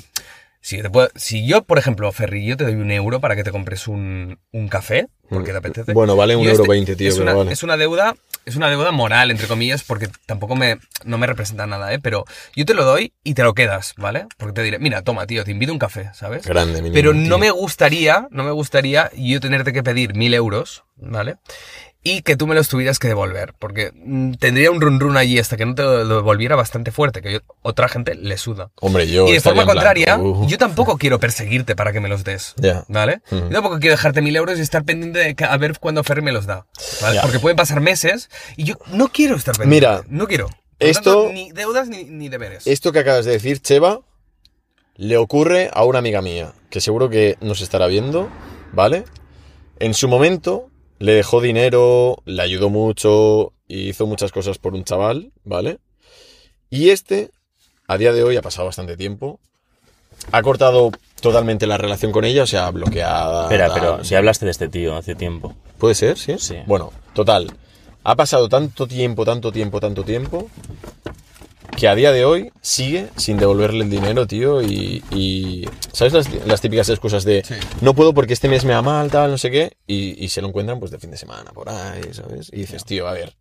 [SPEAKER 1] si, yo te puedo- si yo, por ejemplo, Ferri, yo te doy un euro para que te compres un, un café, porque te apetece.
[SPEAKER 3] Mm. Bueno, vale un
[SPEAKER 1] yo este
[SPEAKER 3] euro veinte, tío,
[SPEAKER 1] es
[SPEAKER 3] pero
[SPEAKER 1] una,
[SPEAKER 3] vale.
[SPEAKER 1] Es una deuda. Es una deuda moral, entre comillas, porque tampoco me, no me representa nada, ¿eh? Pero yo te lo doy y te lo quedas, ¿vale? Porque te diré, mira, toma, tío, te invito a un café, ¿sabes?
[SPEAKER 3] Grande, mínimo,
[SPEAKER 1] Pero
[SPEAKER 3] tío.
[SPEAKER 1] no me gustaría, no me gustaría yo tenerte que pedir mil euros, ¿vale? Y que tú me los tuvieras que devolver, porque mm, tendría un run run allí hasta que no te lo devolviera bastante fuerte, que yo- otra gente le suda.
[SPEAKER 3] Hombre, yo.
[SPEAKER 1] y de
[SPEAKER 3] estaría
[SPEAKER 1] forma
[SPEAKER 3] en plan,
[SPEAKER 1] contraria,
[SPEAKER 3] "Uh".
[SPEAKER 1] yo tampoco quiero perseguirte para que me los des.
[SPEAKER 3] Ya.
[SPEAKER 1] ¿Vale?
[SPEAKER 3] Ujú.
[SPEAKER 1] Yo tampoco quiero dejarte mil euros y estar pendiente de que- a ver cuándo Ferry me los da. ¿vale?
[SPEAKER 2] Ya.
[SPEAKER 1] Porque pueden pasar meses y yo no quiero estar pendiente.
[SPEAKER 3] Mira.
[SPEAKER 1] No quiero. Por lo tanto,
[SPEAKER 3] Esto-
[SPEAKER 1] ni deudas ni, ni deberes.
[SPEAKER 3] Esto que acabas de decir, Cheva, le ocurre a una amiga mía, que seguro que nos estará viendo, ¿vale? En su momento le dejó dinero, le ayudó mucho y hizo muchas cosas por un chaval, ¿vale? Y este, a día de hoy, ha pasado bastante tiempo, ha cortado totalmente la relación con ella, o sea, bloqueada.
[SPEAKER 2] Espera,
[SPEAKER 3] tal,
[SPEAKER 2] pero
[SPEAKER 3] no
[SPEAKER 2] si
[SPEAKER 3] sé.
[SPEAKER 2] hablaste de este tío hace tiempo.
[SPEAKER 3] ¿Puede ser? ¿Sí?
[SPEAKER 2] Sí.
[SPEAKER 3] Bueno, total. Ha pasado tanto tiempo, tanto tiempo, tanto tiempo, que a día de hoy sigue sin devolverle el dinero, tío. Y, y- ¿sabes las, las típicas excusas de
[SPEAKER 1] Sí.
[SPEAKER 3] no puedo porque este mes me da mal, tal, no sé qué? Y, y se lo encuentran pues de fin de semana, por ahí, ¿sabes? Y dices, tío, a ver,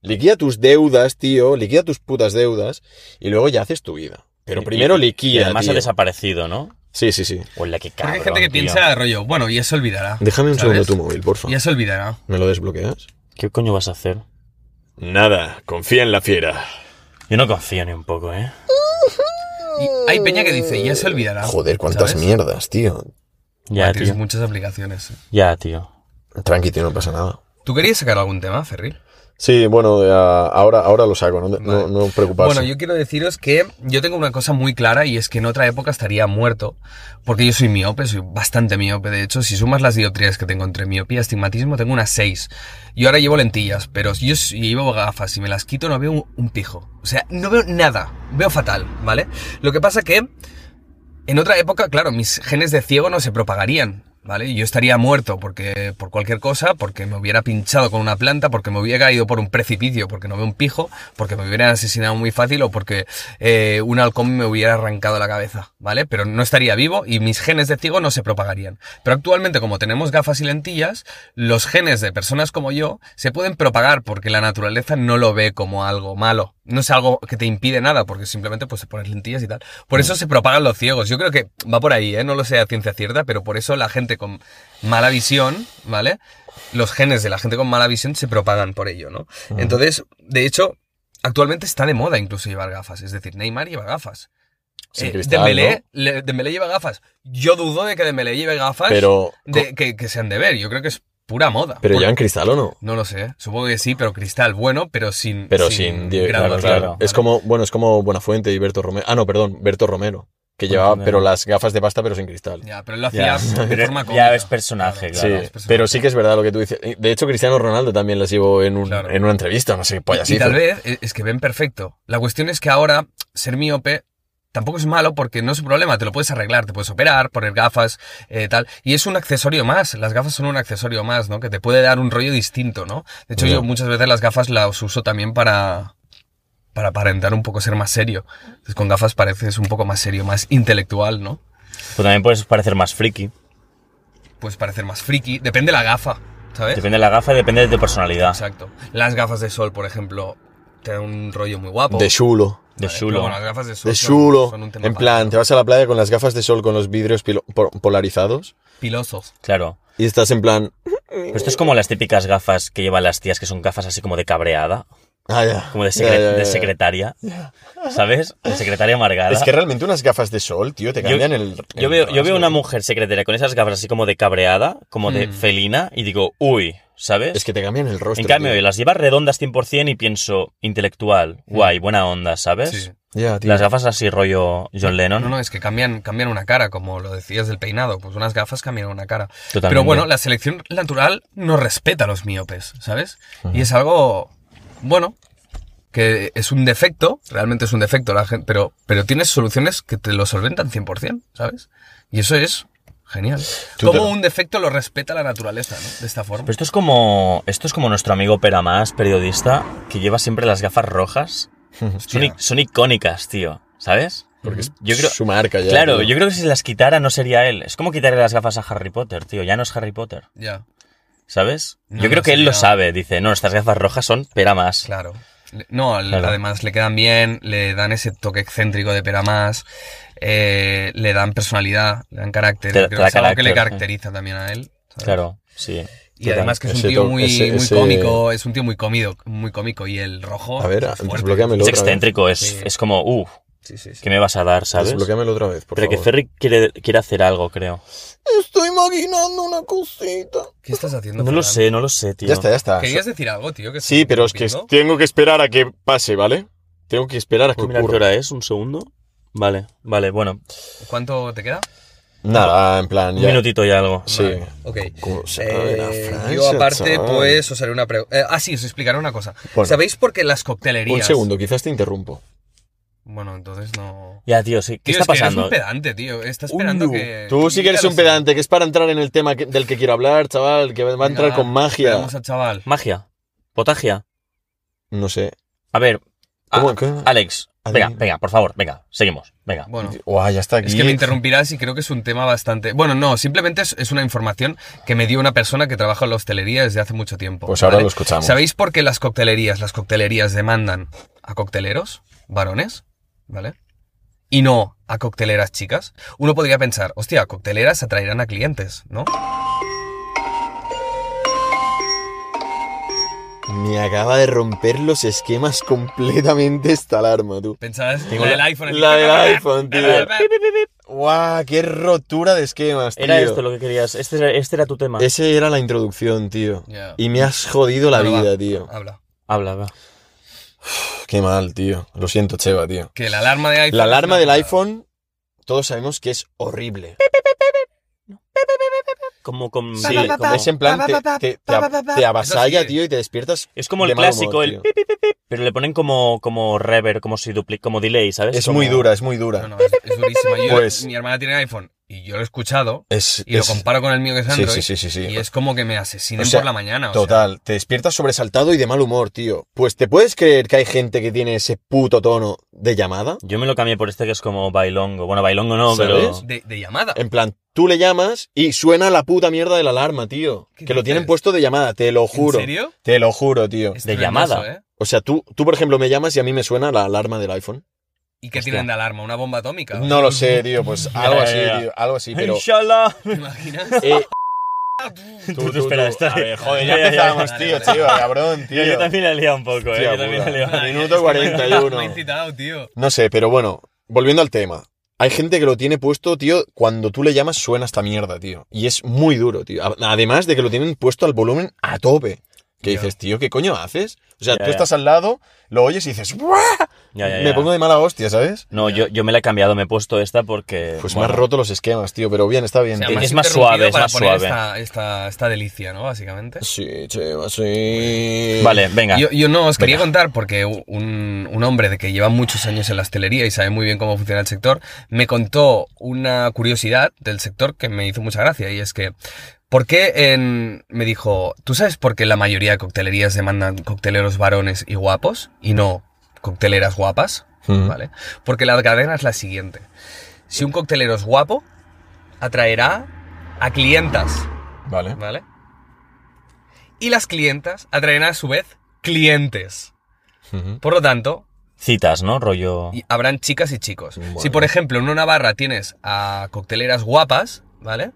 [SPEAKER 3] liquida tus deudas, tío, liquida tus putas deudas y luego ya haces tu vida. Pero
[SPEAKER 2] Y-
[SPEAKER 3] primero
[SPEAKER 2] y-
[SPEAKER 3] liquida,
[SPEAKER 2] Y además
[SPEAKER 3] tío.
[SPEAKER 2] ha desaparecido, ¿no?
[SPEAKER 3] Sí, sí, sí.
[SPEAKER 2] O la que
[SPEAKER 1] Porque
[SPEAKER 2] cabrón,
[SPEAKER 1] hay gente que
[SPEAKER 2] tío.
[SPEAKER 1] piensa, rollo, bueno, ya se olvidará.
[SPEAKER 3] Déjame un
[SPEAKER 1] ¿sabes?
[SPEAKER 3] segundo tu móvil, porfa.
[SPEAKER 1] Ya se olvidará.
[SPEAKER 3] ¿Me lo desbloqueas?
[SPEAKER 2] ¿Qué coño vas a hacer?
[SPEAKER 3] Nada, confía en la fiera.
[SPEAKER 2] Yo no confío ni un poco, ¿eh?
[SPEAKER 1] Y hay peña que dice, ya se olvidará.
[SPEAKER 3] Ah, Joder, cuántas
[SPEAKER 1] ¿sabes?
[SPEAKER 3] mierdas, tío.
[SPEAKER 2] Ya,
[SPEAKER 1] Tienes
[SPEAKER 2] tío.
[SPEAKER 1] muchas aplicaciones. eh.
[SPEAKER 2] Ya, tío.
[SPEAKER 3] Tranqui, tío, no pasa nada.
[SPEAKER 1] ¿Tú querías sacar algún tema, Ferri?
[SPEAKER 3] Sí, bueno, eh, ahora, ahora lo saco, no, no,
[SPEAKER 1] Vale.
[SPEAKER 3] no preocuparse.
[SPEAKER 1] Bueno, yo quiero deciros que yo tengo una cosa muy clara y es que en otra época estaría muerto, porque yo soy miope, soy bastante miope. De hecho, si sumas las dioptrías que tengo entre miopía y astigmatismo, tengo unas 6. Yo ahora llevo lentillas, pero si yo si llevo gafas y me las quito, no veo un, un pijo. O sea, no veo nada. Veo fatal, ¿vale? Lo que pasa que en otra época, claro, mis genes de ciego no se propagarían, ¿vale? Yo estaría muerto porque por cualquier cosa, porque me hubiera pinchado con una planta, porque me hubiera caído por un precipicio, porque no veo un pijo, porque me hubieran asesinado muy fácil o porque eh, un halcón me hubiera arrancado la cabeza, ¿vale? Pero no estaría vivo y mis genes de ciego no se propagarían. Pero actualmente, como tenemos gafas y lentillas, los genes de personas como yo se pueden propagar porque la naturaleza no lo ve como algo malo. No es algo que te impide nada, porque simplemente pues te pones lentillas y tal. Por
[SPEAKER 3] Mm.
[SPEAKER 1] eso se propagan los ciegos. Yo creo que va por ahí, ¿eh? No lo sé a ciencia cierta, pero por eso la gente con mala visión, ¿vale? Los genes de la gente con mala visión se propagan por ello, ¿no?
[SPEAKER 3] Mm.
[SPEAKER 1] Entonces, de hecho, actualmente está de moda incluso llevar gafas. Es decir, Neymar lleva gafas.
[SPEAKER 3] Sin
[SPEAKER 1] Eh,
[SPEAKER 3] cristal,
[SPEAKER 1] Dembélé,
[SPEAKER 3] ¿no?
[SPEAKER 1] le- Dembélé lleva gafas. Yo dudo de que Dembélé lleve gafas
[SPEAKER 3] Pero,
[SPEAKER 1] de- que, que sean de ver. Yo creo que es pura moda.
[SPEAKER 3] pero
[SPEAKER 1] Por-
[SPEAKER 3] ya en cristal o no?
[SPEAKER 1] No lo sé. ¿eh? Supongo que sí, pero cristal bueno, pero sin.
[SPEAKER 3] Pero sin, die- claro,
[SPEAKER 1] graduación,
[SPEAKER 3] claro.
[SPEAKER 2] claro.
[SPEAKER 1] ¿vale?
[SPEAKER 3] Es como, bueno, es como Buenafuente y Berto Romero. Ah, no, perdón, Berto Romero, que llevaba,
[SPEAKER 2] Romero.
[SPEAKER 3] pero las gafas de pasta, pero sin cristal.
[SPEAKER 1] Ya, pero él lo
[SPEAKER 2] Ya.
[SPEAKER 1] hacía de
[SPEAKER 2] Pero
[SPEAKER 1] forma
[SPEAKER 2] ya
[SPEAKER 1] cómica.
[SPEAKER 2] es personaje,
[SPEAKER 3] Sí,
[SPEAKER 2] claro,
[SPEAKER 1] es personaje.
[SPEAKER 3] pero sí que es verdad lo que tú dices. De hecho, Cristiano Ronaldo también las llevo en, un-
[SPEAKER 1] Claro.
[SPEAKER 3] en una entrevista, no sé, pues pollas
[SPEAKER 1] Y
[SPEAKER 3] hizo.
[SPEAKER 1] tal vez eh, es que ven perfecto. La cuestión es que ahora ser miope tampoco es malo porque no es un problema, te lo puedes arreglar, te puedes operar, poner gafas, eh, tal. Y es un accesorio más, las gafas son un accesorio más, ¿no? Que te puede dar un rollo distinto, ¿no? De hecho,
[SPEAKER 3] Ya.
[SPEAKER 1] yo muchas veces las gafas las uso también para para aparentar un poco ser más serio. Entonces, con gafas pareces un poco más serio, más intelectual, ¿no?
[SPEAKER 2] Pero Pues también puedes parecer más friki.
[SPEAKER 1] Puedes parecer más friki, depende de la gafa, ¿sabes?
[SPEAKER 2] Depende de la gafa y depende de tu personalidad.
[SPEAKER 1] Exacto. Las gafas de sol, por ejemplo, te dan un rollo muy guapo.
[SPEAKER 3] De chulo.
[SPEAKER 2] De
[SPEAKER 1] Vale,
[SPEAKER 2] chulo.
[SPEAKER 1] pero bueno, las gafas de sol
[SPEAKER 3] De
[SPEAKER 1] son-
[SPEAKER 3] chulo.
[SPEAKER 1] son un tema
[SPEAKER 3] En
[SPEAKER 1] aparte.
[SPEAKER 3] plan, te vas a la playa con las gafas de sol con los vidrios pilo- po- polarizados
[SPEAKER 1] Pilosos.
[SPEAKER 2] Claro.
[SPEAKER 3] y estás en plan,
[SPEAKER 2] Pero esto es como las típicas gafas que llevan las tías, que son gafas así como de cabreada.
[SPEAKER 3] Ah, ya.
[SPEAKER 2] Como de,
[SPEAKER 3] Ya,
[SPEAKER 2] secre-
[SPEAKER 3] ya, ya,
[SPEAKER 2] de
[SPEAKER 3] ya.
[SPEAKER 2] secretaria. ¿Sabes? De secretaria amargada.
[SPEAKER 3] Es que realmente unas gafas de sol, tío, te
[SPEAKER 2] Yo-
[SPEAKER 3] cambian el.
[SPEAKER 2] Yo
[SPEAKER 3] el
[SPEAKER 2] veo, yo
[SPEAKER 3] rasgo.
[SPEAKER 2] veo una mujer secretaria con esas gafas así como de cabreada, como de
[SPEAKER 1] Mm.
[SPEAKER 2] felina, y digo, uy, ¿sabes?
[SPEAKER 3] Es que te cambian el rostro.
[SPEAKER 2] en cambio,
[SPEAKER 3] tío. Mm.
[SPEAKER 2] las llevas redondas 100% y pienso, intelectual, guay, buena onda, ¿sabes?
[SPEAKER 1] Sí.
[SPEAKER 3] Ya, tío.
[SPEAKER 2] Las gafas así rollo John Lennon.
[SPEAKER 1] No, no, es que cambian, cambian una cara, como lo decías del peinado. Pues unas gafas cambian una cara.
[SPEAKER 2] Totalmente.
[SPEAKER 1] Pero bueno, la selección natural no respeta a los miopes, ¿sabes? Y es algo, bueno, que es un defecto, realmente es un defecto, la gente, pero, pero tienes soluciones que te lo solventan 100%, ¿sabes? Y eso es genial.
[SPEAKER 3] Tú
[SPEAKER 1] Cómo
[SPEAKER 3] te-
[SPEAKER 1] un defecto lo respeta la naturaleza, ¿no? De esta forma.
[SPEAKER 2] Pero esto es como. Esto es como nuestro amigo Peramás, periodista, que lleva siempre las gafas rojas. Son, i-
[SPEAKER 1] Hostia.
[SPEAKER 2] son icónicas, tío. ¿Sabes?
[SPEAKER 3] Porque es
[SPEAKER 2] yo creo-
[SPEAKER 3] su marca ya.
[SPEAKER 2] claro,
[SPEAKER 3] tío.
[SPEAKER 2] yo creo que si las quitara no sería él. Es como quitarle las gafas a Harry Potter, tío. Ya no es Harry Potter.
[SPEAKER 1] Ya,
[SPEAKER 2] ¿Sabes?
[SPEAKER 1] No,
[SPEAKER 2] Yo creo
[SPEAKER 1] no
[SPEAKER 2] que él lo
[SPEAKER 1] sería-
[SPEAKER 2] sabe. Dice, no, estas gafas rojas son Peramás.
[SPEAKER 1] claro. Le- No, le-
[SPEAKER 2] Claro.
[SPEAKER 1] además le quedan bien, le dan ese toque excéntrico de pera más, eh, le dan personalidad, le dan carácter.
[SPEAKER 2] Te-
[SPEAKER 1] Creo
[SPEAKER 2] te
[SPEAKER 1] que
[SPEAKER 2] da
[SPEAKER 1] es algo que le
[SPEAKER 2] carácter, sí.
[SPEAKER 1] caracteriza también a él. ¿sabes?
[SPEAKER 2] Claro, sí.
[SPEAKER 1] Y
[SPEAKER 2] Total.
[SPEAKER 1] además que es un
[SPEAKER 3] Ese
[SPEAKER 1] tío
[SPEAKER 3] to-
[SPEAKER 1] muy,
[SPEAKER 3] ese-
[SPEAKER 1] muy
[SPEAKER 3] ese-
[SPEAKER 1] cómico, es un tío muy cómico, muy cómico y el rojo.
[SPEAKER 3] A ver,
[SPEAKER 1] es fuerte.
[SPEAKER 3] desbloqueamelo.
[SPEAKER 2] Es
[SPEAKER 3] otra vez.
[SPEAKER 2] excéntrico, es,
[SPEAKER 1] Sí.
[SPEAKER 2] es como, uff,
[SPEAKER 1] Sí, sí, sí.
[SPEAKER 2] ¿qué me vas a dar, sabes?
[SPEAKER 3] Desbloquéamelo otra vez, por
[SPEAKER 2] Pero que
[SPEAKER 3] favor.
[SPEAKER 2] Ferry quiere, quiere hacer algo, creo.
[SPEAKER 3] Estoy maquinando una cosita.
[SPEAKER 1] ¿Qué estás haciendo?
[SPEAKER 2] No lo
[SPEAKER 1] Ferran?
[SPEAKER 2] sé, no lo sé, tío.
[SPEAKER 3] Ya está, ya está.
[SPEAKER 1] ¿Querías decir algo, tío? Que
[SPEAKER 3] Sí,
[SPEAKER 1] estoy
[SPEAKER 3] pero es que
[SPEAKER 1] interrumpiendo?
[SPEAKER 3] tengo que esperar a que pase, ¿vale? Tengo que esperar a que
[SPEAKER 2] Voy a mirar qué
[SPEAKER 3] ocurra.
[SPEAKER 2] hora es, un segundo. Vale, vale, bueno.
[SPEAKER 3] este-
[SPEAKER 1] ¿Cuánto te queda?
[SPEAKER 3] Nada, en plan,
[SPEAKER 2] Un
[SPEAKER 3] ya.
[SPEAKER 2] minutito y algo.
[SPEAKER 3] Sí.
[SPEAKER 1] Ok.
[SPEAKER 3] ¿Cómo se
[SPEAKER 1] Eh,
[SPEAKER 3] sabe la Francia,
[SPEAKER 1] yo aparte,
[SPEAKER 3] chaval?
[SPEAKER 1] pues, os haré una pregunta. ah, sí, os explicaré una cosa.
[SPEAKER 3] Bueno.
[SPEAKER 1] ¿Sabéis por qué las coctelerías...
[SPEAKER 3] Un segundo, quizás te interrumpo.
[SPEAKER 1] Bueno, entonces no...
[SPEAKER 2] Ya, tío, sí. ¿Qué
[SPEAKER 1] Tío,
[SPEAKER 2] está
[SPEAKER 1] es que eres
[SPEAKER 2] pasando?
[SPEAKER 1] un pedante, tío. Está esperando
[SPEAKER 2] Uy,
[SPEAKER 1] que...
[SPEAKER 3] Uh, Tú sí que eres un pedante, que es para entrar en el tema que- del que quiero hablar, chaval, que va a entrar con magia.
[SPEAKER 1] Vamos al chaval.
[SPEAKER 2] Magia. Potagia.
[SPEAKER 3] No sé.
[SPEAKER 2] A ver. a-
[SPEAKER 3] ¿Cómo? ¿Qué?
[SPEAKER 2] Alex,
[SPEAKER 3] Adivina.
[SPEAKER 2] venga, venga, por favor, venga, seguimos, venga.
[SPEAKER 1] Bueno.
[SPEAKER 3] Guau, ya está aquí.
[SPEAKER 1] Es que me interrumpirás y creo que es un tema bastante... Bueno, no, simplemente es, es una información que me dio una persona que trabaja en la hostelería desde hace mucho tiempo.
[SPEAKER 3] Pues ahora
[SPEAKER 1] ¿vale?
[SPEAKER 3] lo escuchamos.
[SPEAKER 1] ¿Sabéis por qué las coctelerías, las coctelerías demandan a cocteleros, varones, ¿vale? Y no a cocteleras chicas? Uno podría pensar, hostia, cocteleras atraerán a clientes, ¿no?
[SPEAKER 3] Me acaba de romper los esquemas completamente esta alarma, tú.
[SPEAKER 1] Pensarás,
[SPEAKER 3] Tengo
[SPEAKER 1] la del
[SPEAKER 3] la-
[SPEAKER 1] iPhone. así,
[SPEAKER 3] la del iPhone, tío.
[SPEAKER 1] bla, bla, bla.
[SPEAKER 3] ¡Guau! ¡Qué rotura de esquemas, tío!
[SPEAKER 2] Era esto lo que querías. Este, era- este era tu tema.
[SPEAKER 3] Ese era la introducción, tío.
[SPEAKER 1] Ya.
[SPEAKER 3] Y me has jodido la
[SPEAKER 1] Bueno, va.
[SPEAKER 3] vida, tío.
[SPEAKER 1] Habla.
[SPEAKER 2] Habla, va.
[SPEAKER 3] Pff, Qué mal, tío. Lo siento, Cheva, tío.
[SPEAKER 1] Que la alarma de iPhone...
[SPEAKER 3] La
[SPEAKER 1] es
[SPEAKER 3] alarma
[SPEAKER 1] una
[SPEAKER 3] del
[SPEAKER 1] putada.
[SPEAKER 3] iPhone, todos sabemos que es horrible.
[SPEAKER 2] Como con.
[SPEAKER 3] Sí,
[SPEAKER 2] como-
[SPEAKER 3] es em- en plan, te, te- te ab- te
[SPEAKER 1] Eso
[SPEAKER 3] avasalla,
[SPEAKER 1] sí.
[SPEAKER 3] tío, y te despiertas.
[SPEAKER 2] Es como el
[SPEAKER 3] de mal
[SPEAKER 2] clásico,
[SPEAKER 3] humor,
[SPEAKER 2] el
[SPEAKER 3] tío.
[SPEAKER 2] pi, pi, pi, pi, pero le ponen como, como reverb, como si dupli- como delay, ¿sabes?
[SPEAKER 3] Es
[SPEAKER 2] Como-
[SPEAKER 3] muy dura, es muy dura.
[SPEAKER 1] No, no, es, es durísima. Yo-
[SPEAKER 3] Pues-
[SPEAKER 1] Mi hermana tiene iPhone y yo lo he escuchado
[SPEAKER 3] Es,
[SPEAKER 1] y lo
[SPEAKER 3] es-
[SPEAKER 1] comparo con el mío que es
[SPEAKER 3] Sí,
[SPEAKER 1] Android.
[SPEAKER 3] sí, sí, sí, sí.
[SPEAKER 1] Y es como que me asesinen
[SPEAKER 3] O sea,
[SPEAKER 1] por la mañana. o sea.
[SPEAKER 3] Total, te despiertas sobresaltado y de mal humor, tío. Pues te puedes creer que hay gente que tiene ese puto tono de llamada.
[SPEAKER 2] Yo me lo cambié por este que es como bailongo. Bueno, bailongo no,
[SPEAKER 3] ¿Sabes?
[SPEAKER 2] pero.
[SPEAKER 1] de, de llamada.
[SPEAKER 3] En plan, tú le llamas y suena la puta mierda de la alarma, tío.
[SPEAKER 1] ¿Qué
[SPEAKER 3] Que lo tienen
[SPEAKER 1] dices?
[SPEAKER 3] puesto de llamada, te lo juro.
[SPEAKER 1] ¿En serio?
[SPEAKER 3] Te lo juro, tío.
[SPEAKER 1] Es
[SPEAKER 2] De
[SPEAKER 1] tremendo
[SPEAKER 2] llamada.
[SPEAKER 1] eso, ¿eh?
[SPEAKER 3] O sea, tú, tú, por ejemplo, me llamas y a mí me suena la alarma del iPhone.
[SPEAKER 1] ¿Y qué
[SPEAKER 2] Hostia.
[SPEAKER 1] tienen de alarma? ¿Una bomba atómica?
[SPEAKER 3] No lo sé, tío, pues algo
[SPEAKER 2] ya,
[SPEAKER 3] así,
[SPEAKER 2] ya.
[SPEAKER 3] tío, algo así, pero...
[SPEAKER 2] ¡Inshallah!
[SPEAKER 1] ¿Te imaginas?
[SPEAKER 3] Eh,
[SPEAKER 2] Tú te esperas, está
[SPEAKER 3] A
[SPEAKER 2] bien.
[SPEAKER 3] ver, joder,
[SPEAKER 2] Ya,
[SPEAKER 3] ya
[SPEAKER 2] ya, ya,
[SPEAKER 3] empezamos,
[SPEAKER 1] vale,
[SPEAKER 3] tío,
[SPEAKER 1] vale.
[SPEAKER 3] tío, cabrón, tío.
[SPEAKER 2] Yo, yo también la he liado un poco, eh.
[SPEAKER 3] Hostia
[SPEAKER 2] Yo también la he
[SPEAKER 3] puta.
[SPEAKER 2] liado.
[SPEAKER 1] Ay,
[SPEAKER 3] minuto
[SPEAKER 1] es que
[SPEAKER 3] 41.
[SPEAKER 1] Me he incitado, tío.
[SPEAKER 3] No sé, pero bueno, volviendo al tema. Hay gente que lo tiene puesto, tío, cuando tú le llamas suena esta mierda, tío. Y es muy duro, tío. A- Además de que lo tienen puesto al volumen a tope. Que
[SPEAKER 1] Ya.
[SPEAKER 3] dices, tío, ¿qué coño haces? O sea,
[SPEAKER 2] Ya,
[SPEAKER 3] tú
[SPEAKER 2] ya.
[SPEAKER 3] estás al lado, lo oyes y dices, "Buah".
[SPEAKER 2] Ya, ya,
[SPEAKER 3] me
[SPEAKER 2] ya.
[SPEAKER 3] pongo de mala hostia, ¿sabes?
[SPEAKER 2] No, yo, yo me la he cambiado, me he puesto esta porque.
[SPEAKER 3] Pues me
[SPEAKER 2] bueno,
[SPEAKER 3] has roto los esquemas, tío, pero bien,
[SPEAKER 1] O
[SPEAKER 3] está bien.
[SPEAKER 1] sea,
[SPEAKER 3] tío.
[SPEAKER 1] me has
[SPEAKER 2] Es más
[SPEAKER 1] interrumpido
[SPEAKER 2] suave, es
[SPEAKER 1] para
[SPEAKER 2] más
[SPEAKER 1] poner
[SPEAKER 2] suave.
[SPEAKER 1] Esta, esta, esta delicia, ¿no? Básicamente.
[SPEAKER 3] Sí, cheva, sí.
[SPEAKER 2] Vale, venga.
[SPEAKER 1] Yo, yo no os quería
[SPEAKER 2] Venga.
[SPEAKER 1] contar porque un, un hombre de que lleva muchos años en la hostelería y sabe muy bien cómo funciona el sector, me contó una curiosidad del sector que me hizo mucha gracia y es que, ¿por qué en... me dijo, ¿tú sabes por qué la mayoría de coctelerías demandan cocteleros varones y guapos y no cocteleras guapas?
[SPEAKER 3] Mm.
[SPEAKER 1] ¿Vale? Porque la cadena es la siguiente. Si un coctelero es guapo, atraerá a clientas.
[SPEAKER 3] Vale.
[SPEAKER 1] ¿Vale? Y las clientas atraen a su vez clientes.
[SPEAKER 3] Ujú.
[SPEAKER 1] Por lo tanto,
[SPEAKER 2] Citas, ¿no? Rollo.
[SPEAKER 1] y- habrán chicas y chicos.
[SPEAKER 3] Bueno.
[SPEAKER 1] Si, por ejemplo, en una barra tienes a cocteleras guapas, ¿vale?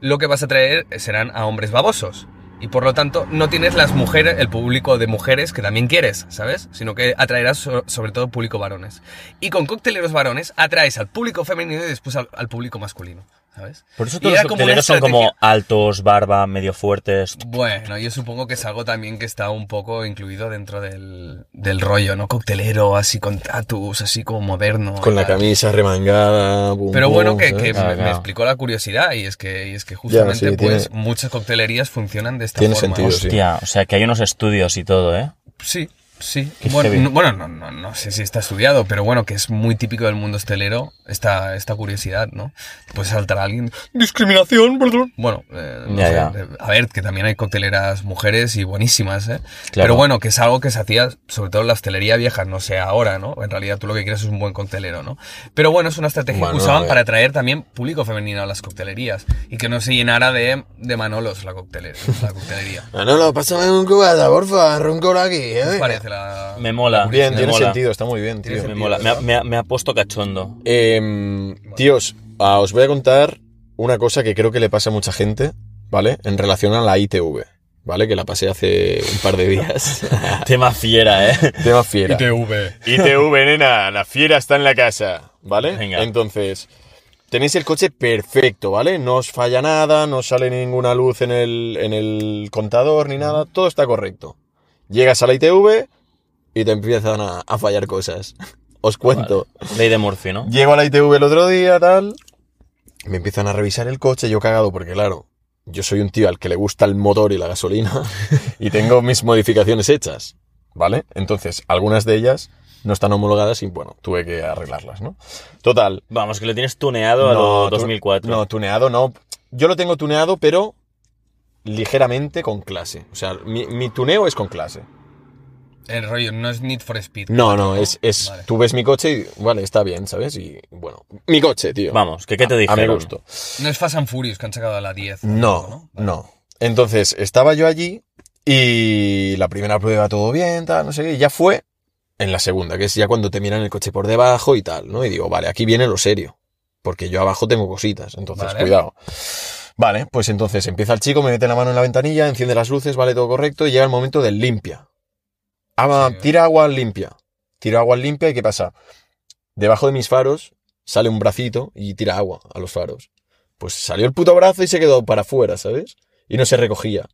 [SPEAKER 1] Lo que vas a traer serán a hombres babosos. Y por lo tanto, no tienes las mujeres, el público de mujeres que también quieres, ¿sabes? Sino que atraerás so- sobre todo público varones. Y con cocteleros varones atraes al público femenino y después al, al público masculino, ¿sabes?
[SPEAKER 2] Por eso
[SPEAKER 1] Y
[SPEAKER 2] todos
[SPEAKER 1] era
[SPEAKER 2] los
[SPEAKER 1] como una
[SPEAKER 2] cocteleros son como
[SPEAKER 1] estrategia.
[SPEAKER 2] altos, barba, medio fuertes.
[SPEAKER 1] Bueno, yo supongo que es algo también que está un poco incluido dentro del, del rollo, ¿no? Coctelero, así con tatus, así como moderno.
[SPEAKER 3] Con la
[SPEAKER 1] tal.
[SPEAKER 3] camisa remangada. bum,
[SPEAKER 1] Pero
[SPEAKER 3] bum,
[SPEAKER 1] bueno, que,
[SPEAKER 3] ¿sabes?
[SPEAKER 1] que
[SPEAKER 2] Ah,
[SPEAKER 1] me, me
[SPEAKER 2] claro.
[SPEAKER 1] explicó la curiosidad y es que, y es que justamente
[SPEAKER 3] sí,
[SPEAKER 1] pues
[SPEAKER 3] tiene-
[SPEAKER 1] muchas coctelerías funcionan de esta
[SPEAKER 3] Tiene
[SPEAKER 1] forma.
[SPEAKER 3] sentido, sí.
[SPEAKER 2] Hostia, o sea que hay unos estudios y todo, ¿eh?
[SPEAKER 1] Sí, sí.
[SPEAKER 2] Qué
[SPEAKER 1] Bueno,
[SPEAKER 2] heavy.
[SPEAKER 1] no, bueno, no, no, no sé si está estudiado, pero bueno, que es muy típico del mundo hostelero esta, esta curiosidad, ¿no? Pues saltar a alguien, discriminación, perdón. Bueno, eh, no
[SPEAKER 2] Ya,
[SPEAKER 1] sé,
[SPEAKER 2] ya.
[SPEAKER 1] eh, a ver, que también hay cocteleras mujeres y buenísimas, ¿eh?
[SPEAKER 2] Claro.
[SPEAKER 1] Pero bueno, que es algo que se hacía, sobre todo en la hostelería vieja, no sé ahora, ¿no? En realidad tú lo que quieres es un buen coctelero, ¿no? Pero bueno, es una estrategia
[SPEAKER 3] Bueno,
[SPEAKER 1] que
[SPEAKER 3] a
[SPEAKER 2] eh.
[SPEAKER 1] usaban
[SPEAKER 3] ver.
[SPEAKER 1] para atraer también público femenino a las coctelerías y que no se llenara de, de manolos la, coctelera, la coctelería.
[SPEAKER 3] Ah, no, no, pásame un cubata, porfa, ronco por aquí,
[SPEAKER 1] ¿Qué os
[SPEAKER 3] eh.
[SPEAKER 1] parece la...?
[SPEAKER 2] Me mola.
[SPEAKER 3] Bien,
[SPEAKER 2] me
[SPEAKER 3] tiene
[SPEAKER 2] mola.
[SPEAKER 3] sentido, está muy bien,
[SPEAKER 1] Tiene
[SPEAKER 3] tío.
[SPEAKER 2] Me mola. Me, ha- me ha- me ha puesto cachondo.
[SPEAKER 3] Em, tíos, ah, os voy a contar una cosa que creo que le pasa a mucha gente, ¿vale? En relación a la ITV, ¿vale? Que la pasé hace un par de días.
[SPEAKER 2] Tema fiera, ¿eh?
[SPEAKER 3] Tema fiera.
[SPEAKER 1] ITV.
[SPEAKER 3] ITV, nena, la fiera está en la casa, ¿vale?
[SPEAKER 2] Venga.
[SPEAKER 3] Entonces, tenéis el coche perfecto, ¿vale? No os falla nada, no os sale ninguna luz en el, en el contador ni nada, todo está correcto. Llegas a la ITV y te empiezan a, a fallar cosas. Os cuento.
[SPEAKER 2] Vale. Ley de Murphy, ¿no?
[SPEAKER 3] Llego a la ITV el otro día, tal. Me empiezan a revisar el coche, yo cagado, porque claro, yo soy un tío al que le gusta el motor y la gasolina y tengo mis modificaciones hechas, ¿vale? Entonces, algunas de ellas no están homologadas y bueno, tuve que arreglarlas, ¿no? Total.
[SPEAKER 2] Vamos, que lo tienes tuneado a lo
[SPEAKER 3] tu-
[SPEAKER 2] 2004.
[SPEAKER 3] No, tuneado no. Yo lo tengo tuneado, pero ligeramente con clase. O sea, mi, mi tuneo es con clase.
[SPEAKER 1] El rollo no es Need for Speed.
[SPEAKER 3] No, no, es, es
[SPEAKER 1] Vale.
[SPEAKER 3] tú ves mi coche y vale, está bien, ¿sabes? Y bueno, mi coche, tío.
[SPEAKER 2] Vamos, que qué te
[SPEAKER 3] A, a mi
[SPEAKER 2] dijeron.
[SPEAKER 3] gusto.
[SPEAKER 1] No es Fast and Furious que han sacado a la 10.
[SPEAKER 3] No, no. Entonces, estaba yo allí y la primera prueba todo bien, tal, no sé qué, y ya fue en la segunda, que es ya cuando te miran el coche por debajo y tal, ¿no? Y digo, vale, aquí viene lo serio, porque yo abajo tengo cositas, entonces,
[SPEAKER 1] Vale.
[SPEAKER 3] cuidado. Vale, pues entonces empieza el chico, me mete la mano en la ventanilla, enciende las luces, vale, todo correcto, y llega el momento del limpia. Ah,
[SPEAKER 1] Sí.
[SPEAKER 3] tira agua limpia. Tira agua limpia y ¿qué pasa? Debajo de mis faros sale un bracito y tira agua a los faros. Pues salió el puto brazo y se quedó para afuera, ¿sabes? Y no se recogía.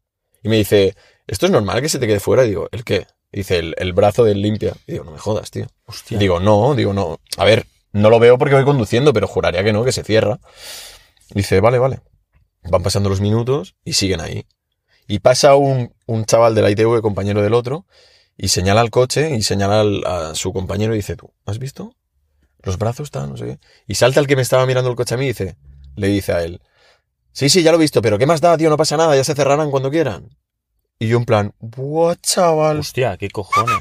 [SPEAKER 3] Y me dice, ¿esto es normal que se te quede fuera? Y digo, ¿el qué? Y dice, el, el brazo del limpia. Y digo, no me jodas, tío. Y digo, no, digo, no. A ver, no lo veo porque voy conduciendo, pero juraría que no, que se cierra. Dice, vale, vale. Van pasando los minutos y siguen ahí. Y pasa un, un chaval de la ITV, compañero del otro, y señala al coche y señala al- a su compañero y dice, ¿tú has visto? Los brazos están, no sé qué. Y salta el que me estaba mirando el coche a mí y dice, le dice a él, sí, sí, ya lo he visto, pero ¿qué más da, tío? No pasa nada, ya se cerrarán cuando quieran. Y yo en plan, ¡buah, chaval!
[SPEAKER 2] Hostia, qué cojones.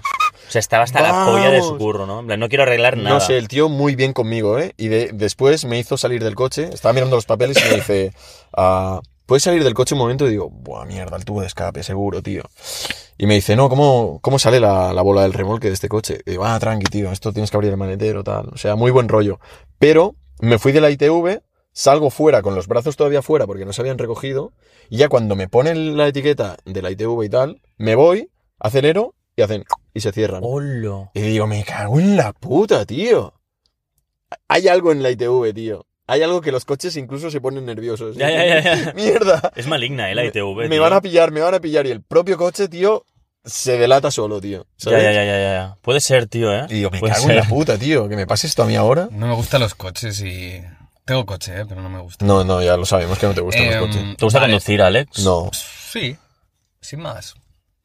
[SPEAKER 2] O sea, estaba hasta la
[SPEAKER 3] Vamos.
[SPEAKER 2] polla de su curro, ¿no? En plan, no quiero arreglar nada.
[SPEAKER 3] No sé, el tío muy bien conmigo, ¿eh? Y de- después me hizo salir del coche, estaba mirando los papeles y me dice, ah, ¿puedes salir del coche un momento? Y digo, buah, mierda, el tubo de escape, seguro, tío. Y me dice, no, ¿cómo, cómo sale la, la bola del remolque de este coche? Y digo, ah, tranqui, tío, esto tienes que abrir el maletero, tal. O sea, muy buen rollo. Pero me fui de la ITV, salgo fuera con los brazos todavía fuera porque no se habían recogido, y ya cuando me ponen la etiqueta de la ITV y tal, me voy, acelero y hacen, y se cierran.
[SPEAKER 2] Holo.
[SPEAKER 3] Y digo, me cago en la puta, tío. Hay algo en la ITV, tío. Hay algo que los coches incluso se ponen nerviosos.
[SPEAKER 2] Ya, ya, ya, ya.
[SPEAKER 3] Mierda.
[SPEAKER 2] Es maligna, ¿eh? La ITV.
[SPEAKER 3] Me, me
[SPEAKER 2] tío.
[SPEAKER 3] van a pillar, me van a pillar. Y el propio coche, tío, se delata solo, tío.
[SPEAKER 2] Ya,
[SPEAKER 3] ¿sabes?
[SPEAKER 2] ya, ya, ya, ya. Puede ser, tío, ¿eh?
[SPEAKER 3] Y digo, me
[SPEAKER 2] Puede
[SPEAKER 3] cago en
[SPEAKER 2] ser.
[SPEAKER 3] la puta, tío. Que me pase esto a mí ahora.
[SPEAKER 1] No me gustan los coches y. Tengo coche, eh, pero no me gusta.
[SPEAKER 3] No, no, ya lo sabemos que no te gustan
[SPEAKER 1] Eh,
[SPEAKER 3] los coches.
[SPEAKER 2] ¿Te gusta
[SPEAKER 1] vale.
[SPEAKER 2] conducir, Alex?
[SPEAKER 3] No.
[SPEAKER 1] Sí, sin más.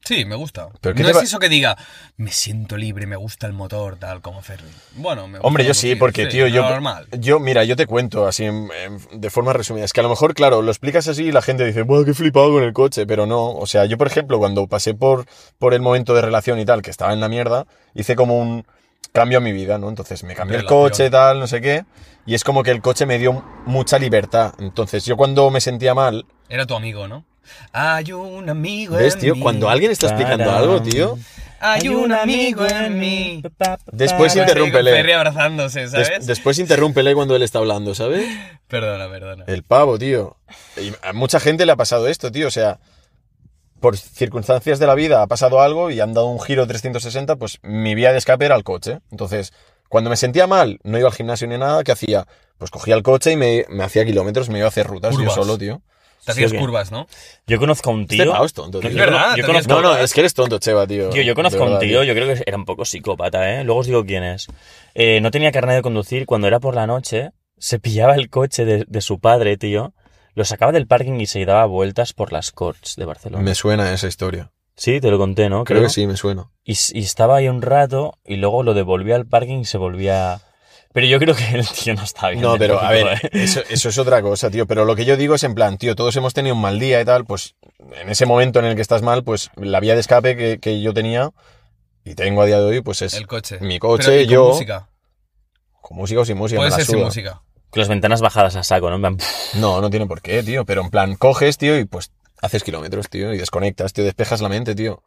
[SPEAKER 1] Sí, me gusta.
[SPEAKER 3] ¿Pero qué
[SPEAKER 1] no
[SPEAKER 3] te
[SPEAKER 1] es
[SPEAKER 3] va-
[SPEAKER 1] eso que diga, me siento libre, me gusta el motor, tal, como Ferry. Bueno, me gusta
[SPEAKER 3] Hombre, yo sí,
[SPEAKER 1] conducir,
[SPEAKER 3] porque, tío, yo,
[SPEAKER 1] lo normal.
[SPEAKER 3] yo, mira, yo te cuento así en- en- de forma resumida. Es que a lo mejor, claro, lo explicas así y la gente dice, bueno, qué flipado con el coche, pero no. O sea, yo, por ejemplo, cuando pasé por, por el momento de relación y tal, que estaba en la mierda, hice como un cambio a mi vida, ¿no? Entonces me cambié
[SPEAKER 1] Relación.
[SPEAKER 3] el coche, tal, no sé qué, y es como que el coche me dio mucha libertad. Entonces yo cuando me sentía mal,
[SPEAKER 1] Era tu amigo, ¿no? Hay un amigo
[SPEAKER 3] ¿ves,
[SPEAKER 1] en
[SPEAKER 3] tío?
[SPEAKER 1] mí.
[SPEAKER 3] Cuando alguien está explicando
[SPEAKER 2] Tarán.
[SPEAKER 3] algo, tío,
[SPEAKER 1] Hay un amigo en mí.
[SPEAKER 3] Después
[SPEAKER 1] Ferry-
[SPEAKER 3] Pues interrúmpele.
[SPEAKER 1] Ferry abrazándose,
[SPEAKER 3] des-
[SPEAKER 1] ¿sabes?
[SPEAKER 3] después interrúmpele cuando él está hablando, ¿sabes?
[SPEAKER 1] Perdona, perdona.
[SPEAKER 3] El pavo, tío. Y a mucha gente le ha pasado esto, tío. O sea, por circunstancias de la vida ha pasado algo y han dado un giro 360, pues mi vía de escape era el coche. Entonces, cuando me sentía mal, no iba al gimnasio ni nada, ¿qué hacía? Pues cogía el coche y me, me hacía kilómetros, me iba a hacer rutas
[SPEAKER 1] Curvas.
[SPEAKER 3] yo solo, tío.
[SPEAKER 1] Te hacías
[SPEAKER 2] sí, ok.
[SPEAKER 1] curvas, ¿no?
[SPEAKER 2] Yo conozco a un
[SPEAKER 3] Este
[SPEAKER 2] tío.
[SPEAKER 3] pavo es tonto, tío.
[SPEAKER 1] Es verdad,
[SPEAKER 2] yo
[SPEAKER 1] te
[SPEAKER 2] conozco-
[SPEAKER 3] No, no, es que eres tonto, Cheva, tío.
[SPEAKER 2] Tío, yo
[SPEAKER 3] De
[SPEAKER 2] conozco a
[SPEAKER 3] verdad,
[SPEAKER 2] un tío, yo creo que era un poco psicópata, ¿eh? Luego os digo quién es. Eh, no tenía carnet de conducir. Cuando era por la noche, se pillaba el coche de, de su padre, tío. Lo sacaba del parking y se daba vueltas por las Corts de Barcelona.
[SPEAKER 3] Me suena esa historia.
[SPEAKER 2] Sí, te lo conté, ¿no?
[SPEAKER 3] Creo que sí, me suena.
[SPEAKER 2] Y, s- y estaba ahí un rato y luego lo devolvía al parking y se volvía... Pero yo creo que el tío no está bien.
[SPEAKER 3] No,
[SPEAKER 2] del
[SPEAKER 3] pero
[SPEAKER 2] todo,
[SPEAKER 3] a ver,
[SPEAKER 2] ¿eh?
[SPEAKER 3] eso, eso es otra cosa, tío. Pero lo que yo digo es en plan, tío, todos hemos tenido un mal día y tal, pues en ese momento en el que estás mal, pues la vía de escape que, que yo tenía y tengo a día de hoy, pues es
[SPEAKER 1] El coche.
[SPEAKER 3] mi coche,
[SPEAKER 1] Pero, ¿y con
[SPEAKER 3] yo-
[SPEAKER 1] música.
[SPEAKER 3] con música o sin música.
[SPEAKER 1] Puede
[SPEAKER 3] me la
[SPEAKER 1] ser sin
[SPEAKER 3] suda.
[SPEAKER 1] música.
[SPEAKER 2] Con las ventanas bajadas a saco, ¿no? En plan, pff,
[SPEAKER 3] No, no tiene por qué, tío. Pero en plan, coges, tío, y pues haces kilómetros, tío, y desconectas, tío, despejas la mente, tío.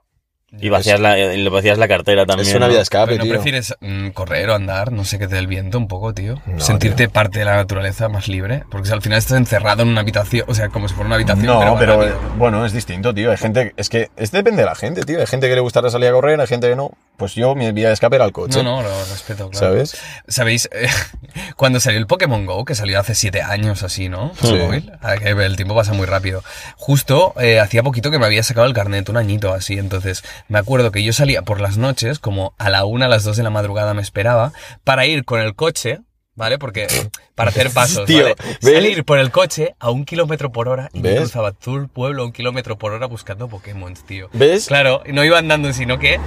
[SPEAKER 2] Y vacías la, y le vacías la cartera también.
[SPEAKER 3] es una
[SPEAKER 2] ¿no?
[SPEAKER 3] vía de escape,
[SPEAKER 1] Pero ¿No
[SPEAKER 3] tío.
[SPEAKER 1] prefieres mm, correr o andar? No sé, que te dé el viento un poco, tío.
[SPEAKER 3] No,
[SPEAKER 1] Sentirte parte de la naturaleza más libre. Porque si al final estás encerrado en una habitación, o sea, como si fuera una habitación.
[SPEAKER 3] No,
[SPEAKER 1] más
[SPEAKER 3] pero,
[SPEAKER 1] rápido.
[SPEAKER 3] bueno, es distinto, tío. Hay gente, es que es depende de la gente, tío. Hay gente que le gustará salir a correr, hay gente que no. Pues yo, mi vía de escape era el coche.
[SPEAKER 1] No, no, lo respeto, claro.
[SPEAKER 3] ¿Sabes?
[SPEAKER 1] ¿Sabéis? eh, cuando salió el Pokémon Go, que salió hace siete años así, ¿no? Para
[SPEAKER 3] Sí.
[SPEAKER 1] móvil. Ah, que El tiempo pasa muy rápido. Justo eh, hacía poquito que me había sacado el carnet, un añito así. Entonces, me acuerdo que yo salía por las noches, como a la una, a las dos de la madrugada me esperaba, para ir con el coche. ¿Vale? Porque para hacer pasos,
[SPEAKER 3] Tío,
[SPEAKER 1] ¿vale?
[SPEAKER 3] ¿ves?
[SPEAKER 1] Salir por el coche a un kilómetro por hora y me
[SPEAKER 3] ¿Ves?
[SPEAKER 1] cruzaba todo el pueblo a un kilómetro por hora buscando Pokémon, tío.
[SPEAKER 3] ¿Ves?
[SPEAKER 1] Claro, no iba andando, sino que.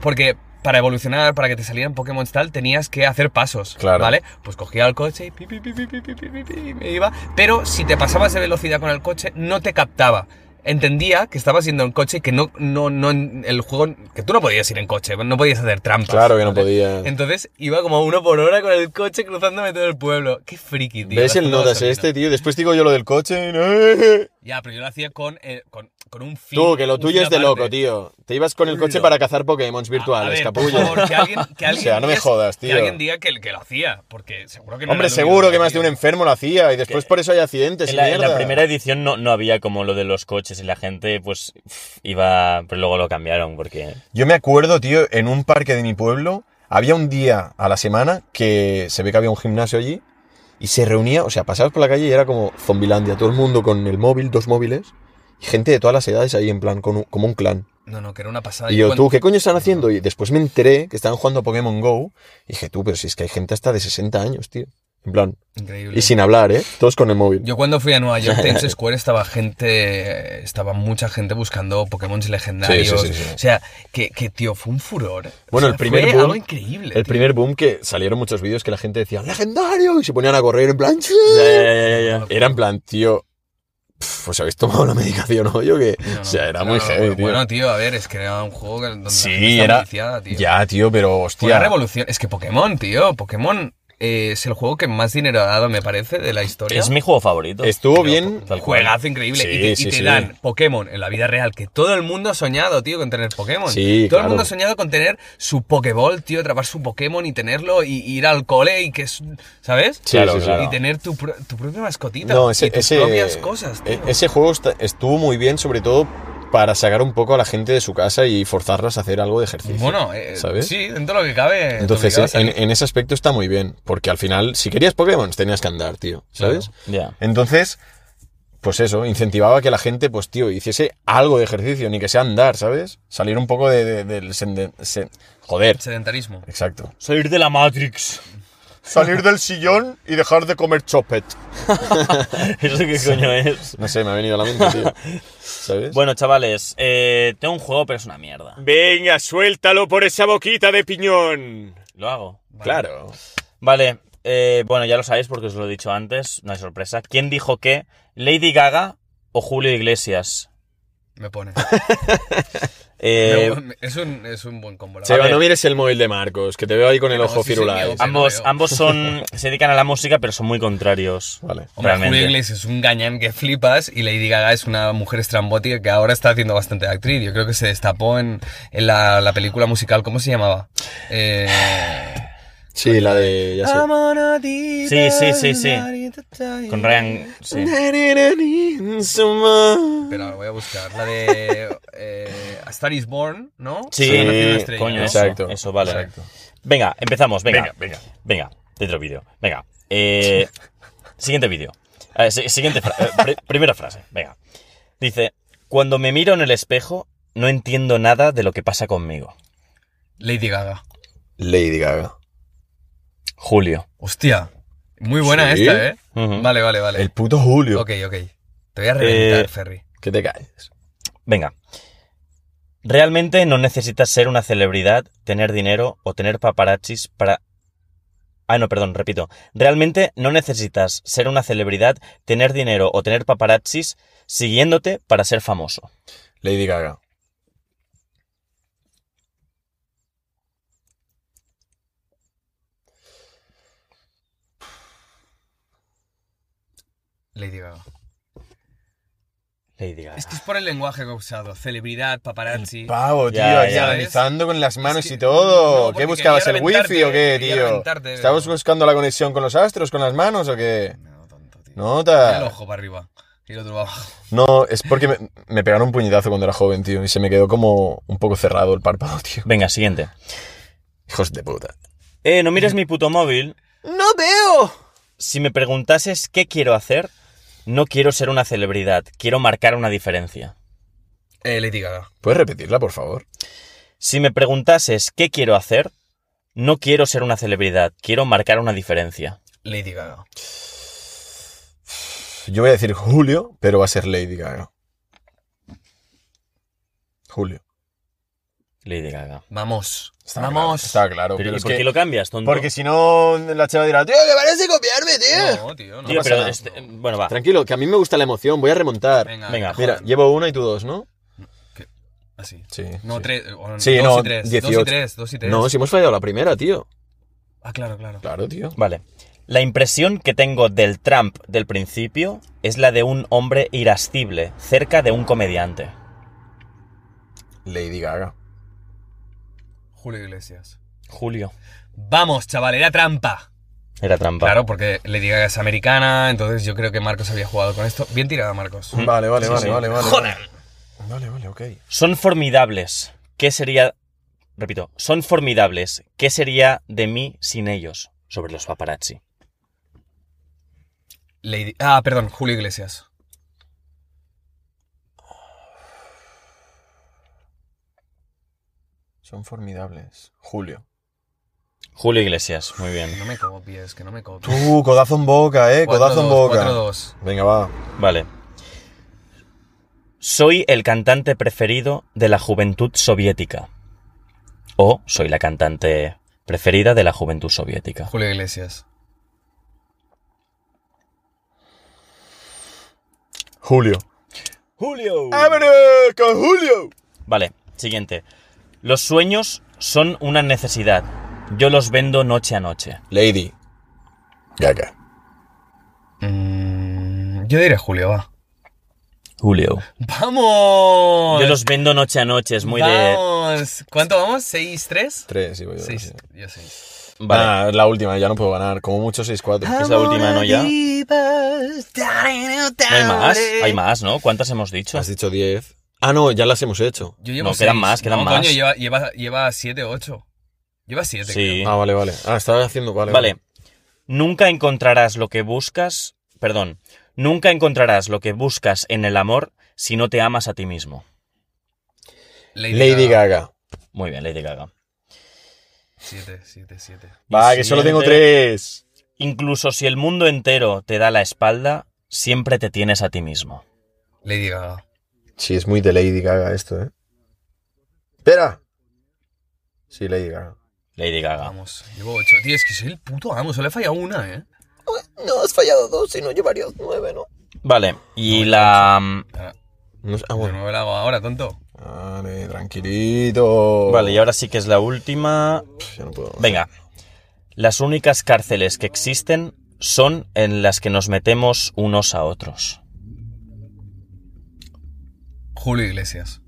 [SPEAKER 1] Porque para evolucionar, para que te salieran Pokémon tal, tenías que hacer pasos.
[SPEAKER 3] Claro.
[SPEAKER 1] ¿Vale? Pues cogía el coche y pi, pi, pi, pi, pi, pi, pi, pi, pi, y me iba. Pero si te pasabas de velocidad con el coche, no te captaba. Entendía que estabas yendo en coche y que no, no, no, en el juego, que tú no podías ir en coche, no podías hacer trampas.
[SPEAKER 3] Claro que no
[SPEAKER 1] ¿vale?
[SPEAKER 3] podía.
[SPEAKER 1] Entonces iba como a uno por hora con el coche cruzándome todo el pueblo. Qué friki, tío. Las
[SPEAKER 3] ¿Ves el
[SPEAKER 1] putas
[SPEAKER 3] notas
[SPEAKER 1] gasolina.
[SPEAKER 3] este, tío? Después digo yo lo del coche. ¡eh!
[SPEAKER 1] Ya, pero yo lo hacía con, eh, con, con un fin.
[SPEAKER 3] Tú, que lo
[SPEAKER 1] un
[SPEAKER 3] tuyo
[SPEAKER 1] fin
[SPEAKER 3] es de
[SPEAKER 1] aparte.
[SPEAKER 3] loco, tío. Te ibas con el coche
[SPEAKER 1] Loco.
[SPEAKER 3] para cazar Pokémon
[SPEAKER 1] A- a
[SPEAKER 3] virtuales,
[SPEAKER 1] ver, por
[SPEAKER 3] capullo.
[SPEAKER 1] favor, que alguien, que
[SPEAKER 3] O
[SPEAKER 1] alguien
[SPEAKER 3] sea, no me
[SPEAKER 1] diga-
[SPEAKER 3] jodas, tío.
[SPEAKER 1] Que alguien diga que, que lo hacía, porque seguro que no
[SPEAKER 3] Hombre,
[SPEAKER 1] era lo
[SPEAKER 3] seguro
[SPEAKER 1] único
[SPEAKER 3] que más de un
[SPEAKER 1] hacía.
[SPEAKER 3] enfermo lo hacía y después
[SPEAKER 2] Que-
[SPEAKER 3] por eso hay accidentes.
[SPEAKER 2] En
[SPEAKER 3] y
[SPEAKER 2] la, en la
[SPEAKER 3] mierda.
[SPEAKER 2] primera edición no, no había como lo de los coches y la gente pues iba... Pero luego lo cambiaron porque...
[SPEAKER 3] Yo me acuerdo, tío, en un parque de mi pueblo, había un día a la semana que se ve que había un gimnasio allí y se reunía, o sea, pasabas por la calle y era como Zombilandia, todo el mundo con el móvil, dos móviles y gente de todas las edades ahí en plan, con un- como un clan.
[SPEAKER 1] No, no, que era una pasada.
[SPEAKER 3] Y yo,
[SPEAKER 1] cuando-
[SPEAKER 3] tú, ¿qué coño están haciendo? Y después me enteré que estaban jugando a Pokémon Go y dije, tú, pero si es que hay gente hasta de 60 años, tío. En plan,
[SPEAKER 1] Increíble.
[SPEAKER 3] y sin hablar, ¿eh? Todos con el móvil.
[SPEAKER 1] Yo cuando fui a Nueva York, Times Square, estaba gente, estaba mucha gente buscando Pokémon legendarios.
[SPEAKER 3] Sí, sí, sí, sí.
[SPEAKER 1] O sea, que, que, tío, fue un furor.
[SPEAKER 3] Bueno,
[SPEAKER 1] O sea,
[SPEAKER 3] el primer
[SPEAKER 1] Fue
[SPEAKER 3] boom-
[SPEAKER 1] algo increíble.
[SPEAKER 3] El
[SPEAKER 1] tío.
[SPEAKER 3] primer boom que salieron muchos vídeos que la gente decía ¡Legendario! Y se ponían a correr en plan... ¡Sí!
[SPEAKER 2] Ya, ya, ya, ya, ya.
[SPEAKER 3] Era en plan, tío... pf, ¿Os habéis tomado la medicación o yo que...
[SPEAKER 1] No, no,
[SPEAKER 3] o sea, era
[SPEAKER 1] no,
[SPEAKER 3] muy
[SPEAKER 1] no,
[SPEAKER 3] heavy,
[SPEAKER 1] pero
[SPEAKER 3] tío.
[SPEAKER 1] Bueno, tío, a ver, es que era un juego que- donde la gente
[SPEAKER 3] sí,
[SPEAKER 1] estaba
[SPEAKER 3] era...
[SPEAKER 1] viciada, tío.
[SPEAKER 3] Ya, tío, pero
[SPEAKER 1] Fue una
[SPEAKER 3] hostia...
[SPEAKER 1] revolución. Es que Pokémon, tío, Pokémon eh, es el juego que más dinero ha dado, me parece, de la historia.
[SPEAKER 2] Es mi juego favorito.
[SPEAKER 3] Estuvo
[SPEAKER 2] Pero,
[SPEAKER 3] bien-
[SPEAKER 2] tal cual.
[SPEAKER 1] Juegazo increíble.
[SPEAKER 3] Sí,
[SPEAKER 1] y te, y
[SPEAKER 3] sí,
[SPEAKER 1] te
[SPEAKER 3] sí.
[SPEAKER 1] dan Pokémon en la vida real, que todo el mundo ha soñado, tío, con tener Pokémon.
[SPEAKER 3] Sí,
[SPEAKER 1] todo
[SPEAKER 3] claro.
[SPEAKER 1] el mundo ha soñado con tener su Pokéball, tío, atrapar su Pokémon y tenerlo y, y ir al cole y que es. ¿Sabes?
[SPEAKER 3] Sí,
[SPEAKER 2] Claro,
[SPEAKER 3] sí, sí.
[SPEAKER 2] claro.
[SPEAKER 1] Y tener tu, pro- tu propia mascotita.
[SPEAKER 3] No, ese,
[SPEAKER 1] y tus
[SPEAKER 3] ese-
[SPEAKER 1] propias cosas, tío.
[SPEAKER 3] e- ese juego está- estuvo muy bien, sobre todo para sacar un poco a la gente de su casa y forzarlas a hacer algo de ejercicio.
[SPEAKER 1] bueno, eh,
[SPEAKER 3] ¿sabes?
[SPEAKER 1] sí, dentro de lo que cabe. dentro de lo
[SPEAKER 3] Entonces,
[SPEAKER 1] que va a
[SPEAKER 3] en,
[SPEAKER 1] salir.
[SPEAKER 3] en ese aspecto está muy bien, porque al final, si querías Pokémon, tenías que andar, tío, ¿sabes?
[SPEAKER 2] Ya.
[SPEAKER 3] Entonces, pues eso, incentivaba que la gente, pues tío, hiciese algo de ejercicio, ni que sea andar, ¿sabes? Salir un poco de, de- del sende- se- joder.
[SPEAKER 1] sedentarismo.
[SPEAKER 3] Exacto.
[SPEAKER 2] Salir de la Matrix.
[SPEAKER 3] Salir del sillón y dejar de comer chopet.
[SPEAKER 2] ¿Eso qué coño es?
[SPEAKER 3] No sé, me ha venido a la mente, tío. ¿Sabes?
[SPEAKER 2] Bueno, chavales, eh, tengo un juego, pero es una mierda.
[SPEAKER 3] Venga, suéltalo por esa boquita de piñón.
[SPEAKER 2] Lo hago.
[SPEAKER 3] Claro.
[SPEAKER 2] Vale, eh, bueno, ya lo sabéis porque os lo he dicho antes, no hay sorpresa. ¿Quién dijo qué? ¿Lady Gaga o Julio Iglesias?
[SPEAKER 1] Me pone.
[SPEAKER 2] Eh,
[SPEAKER 1] Me- me- es, un, es un buen combo. la
[SPEAKER 3] Seba,
[SPEAKER 2] ver.
[SPEAKER 3] no mires el móvil de Marcos, que te veo ahí con el
[SPEAKER 1] No,
[SPEAKER 3] ojo
[SPEAKER 1] sí,
[SPEAKER 3] firulais.
[SPEAKER 1] señor.
[SPEAKER 2] ambos,
[SPEAKER 1] veo.
[SPEAKER 2] ambos son se dedican a la música, pero son muy contrarios.
[SPEAKER 3] Ah, Vale.
[SPEAKER 1] Hombre,
[SPEAKER 2] Realmente.
[SPEAKER 1] Julio Iglesias es un gañán que flipas y Lady Gaga es una mujer estrambótica que ahora está haciendo bastante de actriz. Yo creo que se destapó en, en la, la película musical, ¿cómo se llamaba? Eh,
[SPEAKER 3] Sí, la de... Ya
[SPEAKER 2] Sí,
[SPEAKER 3] sé.
[SPEAKER 2] sí, sí, sí. Con Ryan. sí.
[SPEAKER 1] Pero la voy a buscar. La de eh, A Star is Born, ¿no?
[SPEAKER 2] Sí,
[SPEAKER 1] Nació una estrella,
[SPEAKER 2] coño,
[SPEAKER 1] ¿no?
[SPEAKER 2] eso,
[SPEAKER 3] Exacto.
[SPEAKER 2] eso vale.
[SPEAKER 1] Exacto.
[SPEAKER 2] Venga, empezamos, venga.
[SPEAKER 3] Venga, venga.
[SPEAKER 2] Venga, dentro vídeo. Venga. eh, siguiente vídeo. A ver, si- siguiente fra- eh, pri- primera frase. Venga. Dice, cuando me miro en el espejo, no entiendo nada de lo que pasa conmigo.
[SPEAKER 1] Lady Gaga.
[SPEAKER 3] Lady Gaga.
[SPEAKER 2] Julio.
[SPEAKER 1] Hostia. Muy buena
[SPEAKER 3] Sí.
[SPEAKER 1] esta, ¿eh?
[SPEAKER 2] Ujú.
[SPEAKER 1] Vale, vale, vale.
[SPEAKER 3] El puto Julio.
[SPEAKER 1] Ok, ok. Te voy a reventar,
[SPEAKER 2] Eh,
[SPEAKER 1] Ferry.
[SPEAKER 3] Que te calles.
[SPEAKER 2] Venga. Realmente no necesitas ser una celebridad, tener dinero o tener paparachis para... Ah, no, perdón, repito. Realmente no necesitas ser una celebridad, tener dinero o tener paparachis siguiéndote para ser famoso.
[SPEAKER 3] Lady Gaga.
[SPEAKER 1] Lady Gaga.
[SPEAKER 2] Lady Gaga.
[SPEAKER 1] Es que es por el lenguaje que ha usado. Celebridad, paparazzi.
[SPEAKER 3] Pavo, tío,
[SPEAKER 2] Ya,
[SPEAKER 3] aquí
[SPEAKER 2] ya.
[SPEAKER 3] analizando con las manos
[SPEAKER 1] Es que-
[SPEAKER 3] y todo.
[SPEAKER 1] no, porque
[SPEAKER 3] ¿Qué buscabas,
[SPEAKER 1] quería
[SPEAKER 3] el wifi o qué,
[SPEAKER 1] reventarte, quería
[SPEAKER 3] tío?
[SPEAKER 1] reventarte.
[SPEAKER 3] ¿Estabas buscando la conexión con los astros, con las manos o qué?
[SPEAKER 1] No, tonto, tío. Mira El
[SPEAKER 3] Nota.
[SPEAKER 1] ojo para arriba. Y el otro abajo.
[SPEAKER 3] No, es porque me, me pegaron un puñetazo cuando era joven, tío, y se me quedó como un poco cerrado el párpado, tío.
[SPEAKER 2] Venga, siguiente.
[SPEAKER 3] Hijos de puta.
[SPEAKER 2] Eh, no mires mi puto móvil.
[SPEAKER 3] ¡No veo!
[SPEAKER 2] Si me preguntases qué quiero hacer, no quiero ser una celebridad, quiero marcar una diferencia.
[SPEAKER 1] Eh, Lady Gaga.
[SPEAKER 3] ¿Puedes repetirla, por favor?
[SPEAKER 2] Si me preguntases qué quiero hacer, no quiero ser una celebridad, quiero marcar una diferencia.
[SPEAKER 1] Lady Gaga.
[SPEAKER 3] Yo voy a decir Julio, pero va a ser Lady Gaga. Julio.
[SPEAKER 2] Lady Gaga.
[SPEAKER 1] Vamos.
[SPEAKER 3] Estaba
[SPEAKER 1] Vamos.
[SPEAKER 3] Claro, estaba claro.
[SPEAKER 2] Pero,
[SPEAKER 3] pero
[SPEAKER 2] ¿y
[SPEAKER 3] es
[SPEAKER 2] por
[SPEAKER 3] que-
[SPEAKER 2] qué lo cambias, tonto?
[SPEAKER 3] Porque si no, la chava dirá, tío, que parece copiarme, tío.
[SPEAKER 1] No, Eh. tío, no.
[SPEAKER 2] Tío,
[SPEAKER 3] pasa
[SPEAKER 2] pero
[SPEAKER 3] nada.
[SPEAKER 2] este- bueno, va.
[SPEAKER 3] Tranquilo, que a mí me gusta la emoción, voy a remontar.
[SPEAKER 1] Venga,
[SPEAKER 2] Venga.
[SPEAKER 1] joder.
[SPEAKER 3] Mira, llevo una y tú dos, ¿no?
[SPEAKER 1] Así.
[SPEAKER 3] Sí.
[SPEAKER 1] No,
[SPEAKER 3] sí.
[SPEAKER 1] tres. o
[SPEAKER 3] Sí,
[SPEAKER 1] dos
[SPEAKER 3] no,
[SPEAKER 1] y tres. Dos
[SPEAKER 3] 18.
[SPEAKER 1] y tres, dos y tres.
[SPEAKER 3] No, si hemos fallado la primera, tío.
[SPEAKER 1] Ah, claro, claro.
[SPEAKER 3] Claro, tío.
[SPEAKER 2] Vale. La impresión que tengo del Trump del principio es la de un hombre irascible, cerca de un comediante.
[SPEAKER 3] Lady Gaga.
[SPEAKER 1] Julio Iglesias.
[SPEAKER 2] Julio.
[SPEAKER 1] Vamos, chaval, era trampa.
[SPEAKER 2] Era trampa.
[SPEAKER 1] Claro, porque Lady Gaga es americana, entonces yo creo que Marcos había jugado con esto. Bien tirada, Marcos.
[SPEAKER 3] Vale, vale,
[SPEAKER 2] Sí,
[SPEAKER 3] vale,
[SPEAKER 2] sí.
[SPEAKER 3] vale, vale.
[SPEAKER 1] Joder.
[SPEAKER 3] Vale, vale, ok.
[SPEAKER 2] Son formidables. ¿Qué sería... Repito, son formidables. ¿Qué sería de mí sin ellos? Sobre los paparazzi.
[SPEAKER 1] Lady... Ah, perdón, Julio Iglesias.
[SPEAKER 3] Son formidables. Julio.
[SPEAKER 2] Julio Iglesias, muy bien.
[SPEAKER 1] No me copies, que no me copies.
[SPEAKER 3] Tú, codazo en boca, eh.
[SPEAKER 1] Cuatro,
[SPEAKER 3] Codazo en
[SPEAKER 1] dos,
[SPEAKER 3] boca.
[SPEAKER 1] cuatro, dos.
[SPEAKER 3] Venga, va.
[SPEAKER 2] Vale. Soy el cantante preferido de la juventud soviética. O soy la cantante preferida de la juventud soviética.
[SPEAKER 1] Julio Iglesias.
[SPEAKER 3] Julio.
[SPEAKER 2] Julio.
[SPEAKER 3] ¡Vámonos con Julio!
[SPEAKER 2] Vale, siguiente. Los sueños son una necesidad. Yo los vendo noche a noche.
[SPEAKER 3] Lady. Gaga.
[SPEAKER 1] Mm, yo diré Julio, va.
[SPEAKER 2] Julio.
[SPEAKER 1] ¡Vamos!
[SPEAKER 2] Yo los vendo noche a noche, es muy de...
[SPEAKER 1] Vamos. ¿Cuánto vamos? ¿Seis, tres?
[SPEAKER 3] Tres, iba yo.
[SPEAKER 1] Seis.
[SPEAKER 3] sí.
[SPEAKER 1] Yo seis.
[SPEAKER 2] Vale.
[SPEAKER 3] Ah, la última, ya no puedo ganar. Como mucho, 6-4.
[SPEAKER 2] Es la última, ¿no? Ya. No
[SPEAKER 1] ¿No
[SPEAKER 2] hay más, hay más, ¿no? ¿Cuántas hemos dicho?
[SPEAKER 3] Has dicho 10. Ah, no, ya las hemos hecho.
[SPEAKER 1] Yo llevo
[SPEAKER 2] No, quedan
[SPEAKER 1] seis.
[SPEAKER 2] más, quedan
[SPEAKER 1] no,
[SPEAKER 2] más.
[SPEAKER 1] Coño, lleva, lleva, lleva siete, ocho. Lleva siete.
[SPEAKER 2] Sí.
[SPEAKER 1] creo.
[SPEAKER 3] Ah, vale, vale. Ah, estaba haciendo. Vale.
[SPEAKER 2] Vale. Nunca encontrarás lo que buscas... Perdón. Nunca encontrarás lo que buscas en el amor si no te amas a ti mismo.
[SPEAKER 3] Lady Gaga.
[SPEAKER 2] Muy bien, Lady Gaga.
[SPEAKER 1] Siete, siete, siete.
[SPEAKER 3] Va,
[SPEAKER 2] Y
[SPEAKER 3] que solo tengo
[SPEAKER 2] siguiente.
[SPEAKER 3] tres.
[SPEAKER 2] Incluso si el mundo entero te da la espalda, siempre te tienes a ti mismo.
[SPEAKER 1] Lady Gaga.
[SPEAKER 3] Sí, es muy de Lady Gaga esto, ¿eh? ¡Espera! Sí, Lady Gaga.
[SPEAKER 2] Lady Gaga.
[SPEAKER 1] Vamos, llevo ocho. Tío, es que soy el puto amo, solo he fallado una, ¿eh?
[SPEAKER 3] No, has fallado dos, si no llevarías nueve, ¿no?
[SPEAKER 2] Vale, y la...
[SPEAKER 1] Ah,
[SPEAKER 3] ah,
[SPEAKER 1] de
[SPEAKER 3] bueno.
[SPEAKER 1] nuevo la hago ahora, tonto.
[SPEAKER 3] Vale, tranquilito.
[SPEAKER 2] Vale, y ahora sí que es la última.
[SPEAKER 3] Pff, Ya no puedo.
[SPEAKER 2] Venga. Las únicas cárceles que existen son en las que nos metemos unos a otros.
[SPEAKER 1] Julio Iglesias.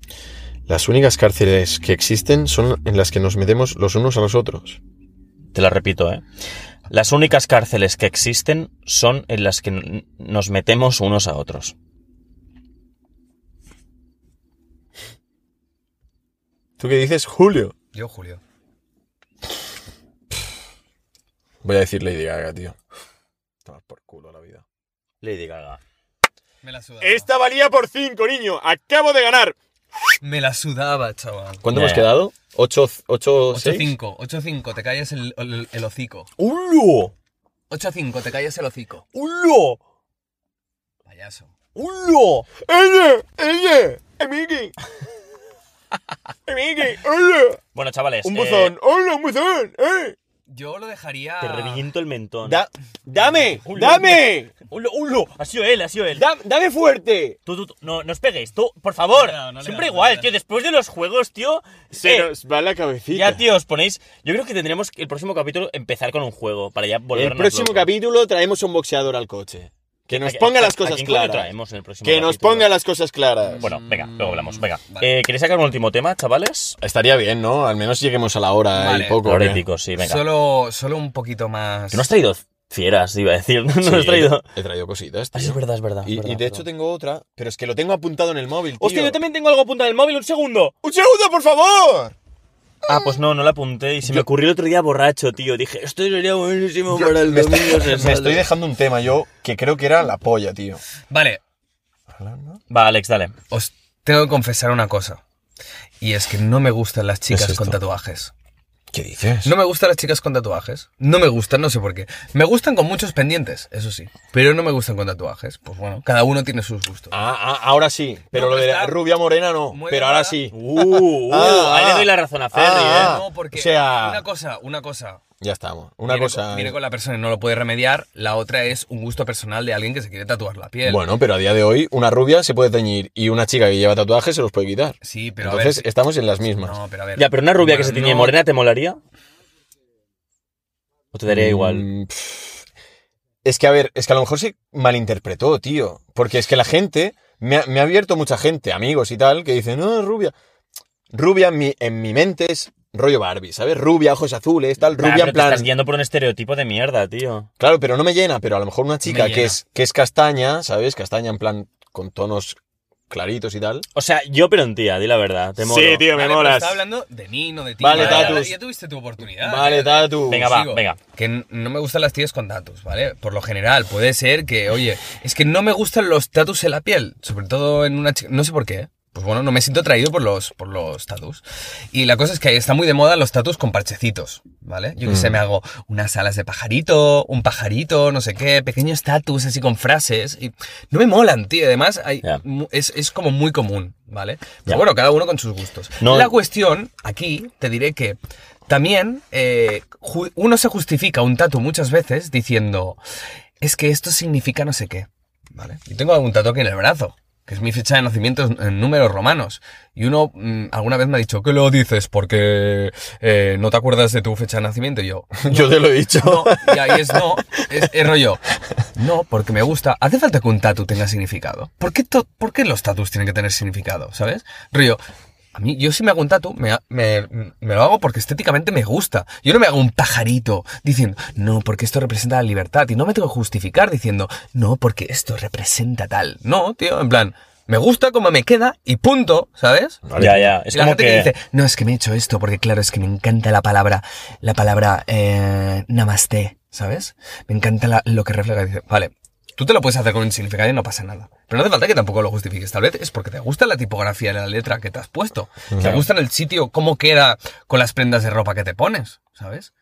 [SPEAKER 3] Las únicas cárceles que existen son en las que nos metemos los unos a los otros.
[SPEAKER 2] Te la repito, ¿eh? Las únicas cárceles que existen son en las que n- nos metemos unos a otros.
[SPEAKER 3] ¿Tú qué dices, Julio?
[SPEAKER 1] Yo, Julio.
[SPEAKER 3] Voy a decir Lady Gaga, tío. Tomar por culo la vida.
[SPEAKER 2] Lady Gaga.
[SPEAKER 1] Me la sudaba.
[SPEAKER 3] Esta valía por cinco, niño. Acabo de ganar.
[SPEAKER 1] Me la sudaba, chaval.
[SPEAKER 3] ¿Cuánto
[SPEAKER 2] Ya,
[SPEAKER 3] hemos
[SPEAKER 2] ya.
[SPEAKER 3] quedado? ¿Ocho, ocho, seis?
[SPEAKER 1] 8-5, 8-5, te callas el, el, el hocico.
[SPEAKER 3] ¡Ulo!
[SPEAKER 1] 8-5, te callas el hocico.
[SPEAKER 3] ¡Ulo!
[SPEAKER 1] Payaso.
[SPEAKER 3] ¡Ulo! ¡Ella! ¡Ella! ¡Amigui! ¡Amigui! ¡Hola!
[SPEAKER 2] Bueno, chavales. eh,
[SPEAKER 3] ¡Hola, un buzón! ¡Eh!
[SPEAKER 1] Yo lo dejaría.
[SPEAKER 2] te reviento el mentón.
[SPEAKER 3] ¡Dame!
[SPEAKER 2] Ulo. ¡Ulo, ulo! Ha sido él, ha sido él.
[SPEAKER 3] Da- ¡Dame fuerte!
[SPEAKER 2] Tú, tú, tú, no, no os peguéis, tú, por favor.
[SPEAKER 1] No, no le
[SPEAKER 2] Siempre
[SPEAKER 1] das, no
[SPEAKER 2] igual,
[SPEAKER 1] le das.
[SPEAKER 2] tío. Después de los juegos, tío.
[SPEAKER 3] Se
[SPEAKER 2] eh,
[SPEAKER 3] nos va la cabecita.
[SPEAKER 2] Ya, tío, os ponéis. Yo creo que tendremos que el próximo capítulo empezar con un juego para ya volver
[SPEAKER 3] el próximo capítulo traemos a un boxeador al coche. Que nos
[SPEAKER 2] ¿A-
[SPEAKER 3] ponga
[SPEAKER 2] a-
[SPEAKER 3] las
[SPEAKER 2] a
[SPEAKER 3] cosas
[SPEAKER 2] quién coño
[SPEAKER 3] claras.
[SPEAKER 2] traemos en el próximo
[SPEAKER 3] que nos
[SPEAKER 2] capítulo?
[SPEAKER 3] ponga las cosas claras.
[SPEAKER 2] Bueno, venga, luego hablamos. Venga.
[SPEAKER 1] Vale.
[SPEAKER 2] Eh, ¿Queréis sacar un último tema, chavales?
[SPEAKER 3] estaría bien, ¿no? Al menos lleguemos a la hora
[SPEAKER 1] Vale.
[SPEAKER 3] y poco.
[SPEAKER 2] Ahora
[SPEAKER 3] ¿eh?
[SPEAKER 2] épico, sí, venga.
[SPEAKER 1] Solo, solo un poquito más.
[SPEAKER 2] ¿Tú Pues no has traído Fieras, iba a decir. No
[SPEAKER 3] Sí,
[SPEAKER 2] lo has traído.
[SPEAKER 3] He, he traído cositas.
[SPEAKER 2] Ah,
[SPEAKER 3] tío.
[SPEAKER 2] sí, es verdad, es verdad. es
[SPEAKER 3] Y,
[SPEAKER 2] verdad,
[SPEAKER 3] y de
[SPEAKER 2] perdón.
[SPEAKER 3] hecho tengo otra, pero es que lo tengo apuntado en el móvil. Tío.
[SPEAKER 2] Hostia, yo también tengo algo apuntado en el móvil, un segundo.
[SPEAKER 3] ¡Un segundo, por favor!
[SPEAKER 2] Ah, pues no, no la apunté y se me ocurrió el otro día borracho, tío. Dije, esto sería buenísimo para el
[SPEAKER 3] Me, está-
[SPEAKER 2] domingo. se
[SPEAKER 3] me
[SPEAKER 2] sale".
[SPEAKER 3] estoy dejando un tema yo que creo que era la polla, tío.
[SPEAKER 1] Vale,
[SPEAKER 2] Va, Alex, dale.
[SPEAKER 1] os tengo que confesar una cosa. Y es que no me gustan las chicas
[SPEAKER 3] es
[SPEAKER 1] con
[SPEAKER 3] esto?
[SPEAKER 1] tatuajes.
[SPEAKER 3] ¿Qué dices?
[SPEAKER 1] No me gustan las chicas con tatuajes. No me gustan, no sé por qué. Me gustan con muchos pendientes, eso sí. Pero no me gustan con tatuajes. Pues bueno, cada uno tiene sus gustos.
[SPEAKER 3] Ah, ah, ahora sí, pero
[SPEAKER 1] No,
[SPEAKER 3] lo
[SPEAKER 1] pero
[SPEAKER 3] de la
[SPEAKER 1] está
[SPEAKER 3] rubia morena no,
[SPEAKER 1] muy de
[SPEAKER 3] pero ahora
[SPEAKER 1] moda.
[SPEAKER 3] sí.
[SPEAKER 2] Uh, uh,
[SPEAKER 3] Ah,
[SPEAKER 2] ahí le
[SPEAKER 3] ah.
[SPEAKER 2] doy la razón a Ferry,
[SPEAKER 3] Ah,
[SPEAKER 2] eh.
[SPEAKER 1] no, porque
[SPEAKER 3] o sea-
[SPEAKER 1] una cosa, una cosa.
[SPEAKER 3] Ya estamos. Una
[SPEAKER 1] viene
[SPEAKER 3] cosa.
[SPEAKER 1] Con, viene con la persona y no lo puede remediar. La otra es un gusto personal de alguien que se quiere tatuar la piel.
[SPEAKER 3] Bueno, pero a día de hoy una rubia se puede teñir y una chica que lleva tatuajes se los puede quitar.
[SPEAKER 1] sí, pero
[SPEAKER 3] Entonces
[SPEAKER 1] a ver.
[SPEAKER 3] estamos en las mismas.
[SPEAKER 1] No, pero a ver.
[SPEAKER 2] Ya, pero una rubia que
[SPEAKER 1] Bueno,
[SPEAKER 2] se tiñe
[SPEAKER 1] no-
[SPEAKER 2] morena, ¿te molaría? ¿O te daría igual?
[SPEAKER 3] Mm, pff. Es que, a ver, es que a lo mejor se malinterpretó, tío. Porque es que la gente, me ha, me ha abierto mucha gente, amigos y tal, que dicen, no, rubia. Rubia en mi, en mi mente es rollo Barbie, ¿sabes? Rubia, ojos azules, tal.
[SPEAKER 2] Ah,
[SPEAKER 3] Rubia
[SPEAKER 2] pero
[SPEAKER 3] en
[SPEAKER 2] te
[SPEAKER 3] plan...
[SPEAKER 2] estás guiando por un estereotipo de mierda, tío.
[SPEAKER 3] Claro, pero no me llena, pero a lo mejor una chica
[SPEAKER 1] Me
[SPEAKER 3] que
[SPEAKER 1] llena.
[SPEAKER 3] es, que es castaña, ¿sabes? Castaña en plan con tonos claritos y tal.
[SPEAKER 2] O sea, yo pero en tía, di la verdad. Te molo.
[SPEAKER 1] Vale, pero Está hablando de mí, no de ti.
[SPEAKER 3] Vale,
[SPEAKER 1] ya-
[SPEAKER 3] tatus.
[SPEAKER 1] Ya tuviste tu oportunidad.
[SPEAKER 3] Vale, Tatu.
[SPEAKER 2] Ah, eh, Venga, va,
[SPEAKER 1] Sigo.
[SPEAKER 2] venga.
[SPEAKER 1] Que n- no me gustan las tías con tatus, ¿vale? Por lo general, puede ser que, oye, es que no me gustan los tatus en la piel, sobre todo en una chica, no sé por qué. Pues bueno, no me siento atraído por los, por los tatus. Y la cosa es que está muy de moda los tatus con parchecitos, ¿vale? Yo que
[SPEAKER 2] Mm.
[SPEAKER 1] sé, me hago unas alas de pajarito, un pajarito, no sé qué, pequeños tatus así con frases. Y no me molan, tío. Además, hay,
[SPEAKER 2] Ya.
[SPEAKER 1] mu- es, es como muy común, ¿vale?
[SPEAKER 2] Ya.
[SPEAKER 1] Pero bueno, cada uno con sus gustos.
[SPEAKER 2] No-
[SPEAKER 1] La cuestión, aquí te diré que también eh, ju- uno se justifica un tatu muchas veces diciendo, es que esto significa no sé qué. ¿Vale? Yo tengo algún tatu aquí en el brazo, que es mi fecha de nacimiento en números romanos. Y uno mm, alguna vez me ha dicho, ¿qué lo dices? Porque eh, no te acuerdas de tu fecha de nacimiento. Y yo,
[SPEAKER 3] Yo te lo he dicho.
[SPEAKER 1] no, y ahí es no, es, es rollo. No, porque me gusta. ¿Hace falta que un tatu tenga significado? ¿Por qué, to- por qué los tatus tienen que tener significado? ¿Sabes? Rollo. A mí, yo si me hago un tatu, me, ha- me- me lo hago porque estéticamente me gusta. Yo no me hago un pajarito diciendo, no, porque esto representa la libertad. Y no me tengo que justificar diciendo, no, porque esto representa tal. No, tío, en plan, me gusta como me queda y punto, ¿sabes?
[SPEAKER 3] Vale.
[SPEAKER 2] Ya, ya. Es
[SPEAKER 1] Y la
[SPEAKER 2] como
[SPEAKER 1] gente que...
[SPEAKER 2] que.
[SPEAKER 1] dice, no, es que me he hecho esto porque claro, es que me encanta la palabra, la palabra eh, namaste, ¿sabes? Me encanta la- lo que refleja. Dice, vale, tú te lo puedes hacer con un significado y no pasa nada. Pero no hace falta que tampoco lo justifiques. Tal vez es porque te gusta la tipografía de la letra que te has puesto. Te
[SPEAKER 2] Claro.
[SPEAKER 1] gusta en el sitio cómo queda con las prendas de ropa que te pones, ¿sabes?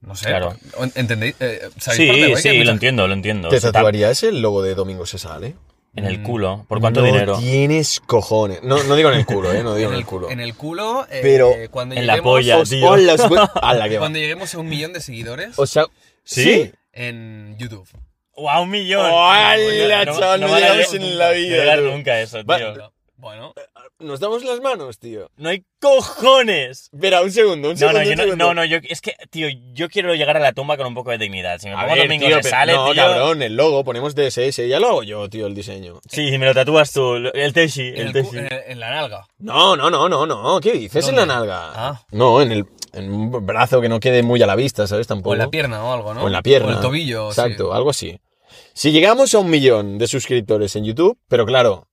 [SPEAKER 1] No sé.
[SPEAKER 2] Claro.
[SPEAKER 1] o- ¿Entendéis? Eh, ¿sabéis por dónde
[SPEAKER 2] Sí,
[SPEAKER 1] voy? Que hay
[SPEAKER 2] sí, lo
[SPEAKER 1] mucha-
[SPEAKER 2] entiendo, lo entiendo.
[SPEAKER 3] ¿Te
[SPEAKER 2] Se tapa
[SPEAKER 3] tatuarías el logo de Domingo se sale?
[SPEAKER 2] En el culo. ¿Por cuánto
[SPEAKER 3] no
[SPEAKER 2] dinero?
[SPEAKER 3] Tienes cojones. No, no digo en el culo, ¿eh? No digo en el culo.
[SPEAKER 1] En el culo, eh,
[SPEAKER 3] Pero
[SPEAKER 1] cuando
[SPEAKER 2] en la
[SPEAKER 1] lleguemos-
[SPEAKER 2] polla.
[SPEAKER 3] Os-
[SPEAKER 2] tío.
[SPEAKER 3] hola, os voy- Ala, que va.
[SPEAKER 1] Cuando lleguemos a un millón de seguidores
[SPEAKER 3] O sea,
[SPEAKER 2] ¿Sí?
[SPEAKER 1] en YouTube.
[SPEAKER 2] ¡Guau, un millón!
[SPEAKER 3] ¡Hola, chaval!
[SPEAKER 2] va
[SPEAKER 3] No
[SPEAKER 2] a dar
[SPEAKER 3] llegamos
[SPEAKER 2] nunca.
[SPEAKER 3] en la
[SPEAKER 2] No
[SPEAKER 3] vida,
[SPEAKER 2] va a dar
[SPEAKER 3] tú.
[SPEAKER 2] nunca eso,
[SPEAKER 3] Va-
[SPEAKER 2] tío.
[SPEAKER 1] Bueno.
[SPEAKER 3] Nos damos las manos, tío.
[SPEAKER 2] ¡No hay cojones!
[SPEAKER 3] Espera, un segundo, un
[SPEAKER 2] No,
[SPEAKER 3] segundo.
[SPEAKER 2] no,
[SPEAKER 3] un
[SPEAKER 2] yo no,
[SPEAKER 3] segundo.
[SPEAKER 2] no, no, yo, es que, tío, yo quiero llegar a la tumba con un poco de dignidad. Si me
[SPEAKER 3] A
[SPEAKER 2] pongo
[SPEAKER 3] ver,
[SPEAKER 2] domingo
[SPEAKER 3] tío,
[SPEAKER 2] se
[SPEAKER 3] pero-
[SPEAKER 2] sale,
[SPEAKER 3] no,
[SPEAKER 2] tío.
[SPEAKER 3] cabrón, el logo, ponemos DSS, ya lo hago yo, tío, el diseño.
[SPEAKER 2] Sí, si me lo tatúas tú, lo- el teshi,
[SPEAKER 1] En,
[SPEAKER 2] el
[SPEAKER 1] el cu-
[SPEAKER 3] Este
[SPEAKER 1] eh,
[SPEAKER 2] teshi.
[SPEAKER 1] en el- en la nalga.
[SPEAKER 3] No, no, no, no, no, ¿qué dices? En la
[SPEAKER 1] ¿Dónde?
[SPEAKER 3] nalga.
[SPEAKER 1] Ah.
[SPEAKER 3] No, en el en un brazo que no quede muy a la vista, ¿sabes? Tampoco.
[SPEAKER 1] O en la pierna o algo, ¿no?
[SPEAKER 3] O en la pierna.
[SPEAKER 1] O el tobillo. sí.
[SPEAKER 3] Exacto, algo así. Si llegamos a un millón de suscriptores en YouTube, pero claro,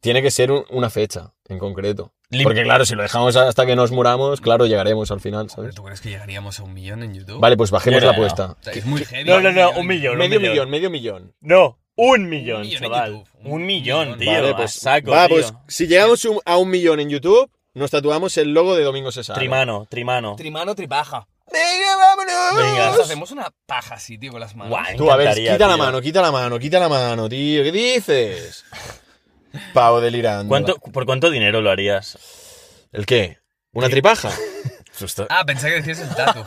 [SPEAKER 3] tiene que ser un- una fecha en concreto.
[SPEAKER 2] Lim-
[SPEAKER 3] Porque claro, si lo dejamos hasta que nos muramos, claro, llegaremos al final,
[SPEAKER 1] Pero
[SPEAKER 3] ¿sabes?
[SPEAKER 1] tú crees que llegaríamos a un millón en YouTube.
[SPEAKER 3] Vale, pues bajemos
[SPEAKER 2] Yo
[SPEAKER 3] la
[SPEAKER 2] no, no.
[SPEAKER 3] apuesta.
[SPEAKER 1] O sea, es muy heavy.
[SPEAKER 2] No, no, no, un millón.
[SPEAKER 3] Medio
[SPEAKER 2] un millón.
[SPEAKER 3] millón, medio millón.
[SPEAKER 2] No, un millón,
[SPEAKER 1] millón en
[SPEAKER 2] chaval.
[SPEAKER 1] YouTube.
[SPEAKER 2] Un millón,
[SPEAKER 1] millón.
[SPEAKER 2] tío.
[SPEAKER 3] vale,
[SPEAKER 2] a
[SPEAKER 3] pues
[SPEAKER 2] saco,
[SPEAKER 3] va,
[SPEAKER 2] tío.
[SPEAKER 3] pues si llegamos un- a un millón en YouTube, nos tatuamos el logo de Domingo César.
[SPEAKER 2] Trimano, trimano.
[SPEAKER 1] Trimano, tripaja.
[SPEAKER 3] Venga, vámonos.
[SPEAKER 2] Venga.
[SPEAKER 1] Nos hacemos una paja así, tío, con las manos.
[SPEAKER 2] Guay.
[SPEAKER 3] Tú, a ver,
[SPEAKER 2] Encantaría,
[SPEAKER 3] quita la
[SPEAKER 2] tío.
[SPEAKER 3] mano, quita la mano, quita la mano, tío. ¿Qué dices? Pavo delirando.
[SPEAKER 2] ¿Cuánto, ¿Por cuánto dinero lo harías?
[SPEAKER 3] ¿El qué? ¿Una tripaja? Susto.
[SPEAKER 1] Ah, pensé que decías el tatu.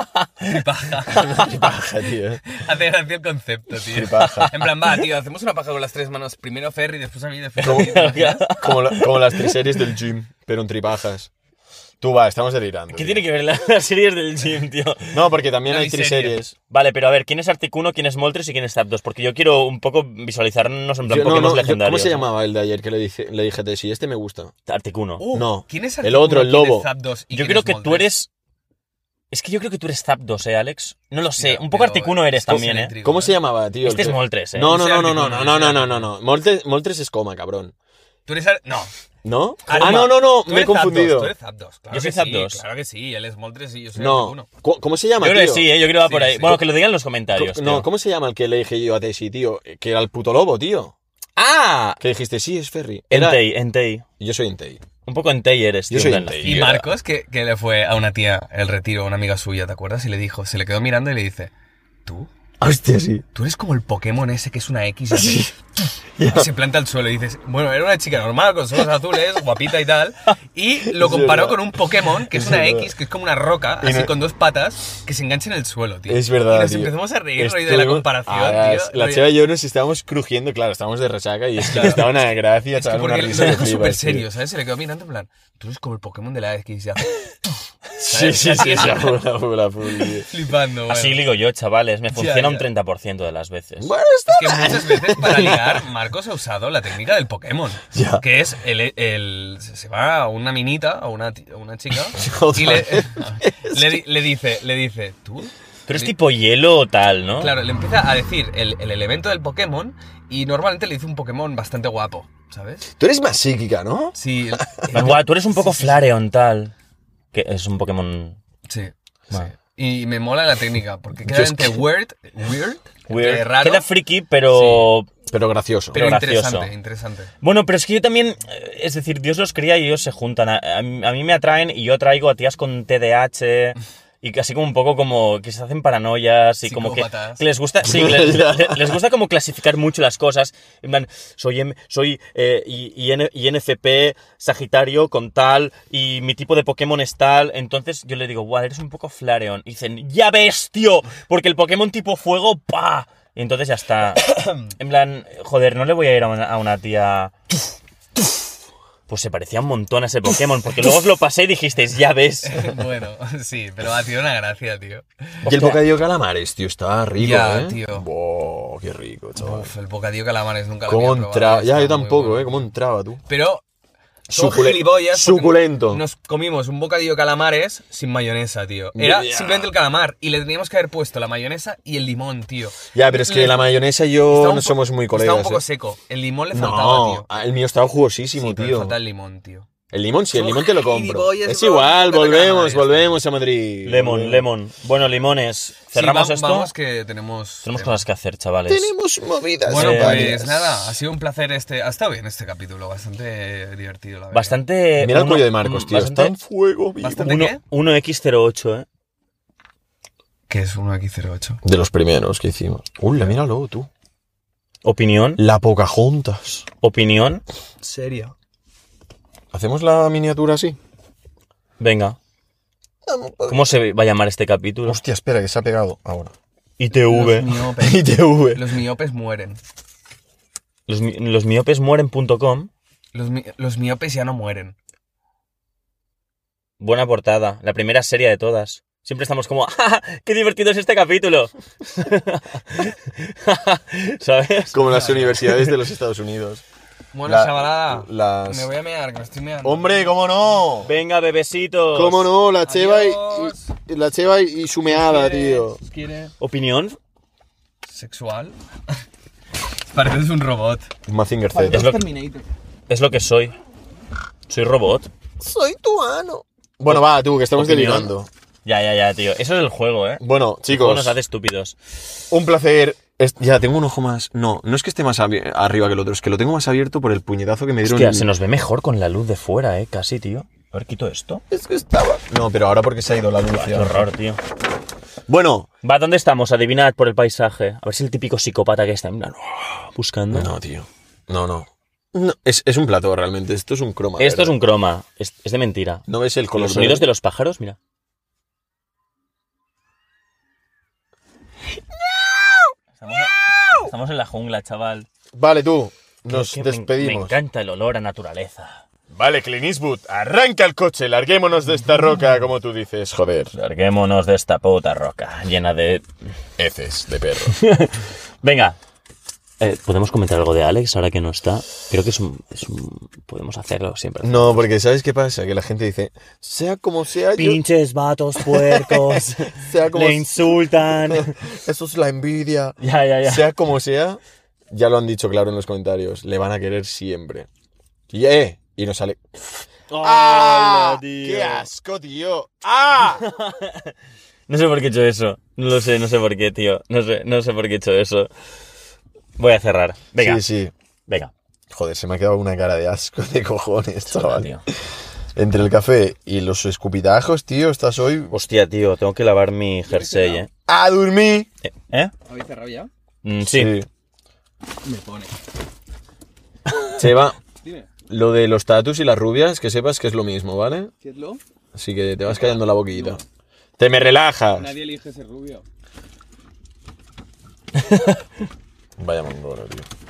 [SPEAKER 1] tripaja.
[SPEAKER 3] tripaja, tío.
[SPEAKER 1] Hace gracia el concepto, tío.
[SPEAKER 3] Tripaja.
[SPEAKER 1] En plan, va, tío, hacemos una paja con las tres manos. Primero a Ferry, después a mí, después a mí. ¿te imaginas?
[SPEAKER 3] Como, la- como las triseries del gym, pero en tripajas. Tú va, estamos delirando.
[SPEAKER 2] ¿Qué
[SPEAKER 3] tío.
[SPEAKER 2] tiene que ver la- las series del gym, tío?
[SPEAKER 3] No, porque también
[SPEAKER 1] La
[SPEAKER 3] hay
[SPEAKER 1] miseria.
[SPEAKER 3] triseries.
[SPEAKER 2] Vale, pero a ver, ¿quién es Articuno, quién es Moltres y quién es Zapdos? Porque yo quiero un poco visualizarnos en plan
[SPEAKER 3] Yo- no,
[SPEAKER 2] Pokémon
[SPEAKER 3] no, yo-
[SPEAKER 2] legendarios.
[SPEAKER 3] ¿Cómo se llamaba el de ayer que le dije, le dije a Tessy? Este me gusta.
[SPEAKER 2] Articuno.
[SPEAKER 1] Uh,
[SPEAKER 3] No.
[SPEAKER 1] ¿Quién es
[SPEAKER 3] El otro, el
[SPEAKER 1] Articuno? ¿Quién
[SPEAKER 3] lobo.
[SPEAKER 1] es Zapdos? ¿Y
[SPEAKER 2] yo
[SPEAKER 1] quién
[SPEAKER 2] creo
[SPEAKER 1] es
[SPEAKER 2] que tú
[SPEAKER 1] Moltres?
[SPEAKER 2] eres Es que yo creo que tú eres Zapdos, ¿eh, Alex? No lo sé.
[SPEAKER 1] Mira,
[SPEAKER 2] Un poco
[SPEAKER 1] pero
[SPEAKER 2] articuno eres
[SPEAKER 1] esto es
[SPEAKER 2] también, ¿eh?
[SPEAKER 1] eléctrico,
[SPEAKER 3] ¿Cómo se llamaba, tío?
[SPEAKER 2] Este
[SPEAKER 3] El
[SPEAKER 2] es
[SPEAKER 3] que-
[SPEAKER 2] Moltres, ¿eh?
[SPEAKER 3] No, no,
[SPEAKER 1] Ese
[SPEAKER 3] no, no, no,
[SPEAKER 1] artículo,
[SPEAKER 3] no, no,
[SPEAKER 1] ese
[SPEAKER 3] no, no, no, no. Moltres, Moltres es coma, cabrón.
[SPEAKER 1] Tú eres... Ar- No.
[SPEAKER 3] ¿No?
[SPEAKER 1] Arma.
[SPEAKER 3] Ah, no, no, no,
[SPEAKER 1] Tú
[SPEAKER 3] me he
[SPEAKER 1] eres Zapdos,
[SPEAKER 3] confundido.
[SPEAKER 1] Tú eres Zapdos. Claro
[SPEAKER 2] Yo soy
[SPEAKER 1] que
[SPEAKER 2] Zapdos.
[SPEAKER 1] Sí, claro que sí. Él es Moltres y yo soy
[SPEAKER 3] No.
[SPEAKER 1] Articuno.
[SPEAKER 3] ¿Cu- ¿Cómo se llama,
[SPEAKER 2] Yo creo que
[SPEAKER 3] tío?
[SPEAKER 2] sí, ¿eh? yo creo que va
[SPEAKER 1] Sí,
[SPEAKER 2] por ahí.
[SPEAKER 1] sí.
[SPEAKER 2] Bueno, que lo digan en los
[SPEAKER 3] Co-
[SPEAKER 2] comentarios.
[SPEAKER 3] No,
[SPEAKER 2] tío.
[SPEAKER 3] ¿cómo se llama el que le dije yo a Tesi, tío? Que era el puto lobo, tío.
[SPEAKER 1] ¡Ah!
[SPEAKER 3] Que dijiste, sí, es Ferry. Era...
[SPEAKER 2] Entei, Entei.
[SPEAKER 3] Yo soy Entei.
[SPEAKER 2] Un poco Entei eres, tío.
[SPEAKER 3] Yo soy
[SPEAKER 2] en plan,
[SPEAKER 3] Entei.
[SPEAKER 1] Y
[SPEAKER 3] Yeah.
[SPEAKER 1] Marcos, que, que le fue a una tía el retiro, a una amiga suya, ¿te acuerdas? Y le dijo, se le quedó mirando y le dice, ¿tú?
[SPEAKER 3] Hostia, sí.
[SPEAKER 1] Tú eres como el Pokémon ese que es una X y, hace- y se planta al suelo y dices, bueno, era una chica normal con sus ojos azules, guapita y tal, y lo
[SPEAKER 3] Es
[SPEAKER 1] comparó
[SPEAKER 3] verdad.
[SPEAKER 1] con un Pokémon que es
[SPEAKER 3] Es
[SPEAKER 1] una
[SPEAKER 3] verdad.
[SPEAKER 1] X, que es como una roca,
[SPEAKER 3] Y
[SPEAKER 1] así
[SPEAKER 3] no-
[SPEAKER 1] con dos patas, que se engancha en el suelo, tío.
[SPEAKER 3] Es verdad.
[SPEAKER 1] Y nos
[SPEAKER 3] tío.
[SPEAKER 1] empezamos a reír rollo de la
[SPEAKER 3] Estuvimos-
[SPEAKER 1] comparación,
[SPEAKER 3] Ah,
[SPEAKER 1] tío.
[SPEAKER 3] La
[SPEAKER 1] rollo-
[SPEAKER 3] chiva y yo nos estábamos crujiendo, claro, estábamos de resaca y es que nos da una gracia,
[SPEAKER 1] Es que
[SPEAKER 3] chaval,
[SPEAKER 1] porque
[SPEAKER 3] una
[SPEAKER 1] él
[SPEAKER 3] risa
[SPEAKER 1] lo
[SPEAKER 3] que
[SPEAKER 1] dijo súper
[SPEAKER 3] flipas, tío.
[SPEAKER 1] serio, ¿sabes? Se le quedó mirando en plan, tú eres como el Pokémon de la X y hace
[SPEAKER 3] Sí, sí, sí, sí, a full, a full, a full, tío.
[SPEAKER 1] flipando, bueno.
[SPEAKER 2] Así digo yo, chavales. Me funciona
[SPEAKER 1] ya.
[SPEAKER 2] un 30% de las veces.
[SPEAKER 3] Bueno,
[SPEAKER 1] Es que muchas veces para ligar, Marcos ha usado la técnica del Pokémon.
[SPEAKER 3] Ya.
[SPEAKER 1] Que es, el, el- se va a una minita, a una, ti- a una chica,
[SPEAKER 3] Otra
[SPEAKER 1] y le,
[SPEAKER 3] vez.
[SPEAKER 1] le di- le dice, le dice, ¿tú?
[SPEAKER 2] Tú eres
[SPEAKER 1] Le-
[SPEAKER 2] tipo hielo o tal, ¿no?
[SPEAKER 1] Claro, le empieza a decir el, el elemento del Pokémon y normalmente le dice un Pokémon bastante guapo, ¿sabes?
[SPEAKER 3] Tú eres más psíquica, ¿no?
[SPEAKER 1] Sí, el- el-
[SPEAKER 2] Guau, tú eres un poco Flareon tal. Que es un Pokémon.
[SPEAKER 1] sí, sí.
[SPEAKER 2] Vale.
[SPEAKER 1] Y me mola la técnica, porque queda
[SPEAKER 3] Yo es
[SPEAKER 1] entre
[SPEAKER 3] que-
[SPEAKER 1] weird, weird,
[SPEAKER 2] Weird.
[SPEAKER 1] entre raro,
[SPEAKER 2] Queda friki, pero.
[SPEAKER 3] Pero gracioso.
[SPEAKER 1] pero
[SPEAKER 2] pero
[SPEAKER 1] interesante,
[SPEAKER 2] gracioso.
[SPEAKER 1] interesante.
[SPEAKER 2] Bueno, pero es que yo también. eh, Es decir, Dios los cría y ellos se juntan. A, a mí a mí me atraen y yo traigo a tías con TDAH. Y que así como un poco como que se hacen paranoias y como que,
[SPEAKER 1] Psicópatas.
[SPEAKER 2] que les gusta sí, que le- le- les, gusta como clasificar mucho las cosas. En plan, soy, em- soy eh, I- IN INFP, Sagitario con tal y mi tipo de Pokémon es tal. Entonces yo le digo, guau, eres un poco Flareon. Y dicen, ya ves, tío, porque el Pokémon tipo fuego, pa. Y entonces ya está. En plan, joder, no le voy a ir a una, a una tía. Pues se parecía un montón a ese Pokémon, porque luego os lo pasé y dijisteis, ya ves.
[SPEAKER 1] bueno, sí, pero ha sido una gracia, tío.
[SPEAKER 3] Y el bocadillo de calamares, tío, está rico,
[SPEAKER 1] Ya,
[SPEAKER 3] ¿eh?
[SPEAKER 1] tío.
[SPEAKER 3] Buah, qué rico, chaval.
[SPEAKER 1] Uf, el bocadillo calamares nunca lo
[SPEAKER 3] Cómo
[SPEAKER 1] había probado.
[SPEAKER 3] entraba. Ya,
[SPEAKER 1] Estaba muy
[SPEAKER 3] yo tampoco,
[SPEAKER 1] bueno.
[SPEAKER 3] ¿eh? Cómo entraba, tú.
[SPEAKER 1] Pero... somos
[SPEAKER 3] Sucule-
[SPEAKER 1] gilipollas porque
[SPEAKER 3] suculento.
[SPEAKER 1] Nos comimos un bocadillo calamares sin mayonesa, tío. Era
[SPEAKER 3] Ya.
[SPEAKER 1] simplemente el calamar y le teníamos que haber puesto la mayonesa y el limón, tío.
[SPEAKER 3] Ya, pero es que
[SPEAKER 1] Le-
[SPEAKER 3] la mayonesa y
[SPEAKER 1] estaba
[SPEAKER 3] yo
[SPEAKER 1] un
[SPEAKER 3] no
[SPEAKER 1] po-
[SPEAKER 3] somos muy colegas.
[SPEAKER 1] Estaba un poco
[SPEAKER 3] ¿eh?
[SPEAKER 1] seco. El limón le faltaba,
[SPEAKER 3] No,
[SPEAKER 1] tío.
[SPEAKER 3] ah, el mío estaba jugosísimo,
[SPEAKER 1] Sí, pero le
[SPEAKER 3] tío.
[SPEAKER 1] falta el limón, tío.
[SPEAKER 3] El limón sí, el
[SPEAKER 1] Somos
[SPEAKER 3] limón te lo compro.
[SPEAKER 1] gilipollas,
[SPEAKER 3] Es
[SPEAKER 1] bro,
[SPEAKER 3] igual,
[SPEAKER 1] nunca te
[SPEAKER 3] volvemos,
[SPEAKER 1] calamares.
[SPEAKER 3] volvemos a Madrid.
[SPEAKER 2] Lemon,
[SPEAKER 3] Volvemos.
[SPEAKER 2] lemon. Bueno, limones,
[SPEAKER 1] Sí,
[SPEAKER 2] cerramos
[SPEAKER 1] va-
[SPEAKER 2] esto.
[SPEAKER 1] Vamos que tenemos...
[SPEAKER 2] Tenemos
[SPEAKER 1] eh,
[SPEAKER 2] cosas que hacer, chavales.
[SPEAKER 3] Tenemos movidas.
[SPEAKER 1] Bueno,
[SPEAKER 2] Eh,
[SPEAKER 1] pues
[SPEAKER 3] varias.
[SPEAKER 1] nada, ha sido un placer este... Ha estado bien este capítulo, bastante divertido, la verdad.
[SPEAKER 2] Bastante.
[SPEAKER 3] Mira el
[SPEAKER 2] uno-
[SPEAKER 3] cuello de Marcos,
[SPEAKER 2] mm,
[SPEAKER 3] tío. Está en
[SPEAKER 2] Bastante,
[SPEAKER 3] fuego, vivo.
[SPEAKER 1] Bastante-
[SPEAKER 2] uno,
[SPEAKER 1] ¿De qué?
[SPEAKER 2] 1X08, ¿eh?
[SPEAKER 1] Que es 1X08.
[SPEAKER 3] De los primeros que hicimos. Uy, míralo tú.
[SPEAKER 2] Opinión.
[SPEAKER 3] La Pocahontas.
[SPEAKER 2] Opinión.
[SPEAKER 1] Serio.
[SPEAKER 3] ¿Hacemos la miniatura así?
[SPEAKER 2] Venga. ¿Cómo se va a llamar este capítulo?
[SPEAKER 3] Hostia, espera, que se ha pegado. Ah, Ahora.
[SPEAKER 1] Los
[SPEAKER 2] ITV.
[SPEAKER 1] miopes.
[SPEAKER 3] ITV.
[SPEAKER 1] Los miopes mueren.
[SPEAKER 2] Los, mi- los miopes mueren.com.
[SPEAKER 1] Los, mi- los miopes ya no mueren.
[SPEAKER 2] Buena portada. La primera serie de todas. Siempre estamos como, "Ah, ¡Ja, ja! qué divertido es este capítulo! ¿Sabes?
[SPEAKER 3] Como las universidades de los Estados Unidos.
[SPEAKER 1] Bueno,
[SPEAKER 3] La-
[SPEAKER 1] chavalada.
[SPEAKER 3] las-
[SPEAKER 1] Me voy a mear, que me estoy meando.
[SPEAKER 3] Hombre, ¿cómo no?
[SPEAKER 2] Venga, bebesitos.
[SPEAKER 3] ¿Cómo no? La cheva y,
[SPEAKER 1] Adiós.
[SPEAKER 3] y- la cheva y- y su meada, tío.
[SPEAKER 1] ¿Quiere
[SPEAKER 2] Opinión.
[SPEAKER 1] sexual? Pareces un robot.
[SPEAKER 3] Mazinger
[SPEAKER 2] Es
[SPEAKER 3] Z.
[SPEAKER 2] lo, es lo que soy. Soy robot.
[SPEAKER 3] Soy tu ano. Bueno, va, tú, que estamos
[SPEAKER 2] Opinión.
[SPEAKER 3] delirando.
[SPEAKER 2] Ya, ya, ya, tío. Eso es el juego, ¿eh?
[SPEAKER 3] Bueno,
[SPEAKER 2] Todo
[SPEAKER 3] chicos,
[SPEAKER 2] nos hace estúpidos.
[SPEAKER 3] un placer. Es- ya, tengo un ojo más. No, no es que esté más abi- arriba que el otro, es que lo tengo más abierto por el puñetazo que me dieron.
[SPEAKER 2] Hostia, se nos ve mejor con la luz de fuera, ¿eh? Casi, tío. A ver, quito esto.
[SPEAKER 3] Es que estaba. No, pero ahora porque se ha ido la luz.
[SPEAKER 2] Qué
[SPEAKER 3] ya.
[SPEAKER 2] horror, tío.
[SPEAKER 3] Bueno.
[SPEAKER 2] Va, ¿dónde estamos? Adivinad por el paisaje. A ver si el típico psicópata que está en plan, ¡oh! buscando.
[SPEAKER 3] No, tío. No, no. No, es, es un plató realmente. Esto es un croma.
[SPEAKER 2] esto es
[SPEAKER 3] ¿verdad?
[SPEAKER 2] un croma. Es, es de mentira.
[SPEAKER 3] ¿No ves el color
[SPEAKER 2] los sonidos de
[SPEAKER 3] verde?
[SPEAKER 2] los pájaros, mira. Estamos, estamos en la jungla, chaval.
[SPEAKER 3] Vale, tú. Nos
[SPEAKER 2] Que me- Me,
[SPEAKER 3] despedimos.
[SPEAKER 2] encanta el olor a naturaleza.
[SPEAKER 3] vale, Clint Eastwood, arranca el coche, larguémonos de esta roca, como tú dices. Joder,
[SPEAKER 2] Larguémonos de esta puta roca llena de...
[SPEAKER 3] heces de perro.
[SPEAKER 2] Venga, Eh, ¿Podemos comentar algo de Alex ahora que no está? Creo que es un. es un- podemos hacerlo siempre.
[SPEAKER 3] No, porque ¿sabes qué pasa? Que la gente dice, sea como sea, yo,
[SPEAKER 2] Pinches vatos puercos.
[SPEAKER 3] sea como
[SPEAKER 2] le insultan.
[SPEAKER 3] eso es la envidia.
[SPEAKER 2] ya, ya, ya.
[SPEAKER 3] Sea como sea, ya lo han dicho claro en los comentarios, le van a querer siempre. Y, eh, y nos sale... ¡Ah!
[SPEAKER 2] ¡Hala, tío!
[SPEAKER 3] ¡Qué asco, tío! ¡Ah!
[SPEAKER 2] No sé por qué he hecho eso. No lo sé, no sé por qué, tío. No sé, no sé por qué he hecho eso. Voy a cerrar. Venga,
[SPEAKER 3] Sí, sí.
[SPEAKER 2] venga.
[SPEAKER 3] Joder, se me ha quedado una cara de asco de cojones, chaval.
[SPEAKER 2] Tío.
[SPEAKER 3] Entre el café y los escupitajos, tío, estás hoy...
[SPEAKER 2] Hostia, tío, tengo que lavar mi jersey, ¿eh?
[SPEAKER 3] ¡A dormir!
[SPEAKER 2] ¿Eh? ¿Eh?
[SPEAKER 1] ¿Habéis cerrado ya?
[SPEAKER 2] Mm, sí.
[SPEAKER 1] Me pone.
[SPEAKER 3] Seba,
[SPEAKER 1] Dime,
[SPEAKER 3] lo de los tatus y las rubias, que sepas que es lo mismo, ¿vale?
[SPEAKER 1] ¿qué es lo?
[SPEAKER 3] Así que te vas callando la boquillita. ¡Te me relajas!
[SPEAKER 1] Nadie elige ser rubio.
[SPEAKER 3] Vaya mongolo, tío.